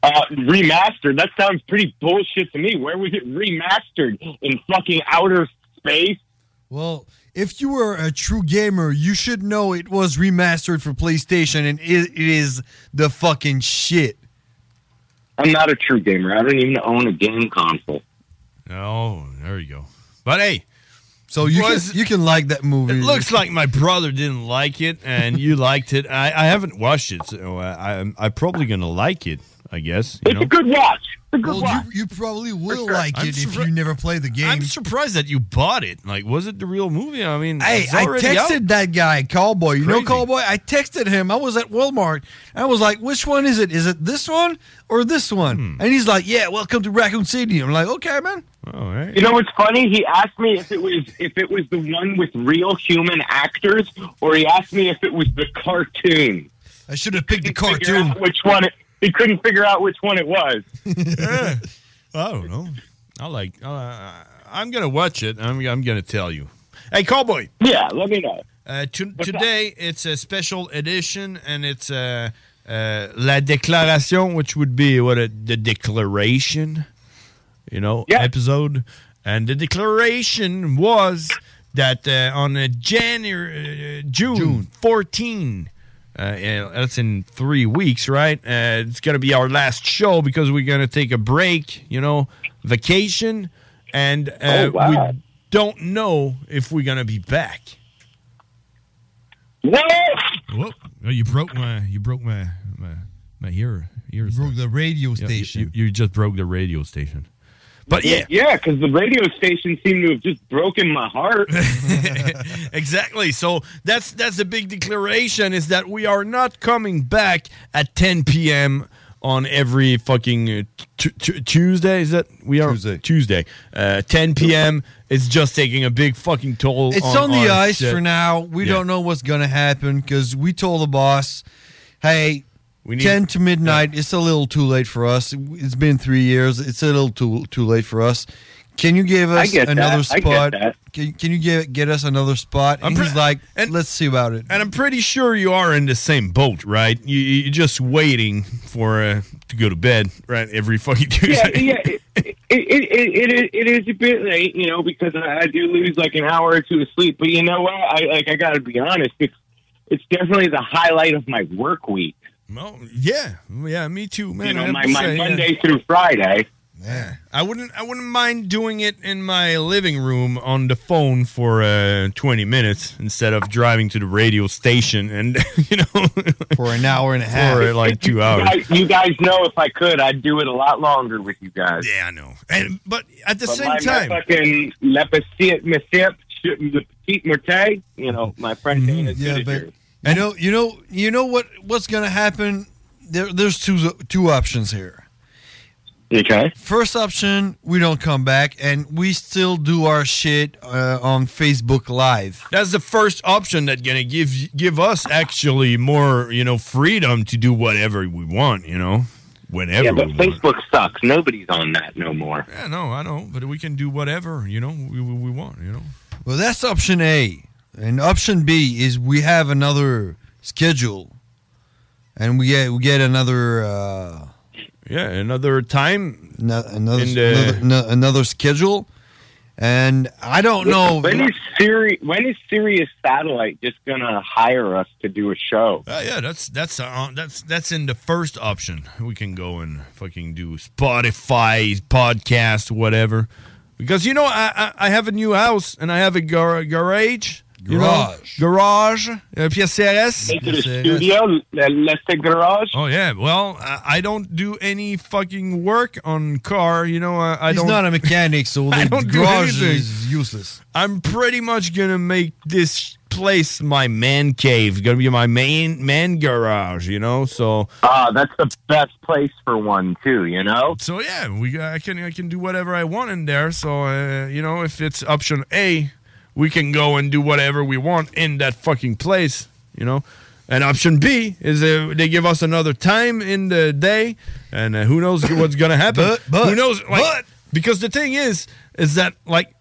Uh, remastered? That sounds pretty bullshit to me. Where was it remastered? In fucking outer space? Well, if you were a true gamer, you should know it was remastered for PlayStation and it, it is the fucking shit. I'm not a true gamer. I don't even own a game console. Oh, there you go. But hey, so you Was- can, you can like that movie. It looks like my brother didn't like it, and you liked it. I, I haven't watched it, so uh, I, I'm, I'm probably gonna like it. I guess it's a good watch. well, You, you probably will like I'm it if you never played the game. I'm surprised that you bought it. Like, was it the real movie? I mean, Hey, it's I already out. texted that guy, Cowboy. You know Crazy. Cowboy? I texted him. I was at Walmart. I was like, which one is it? Is it this one or this one? And he's like, yeah, welcome to Raccoon City. I'm like, okay, man. All right. You know what's funny? He asked me if it was if it was the one with real human actors, or he asked me if it was the cartoon. I should have picked the cartoon. Which one? It, he couldn't figure out which one it was. Yeah. I don't know. I like. Uh, I'm gonna watch it. I'm, I'm gonna tell you. Hey, Cowboy. Yeah, let me know. Uh, to, today it's a special edition, and it's uh, uh, la déclaration, which would be what a, the declaration, you know, episode. And the declaration was that uh, on uh, January, uh, June, 14. Uh, and that's in three weeks, right? Uh, it's gonna be our last show because we're gonna take a break, you know, vacation, and uh, Oh, wow. we don't know if we're gonna be back. Whoa! Whoa! Oh, you broke my you broke my my my ear. ear broke the radio station. You, you just broke the radio station. But yeah. yeah, because the radio station seemed to have just broken my heart. exactly. So that's that's the big declaration is that we are not coming back at 10 p.m. on every fucking uh, t- t- Tuesday. Is that we are Tuesday? Tuesday, uh, 10 p.m. It's just taking a big fucking toll. It's on, the ice for now. We don't know what's going to happen because we told the boss, hey, 10 to midnight, it's a little too late for us. It's been three years. It's a little too too late for us. Can you give I us get another that. I get spot? that. Can, can you get, get us another spot? And he's like, let's see about it. And I'm pretty sure you are in the same boat, right? You, you're just waiting for uh, to go to bed, right? Every fucking yeah, Tuesday. yeah. It, it, it, it, is- it is a bit late, you know, because I, I do lose like an hour or two of sleep. But you know what? I like. I got to be honest. It's it's definitely the highlight of my work week. Well, yeah, yeah, me too, man. you I know, have my, to my say, yeah. Monday through Friday. I wouldn't, I wouldn't mind doing it in my living room on the phone for uh, 20 minutes instead of driving to the radio station and you know for an hour and a half. for uh, like two hours. I, you guys know if I could, I'd do it a lot longer with you guys. Yeah, I know. And but at the same my, time- my fucking le petit, monsieur, le petit morte, you know, my friend Mm-hmm. Dana. Yeah, but you know, you know, you know what what's gonna happen. There, there's two two options here. Okay. First option, we don't come back, and we still do our shit uh, on Facebook Live. That's the first option that gonna give give us actually more, you know, freedom to do whatever we want, you know, whenever. yeah, but we want. Facebook sucks. Nobody's on that no more. Yeah, no, I know, but we can do whatever you know we, we we want, you know. Well, that's option A, and option B is we have another schedule, and we get we get another. Uh, yeah, another time, another in the- another, no- another schedule, and I don't Oh, know. When is Siri? When is Sirius Satellite just gonna hire us to do a show? Uh, yeah, that's that's uh, that's that's in the first option. We can go and fucking do Spotify podcast, whatever. Because you know, I I, I have a new house and I have a gar- garage, you know? garage, uh, pièce CRS. Make it a studio. le- Let's take garage. Oh yeah. Well, I, I don't do any fucking work on car. You know, I, I He's don't. not a mechanic, so I the don't do garage anything. is useless. I'm pretty much gonna make this place my man cave. Gonna be my main man garage. You know, so. Ah, that's the best place for one too. You know. So yeah, we I can I can do whatever I want in there. So uh, you know, if it's option A, we can go and do whatever we want in that fucking place. You know, and option B is uh, they give us another time in the day, and uh, who knows what's gonna happen? But- but- who knows? Like, because the thing is, is that like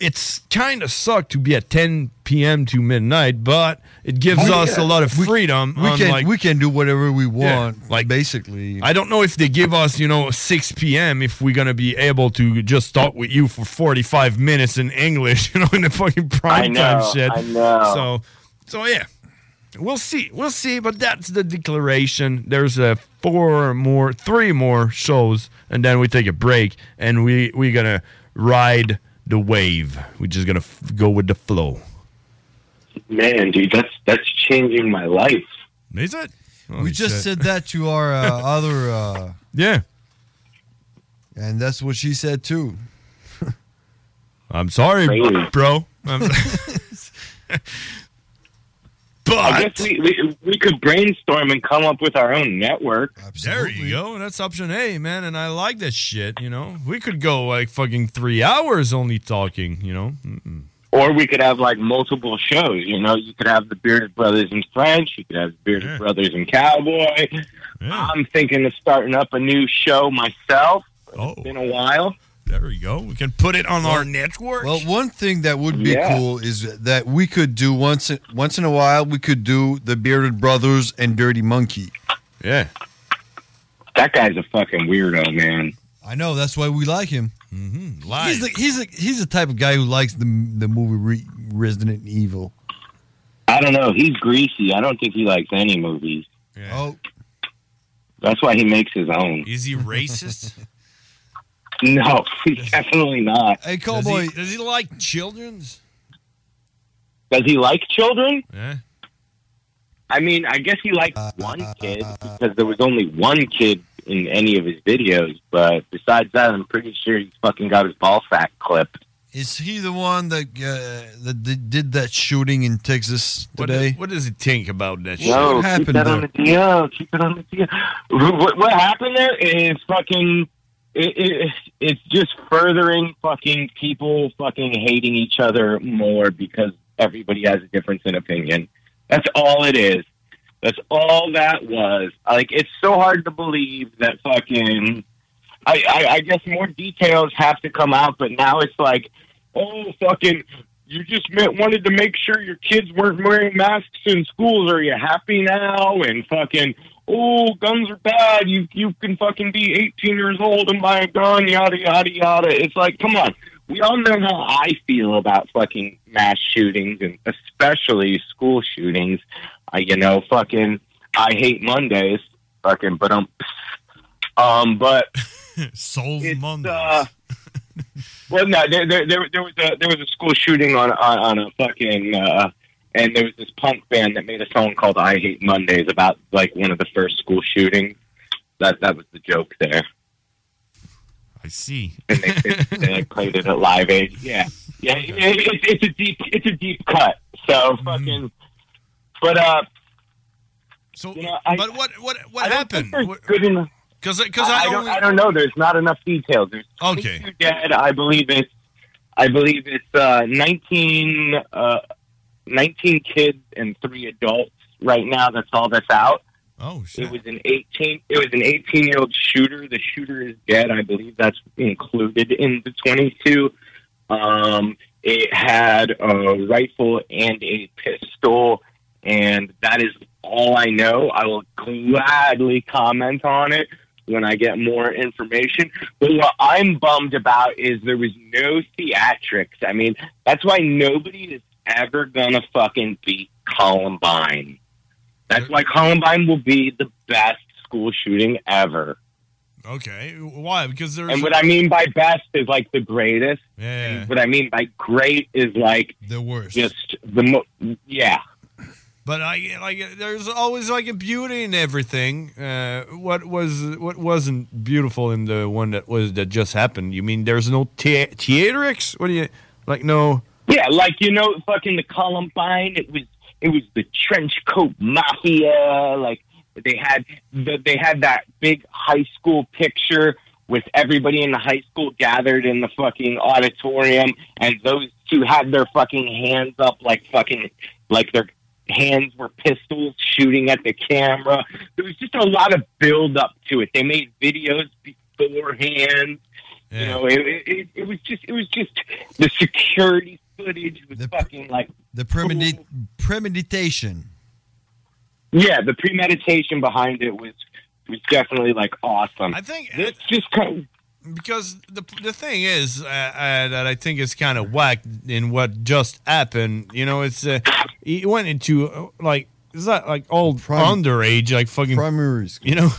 it's kind of suck to be at 10 p.m. to midnight, but it gives Oh, us yeah. a lot of We- freedom. we on, can- like, we can do whatever we Yeah, want, like basically. I don't know if they give us, you know, 6 p.m. if we're gonna be able to just talk with you for 45 minutes in English, you know, in the fucking prime I know, time shit. I know. So, so yeah, we'll see, we'll see. But that's the declaration. There's uh, four more, three more shows, and then we take a break, and we we gonna ride the wave. We're just gonna f- go with the flow. Man, dude, that's that's changing my life. Is it? we just said that to our uh, other. Uh, yeah. And that's what she said too. I'm sorry, Crazy. bro. I'm- I guess we, we we could brainstorm and come up with our own network. There you go. That's option A, man. And I like that shit. You know, we could go like fucking three hours only talking. You know, Mm-mm. Or we could have like multiple shows. You know, you could have the Bearded Brothers in French. You could have the Bearded Brothers in Cowboy. I'm thinking of starting up a new show myself. It's been a while. There we go. We can put it on our network. Well, one thing that would be Yeah. cool is that we could do once in, once in a while we could do the Bearded Brothers and Dirty Monkey. Yeah. That guy's a fucking weirdo, man. I know that's why we like him. Mm-hmm. He's the, he's the, he's the type of guy who likes the the movie Re- Resident Evil. I don't know. He's greasy. I don't think he likes any movies. Oh, That's why he makes his own. is he racist? No, definitely not. Hey, Does he, does he like children's? Does he like children? Yeah. I mean, I guess he liked one kid because there was only one kid in any of his videos. But besides that, I'm pretty sure he's fucking got his ball sack clipped. Is he the one that uh, that did, did that shooting in Texas What, today? what does he think about that? shit? No, keep that on the DL. Keep it on the DL. What, what happened there is fucking. It, it, it's just furthering fucking people fucking hating each other more because everybody has a difference in opinion. That's all it is. That's all that was. Like, it's so hard to believe that fucking. I, I, I guess more details have to come out, but now it's like, oh, fucking, you just meant, wanted to make sure your kids weren't wearing masks in schools. Are you happy now? And fucking, oh, guns are bad. You you can fucking be 18 years old and buy a gun. Yada yada yada. It's like, come on. We all know how I feel about fucking mass shootings and especially school shootings. I, you know, fucking, I hate Mondays. Fucking, but um, um, but Solve Mondays. well, no, there, there, there, there was a there was a school shooting on on, on a fucking uh, and there was this punk band that made a song called "I Hate Mondays" about like one of the first school shootings. That that was the joke there. I see. And they, they, they played it at Live Aid. Yeah, yeah, it, it, it's a deep it's a deep cut. So Mm-hmm. fucking, but uh, so you know, I, but what what what I don't think happened? there's Good enough. Because because I, I, I don't only- I don't know. There's not enough details. There's Okay. dead. I believe it's I believe it's uh, 19, uh, 19 kids and three adults right now. That's all that's out. Oh shit! It was an eighteen. It was an eighteen-year-old shooter. The shooter is dead. I believe that's included in the twenty-two. Um, it had a rifle and a pistol, and that is all I know. I will gladly comment on it when I get more information. But what I'm bummed about is there was no theatrics. I mean, that's why nobody is ever gonna fucking beat Columbine. That's why Columbine will be the best school shooting ever. okay. Why? Because there's And what I mean by best is like the greatest. Yeah. What I mean by great is like the worst. Just the mo- yeah. But I like there's always like a beauty in everything. Uh, what was what wasn't beautiful in the one that was that just happened? You mean there's no thea- theatrics? What do you like? No. Yeah, like you know, fucking the Columbine. It was it was the trench coat mafia. Like they had the, they had that big high school picture with everybody in the high school gathered in the fucking auditorium, and those two had their fucking hands up like fucking like their hands were pistols shooting at the camera. There was just a lot of build up to it. They made videos beforehand You know, it, it, it, it was just it was just the security footage was fucking like The premedi- premeditation. yeah, the premeditation behind it was was definitely like awesome. I think this just kind of because the the thing is uh, uh, that I think is kind of whack in what just happened. You know, it's uh, he went into uh, like is that like old underage like fucking primary You know,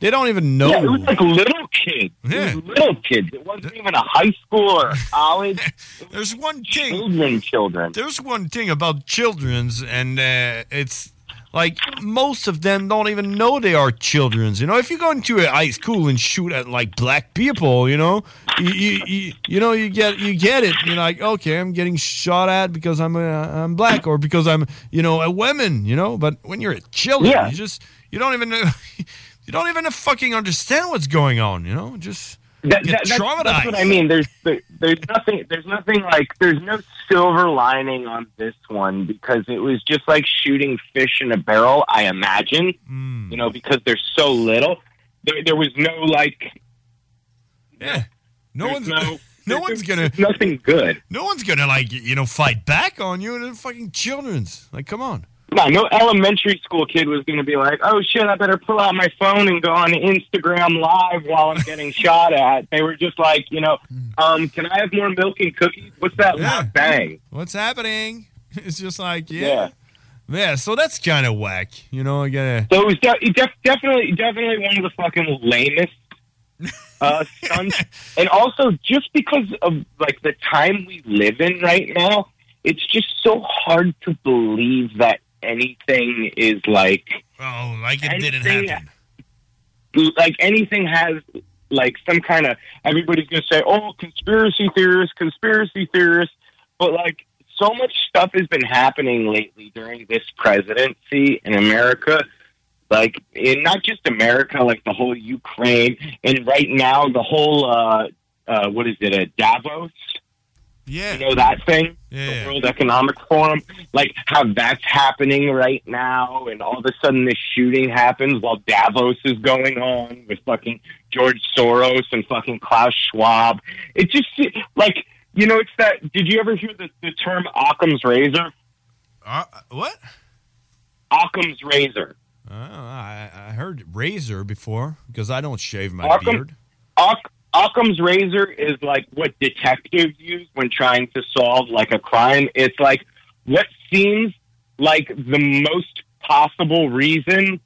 they don't even know. Yeah, it was like little kids. It was little kids. It wasn't even a high school or a college. There's one thing. Children, children. There's one thing about children's, and uh, it's like most of them don't even know they are children's. You know, if you go into a high school and shoot at like black people, you know, you you, you, you know you get you get it. You're like, okay, I'm getting shot at because I'm uh, I'm black or because I'm you know a woman. You know, but when you're a child, Yeah. you just you don't even know- you don't even fucking understand what's going on. You know, just get That- that- that's, traumatized. that's what I mean. There's there, there's nothing there's nothing like there's no silver lining on this one because it was just like shooting fish in a barrel. I imagine, Hmm. you know, because they're so little. There, there was no like yeah, no one's no, no one's gonna nothing good. No one's gonna like you know fight back on you. They're fucking childrens. Like, come on. No, no elementary school kid was going to be like, "Oh shit, I better pull out my phone and go on Instagram Live while I'm getting shot at." They were just like, you know, um, "Can I have more milk and cookies?" What's that loud bang? What's happening? It's just like yeah, yeah. Yeah. so that's kind of whack. You know, I gotta. So it was de- it def- definitely, definitely one of the fucking lamest uh, stunts. and also, just because of like the time we live in right now, it's just so hard to believe that anything is like Oh, like it didn't happen. Like anything has like some kind of everybody's gonna say, oh, conspiracy theorists, conspiracy theorists, but like so much stuff has been happening lately during this presidency in America. Like, in not just America, like the whole Ukraine, and right now the whole uh, uh, what is it, uh, Davos? Yeah, you know that thing, the World Economic Forum. Like how that's happening right now, and all of a sudden this shooting happens while Davos is going on with fucking George Soros and fucking Klaus Schwab. It just like you know, it's that. Did you ever hear the, the term Occam's razor? Uh, what? Occam's razor. Oh, I, I heard razor before because I don't shave my Occam- beard. Oc- Occam's razor is like what detectives use when trying to solve like a crime. It's like what seems like the most possible reason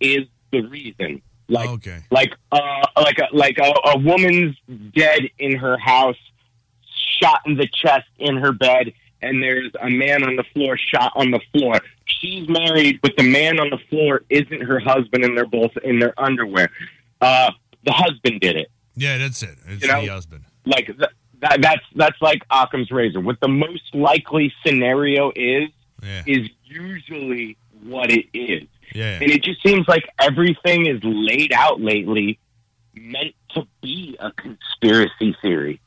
is the reason. Like okay. like uh like a like a, a woman's dead in her house, shot in the chest in her bed, and there's a man on the floor shot on the floor. She's married, but the man on the floor isn't her husband, and they're both in their underwear. Uh, the husband did it. Yeah, that's it. It's You know? the husband. Like th- that, that's that's like Occam's razor. What the most likely scenario is is usually what it is. Yeah. And it just seems like everything is laid out lately meant to be a conspiracy theory.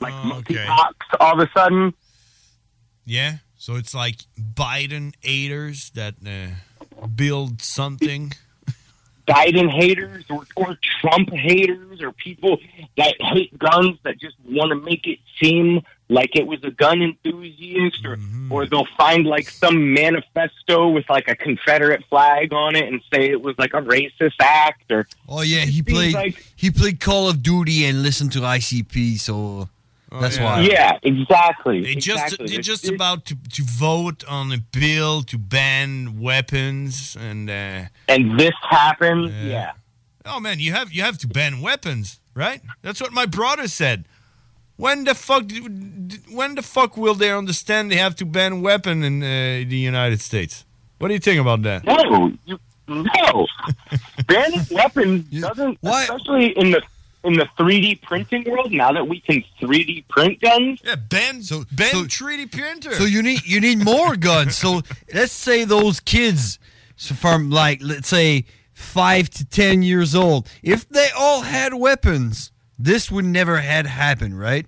Like Oh, monkeypox all of a sudden. Yeah. So it's like Biden haters that uh, build something. Biden haters or, or Trump haters or people that hate guns that just want to make it seem like it was a gun enthusiast or, or they'll find like some manifesto with like a Confederate flag on it and say it was like a racist act or Oh yeah, he played he played Call of Duty and listened to ICP, so that's Oh, yeah. why. Yeah, exactly. They just they're just about to, to vote on a bill to ban weapons and uh, and this happened. yeah. Oh man, you have you have to ban weapons, right? That's what my brother said. When the fuck do- d- when the fuck will they understand they have to ban weapon in uh, the United States? What do you think about that? No, you, no. Banning weapons doesn't, especially in the in the 3D printing world. Now that we can 3D print guns, yeah, ban so, ban 3D printer. So you need you need more guns. So let's say those kids so from like let's say five to ten years old, if they all had weapons, this would never had happened, right?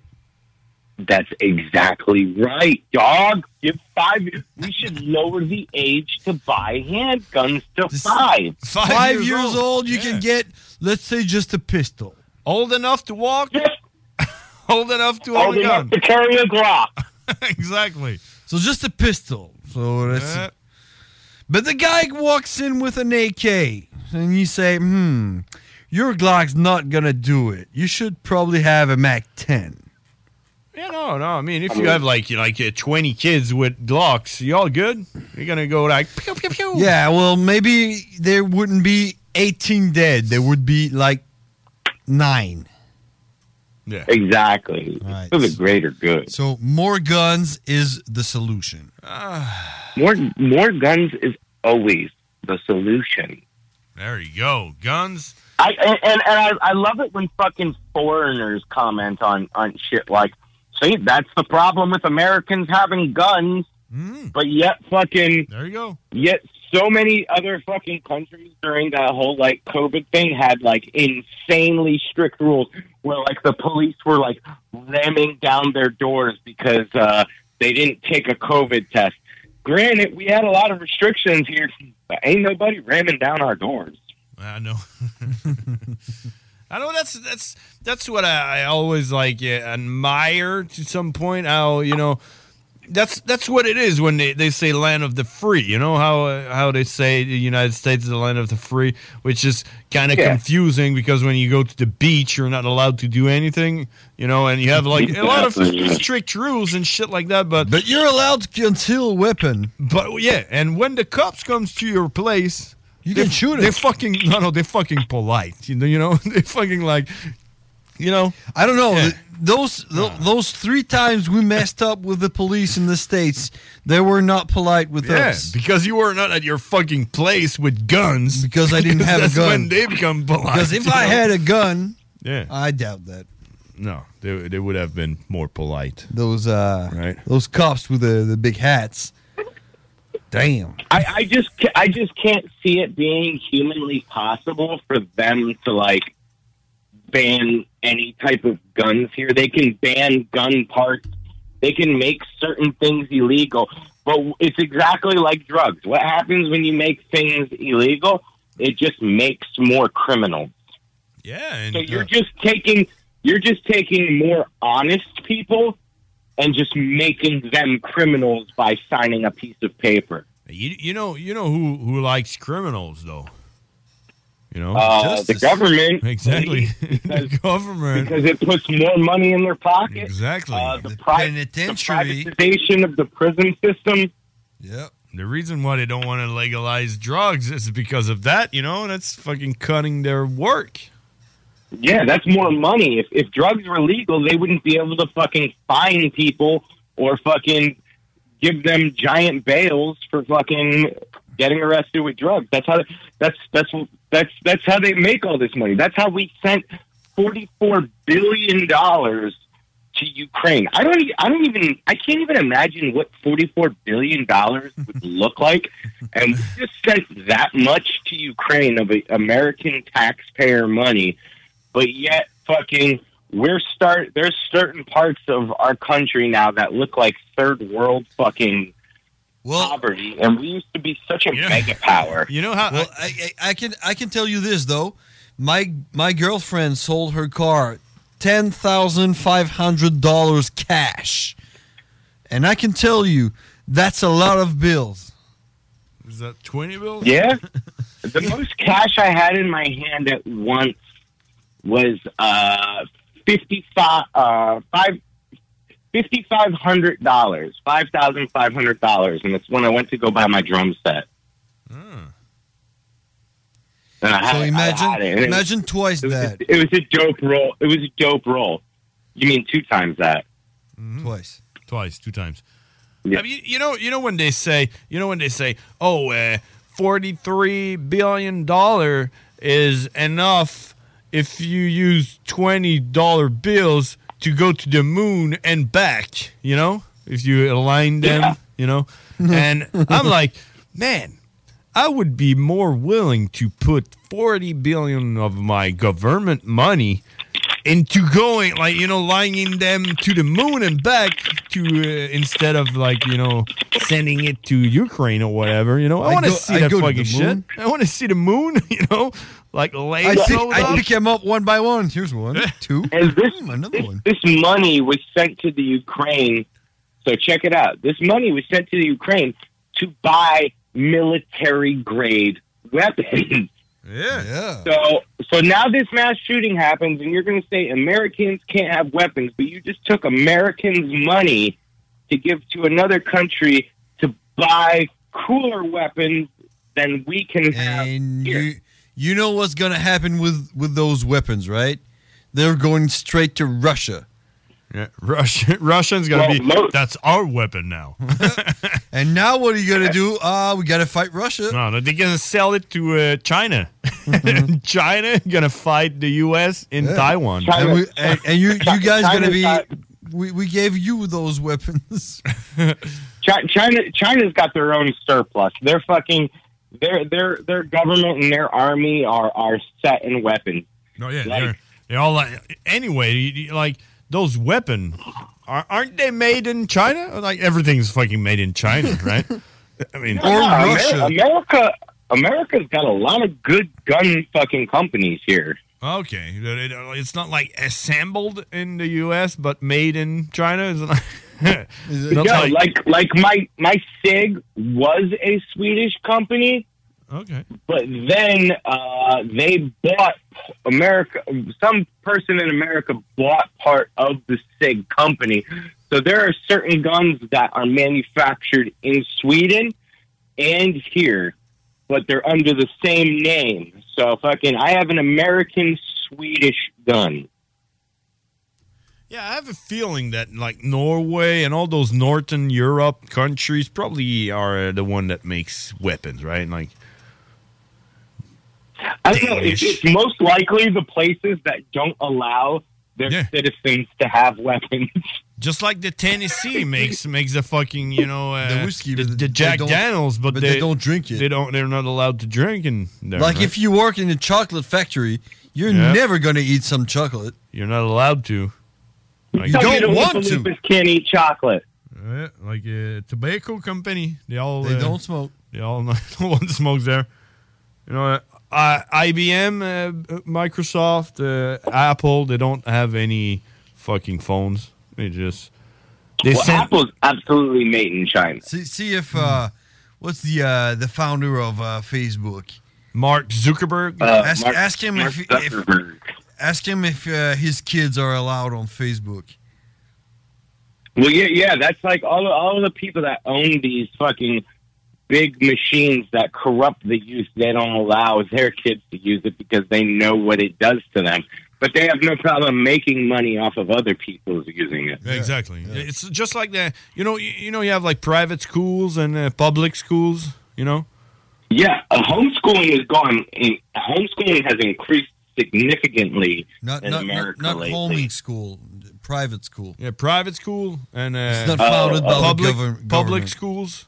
That's exactly right, dog. Give five. We should lower the age to buy handguns to five. Five, years old, you can get let's say just a pistol. Old enough to walk. Old enough to own Old a enough gun. to carry a Glock. exactly. So just a pistol. So that's Yeah. But the guy walks in with an AK, and you say, "Hmm, your Glock's not gonna do it. You should probably have a Mac 10." Yeah, no, no. I mean, if you have like you like uh, twenty kids with Glocks, you all good. You're gonna go like pew pew pew. Yeah, well, maybe there wouldn't be 18 dead. There would be like nine. Yeah. Exactly. For the greater good. So more guns is the solution. ah, More more guns is always the solution. There you go. Guns. I and, and, and I, I love it when fucking foreigners comment on, on shit like, see, that's the problem with Americans having guns. But yet fucking Hmm. There you go. Yet so many other fucking countries during that whole like COVID thing had like insanely strict rules where like the police were like ramming down their doors because uh, they didn't take a COVID test. Granted, we had a lot of restrictions here, but ain't nobody ramming down our doors. I know. I know that's that's that's what I, I always like yeah, admire to some point. How you know that's that's what it is when they, they say land of the free. You know how uh, how they say the United States is the land of the free, which is kind of Yeah. confusing because when you go to the beach, you're not allowed to do anything. You know, and you have like a lot of Exactly, yeah. strict rules and shit like that. But but you're allowed to conceal a weapon. But yeah, and when the cops comes to your place, you can shoot it. They fucking no, no, they fucking polite. You know, you know, they fucking like, you know, I don't know. Th- Those th- those three times we messed up with the police in the states, they were not polite with yeah, us. because you were not at your fucking place with guns. Because I didn't have a that's gun. When they become polite. Because if you I know? had a gun, yeah, I doubt that. no, they, they would have been more polite. Those uh, those cops with the, the big hats. Damn. I, I just ca- I just can't see it being humanly possible for them to like ban any type of guns here. They can ban gun parts. They can make certain things illegal. But it's exactly like drugs. What happens when you make things illegal? It just makes more criminals. Yeah, and uh, So you're just taking you're just taking more honest people and just making them criminals by signing a piece of paper. you you know you know who who likes criminals though. You know, Uh, the Justice. government exactly. the government because it puts more money in their pocket. Exactly. Uh, the, pri- penitentiary. the privatization of the prison system. Yep. The reason why they don't want to legalize drugs is because of that, you know? That's fucking cutting their work. Yeah, that's more money. If if drugs were legal, they wouldn't be able to fucking fine people or fucking give them giant bails for fucking getting arrested with drugs. That's how that's that's that's that's how they make all this money. That's how we sent forty four billion dollars to Ukraine. I don't e- I don't even I can't even imagine what forty four billion dollars would look like and we just sent that much to Ukraine of uh, American taxpayer money but yet fucking we're start there's certain parts of our country now that look like third world fucking poverty and we used to be such a mega power You know how? Well, I, I, I can I can tell you this though, my my girlfriend sold her car ten thousand five hundred dollars cash, and I can tell you that's a lot of bills. Is that 20 bills? yeah the most cash i had in my hand at once was uh 55 uh 5 $5,500, $5,500, and that's when I went to go buy my drum set. And I had- Hmm. So I had imagine it, and it was- imagine twice that. It was a dope roll. It was a dope roll. You mean two times that? Twice. Mm-hmm. Twice, two times. Yeah. I mean, you know, you know when they say, you know when they say, oh, uh, 43 billion dollar is enough if you use 20 dollar bills to go to the moon and back, you know? If you align them, you know? And I'm like, man, I would be more willing to put 40 billion of my government money into going like you know lining them to the moon and back to uh, instead of like you know sending it to Ukraine or whatever you know I, I want to go- see I that go to the fucking shit moon. I want to see the moon you know Like later. I, see, I pick him up one by one. Here's one, two. Hmm, And this, this, this money was sent to the Ukraine. So check it out. This money was sent to the Ukraine to buy military grade weapons. Yeah. So, so now this mass shooting happens, and you're going to say Americans can't have weapons, but you just took Americans' money to give to another country to buy cooler weapons than we can have. You, you know what's going to happen with, with those weapons, right? They're going straight to Russia. Yeah, Russian, Russian's gonna Well, be. most- That's our weapon now. and now what are you gonna do? Uh we gotta fight Russia. No, they're gonna sell it to uh, China. China gonna fight the U.S. in Mm-hmm. Yeah. Taiwan. And, we, and, and you, you guys gonna be. We, we gave you those weapons. Chi- China China's got their own surplus. They're fucking their their their government and their army are are set in weapons. No, yeah, Like- they're, they're all like. Anyway, you- you- like those weapons aren't they made in China? Like everything's fucking made in China, right? I mean, No, no, Amer- America America's got a lot of good gun fucking companies here. Okay, It- it- it's not like assembled in the U.S. but made in China. Is it like, No, like like my my Sig was a Swedish company, okay. but then uh, they bought America. Some person in America bought part of the Sig company. So there are certain guns that are manufactured in Sweden and here, but they're under the same name. So fucking, I have an American Swedish gun. Yeah, I have a feeling that like Norway and all those northern Europe countries probably are uh, the one that makes weapons, right? Like I don't know. It's, it's most likely the places that don't allow their citizens to have weapons. just like the Tennessee makes makes the fucking you know uh, The whiskey, the, but the they Jack don't- Daniels, but, but they don't drink it. They don't. They're not allowed to drink in there. like right? if you work in a chocolate factory, you're Yeah. never gonna eat some chocolate. You're not allowed to. you Tell me don't the want Oompa to. Loompas can't eat chocolate. Yeah, Uh, like a tobacco company. They all They uh, don't smoke. They all no one smokes there. You know, uh, I, IBM, uh, Microsoft, uh, Apple. They don't have any fucking phones. They just they well, send. Apple's absolutely made in China. See, see if uh, what's the uh, the founder of uh, Facebook? Mark Zuckerberg. Uh, ask, Mark- ask him Mark if, Zuckerberg. if ask him if uh, his kids are allowed on Facebook. Well, yeah, yeah. That's like all all of the people that own these fucking big machines that corrupt the youth. They don't allow their kids to use it because they know what it does to them. But they have no problem making money off of other people's using it. Yeah, Exactly. It's just like that. You know, you, you know, you have like private schools and uh, public schools. You know. Yeah, uh, homeschooling is gone. In, homeschooling has increased significantly Not in not not, America not lately. homing school, private school. Yeah, private school and uh, It's not founded by the public govern- public government. schools.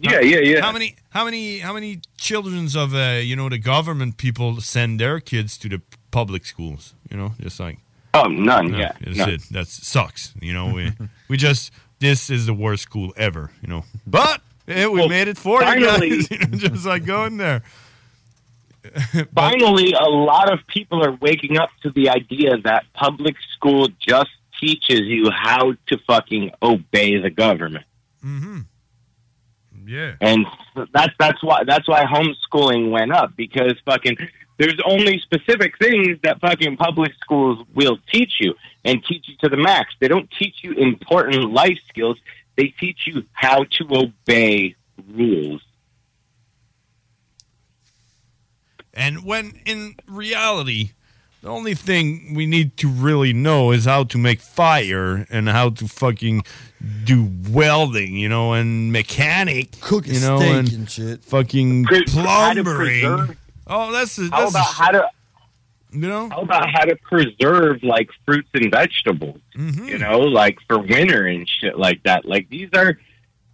Yeah, yeah, yeah. How many how many how many childrens of uh, you know the government people send their kids to the public schools? You know, just like Oh, none, yeah, that's none. it. That sucks. You know, we we just this is the worst school ever. You know, but eh, we made it for finally- you guys. You know, just like going there. Finally, a lot of people are waking up to the idea that public school just teaches you how to fucking obey the government, Yeah. and that's that's why that's why homeschooling went up because fucking there's only specific things that fucking public schools will teach you and teach you to the max. They don't teach you important life skills. They teach you how to obey rules. And when in reality, the only thing we need to really know is how to make fire and how to fucking do welding, you know, and mechanic, cook, you know, steak and, and shit. fucking Pre- how to plumbering. preserve- Oh, that's a, How that's a about sh- how to you know how about how to preserve like fruits and vegetables? Mm-hmm. You know, like for winter and shit like that. Like these are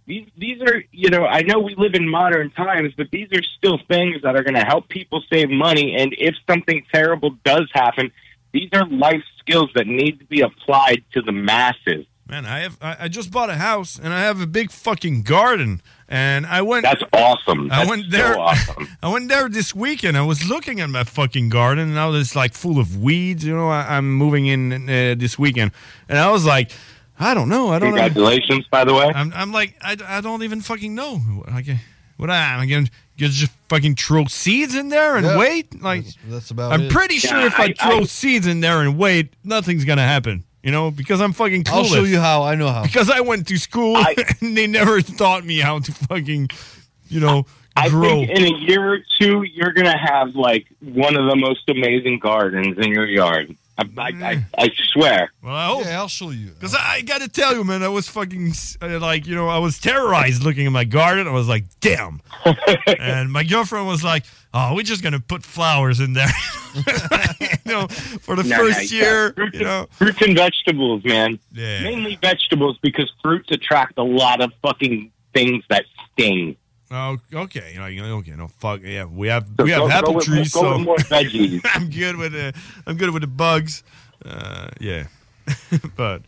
these these are you know I know we live in modern times, but these are still things that are going to help people save money. And if something terrible does happen, these are life skills that need to be applied to the masses. Man, I have I, I just bought a house and I have a big fucking garden. And I went That's awesome. I That's went there So awesome. I went there this weekend. I was looking at my fucking garden and I was like full of weeds, you know. I, I'm moving in uh, this weekend. And I was like, I don't know. I don't know. Congratulations, by the way. I'm, I'm like, I, I don't even fucking know. Okay. What I, I'm going to just fucking throw seeds in there and Yeah. wait? Like, That's about I'm it. pretty sure if I, throw seeds in there and wait, nothing's going to happen. You know, because I'm fucking clueless. I'll show you how. I know how. Because I went to school and they never taught me how to fucking, you know, I grow. think in a year or two, you're going to have like one of the most amazing gardens in your yard. I, I, I, I swear. Well, I hope. Yeah, I'll show you. Because I, I got to tell you, man, I was fucking, uh, like, you know, I was terrorized looking at my garden. I was like, damn. and my girlfriend was like, oh, we're just going to put flowers in there. you know, for the No, no, first yeah. year, Fruits, you know. fruits and vegetables, man. Yeah. Mainly vegetables because fruits attract a lot of fucking things that sting. Oh, okay. You know, you know, okay. No, fuck. Yeah, we have So we have go- go apple with- trees. go so with more veggies. I'm good with the I'm good with the bugs. Uh, yeah, but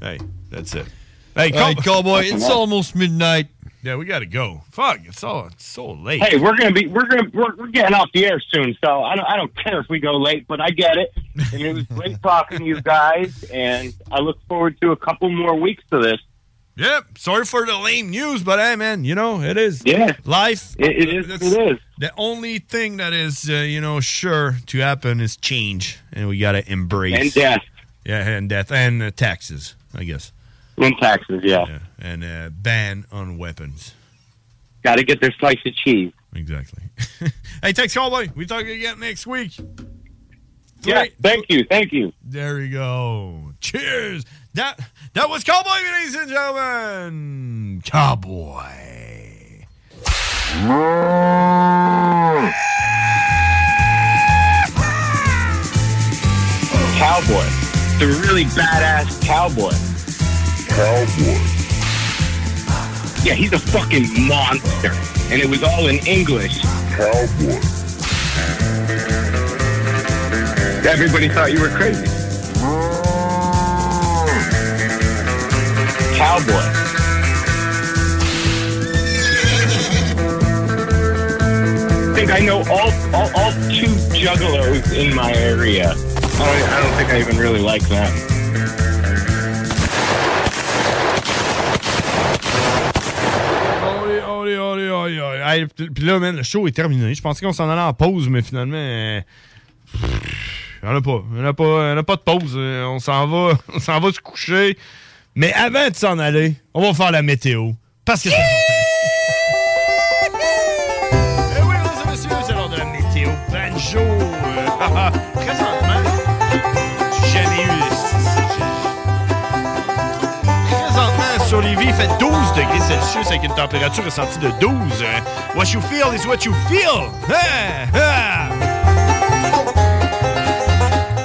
hey, that's it. Hey, All right, cow- cowboy, it's almost midnight. Yeah, we gotta go. Fuck, it's all it's so late. Hey, we're gonna be we're gonna we're, we're getting off the air soon, so I don't I don't care if we go late, but I get it. And it was great talking to you guys, and I look forward to a couple more weeks of this. Yep. Sorry for the lame news, but hey, man, you know it is. Yeah. Life. It- it is That's- what it is. The only thing that is, uh, you know, sure to happen is change, and we gotta embrace And death. Yeah, and death and uh, taxes, I guess. In taxes, yeah. And uh, ban on weapons. Got to get their slice of cheese. Exactly. Hey, Tex Cowboy, we talk again next week. Yeah. Thank you. Thank you. There we go. Cheers. That that was Cowboy, ladies and gentlemen. Cowboy. Cowboy. The really badass cowboy. Cowboy. Yeah, he's a fucking monster. And it was all in English. Cowboy. Everybody thought you were crazy. Cowboy. I think I know all, all, all two juggalos in my area. I don't, I don't think I even really like them. Olé, olé, olé, olé, olé. Hey, Puis puis là, man, le show est terminé. Je pensais qu'on s'en allait en pause, mais finalement, euh, pff, y'en a pas. Y'en a pas, y'en a pas de pause. Euh, On s'en va, on s'en va se coucher. Mais avant de s'en aller, on va faire la météo. Parce que. Eh oui, mesdames et messieurs, c'est l'heure de la météo banjo. Euh, haha. Présentement, j'ai jamais eu. Présentement, sur Lévis, il fait 12 degrés Celsius avec une température ressentie de 12. hein. What you feel is what you feel. Hein, hein.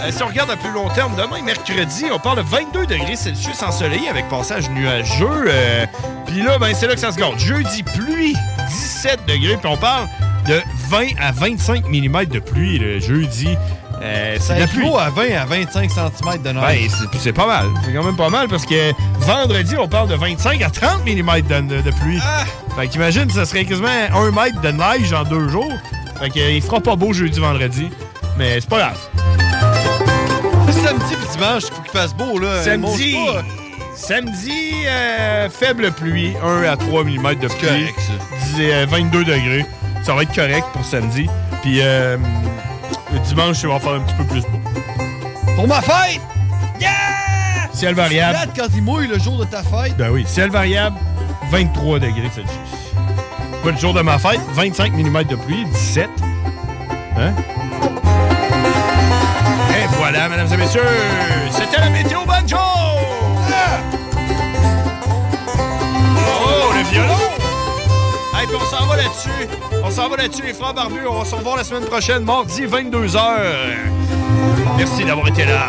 Euh, si on regarde à plus long terme, demain, mercredi, on parle de 22 degrés Celsius ensoleillé avec passage nuageux. euh, puis là, ben, c'est là que ça se gâte. Jeudi, pluie, 17 degrés. Puis on parle de 20 à 25 mm de pluie le jeudi. Euh, c'est Ça de la pluie. équivaut à 20 à 25 cm de Ben, neige. c'est- c'est pas mal. C'est quand même pas mal parce que vendredi, on parle de 25 à 30 mm de, de- de pluie. Ah! Fait qu'imagine, ça serait quasiment un mètre de neige en deux jours. Fait qu'il fera pas beau jeudi, vendredi. Mais c'est pas grave. samedi puis dimanche, faut qu'il fasse beau, là. Samedi, Monte pas. samedi euh, faible pluie, 1 à 3 mm de pluie. correct, Dis- euh, 22 degrés. Ça va être correct pour samedi. Puis euh, le dimanche, ça va faire un petit peu plus beau. Pour ma fête! Ciel variable. Tu te gâtes quand il mouille le jour de ta fête. Ben oui, ciel variable, 23 degrés Celsius. Quoi, le jour de ma fête, 25 mm de pluie, 17. Hein? Et voilà, mesdames et messieurs, c'était la météo banjo! Oh, le violon! Hey, puis on s'en va là-dessus. On s'en va là-dessus, les frères barbus. On va se revoir la semaine prochaine, mardi, 22h. Merci d'avoir été là.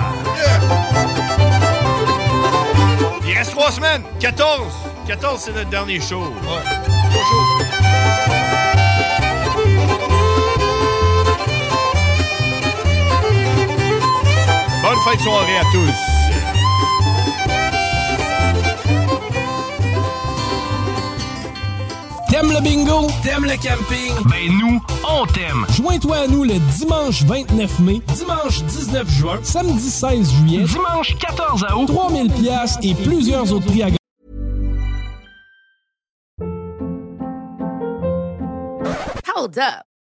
Il reste trois semaines. 14. 14, c'est notre dernier show. Bonne fin de soirée à tous. T'aimes le bingo? T'aimes le camping? Ben nous, on t'aime! Joins-toi à nous le dimanche 29 mai, dimanche 19 juin, samedi 16 juillet, dimanche 14 août, 3000 pièces et plusieurs autres prix à gagner. Hold up.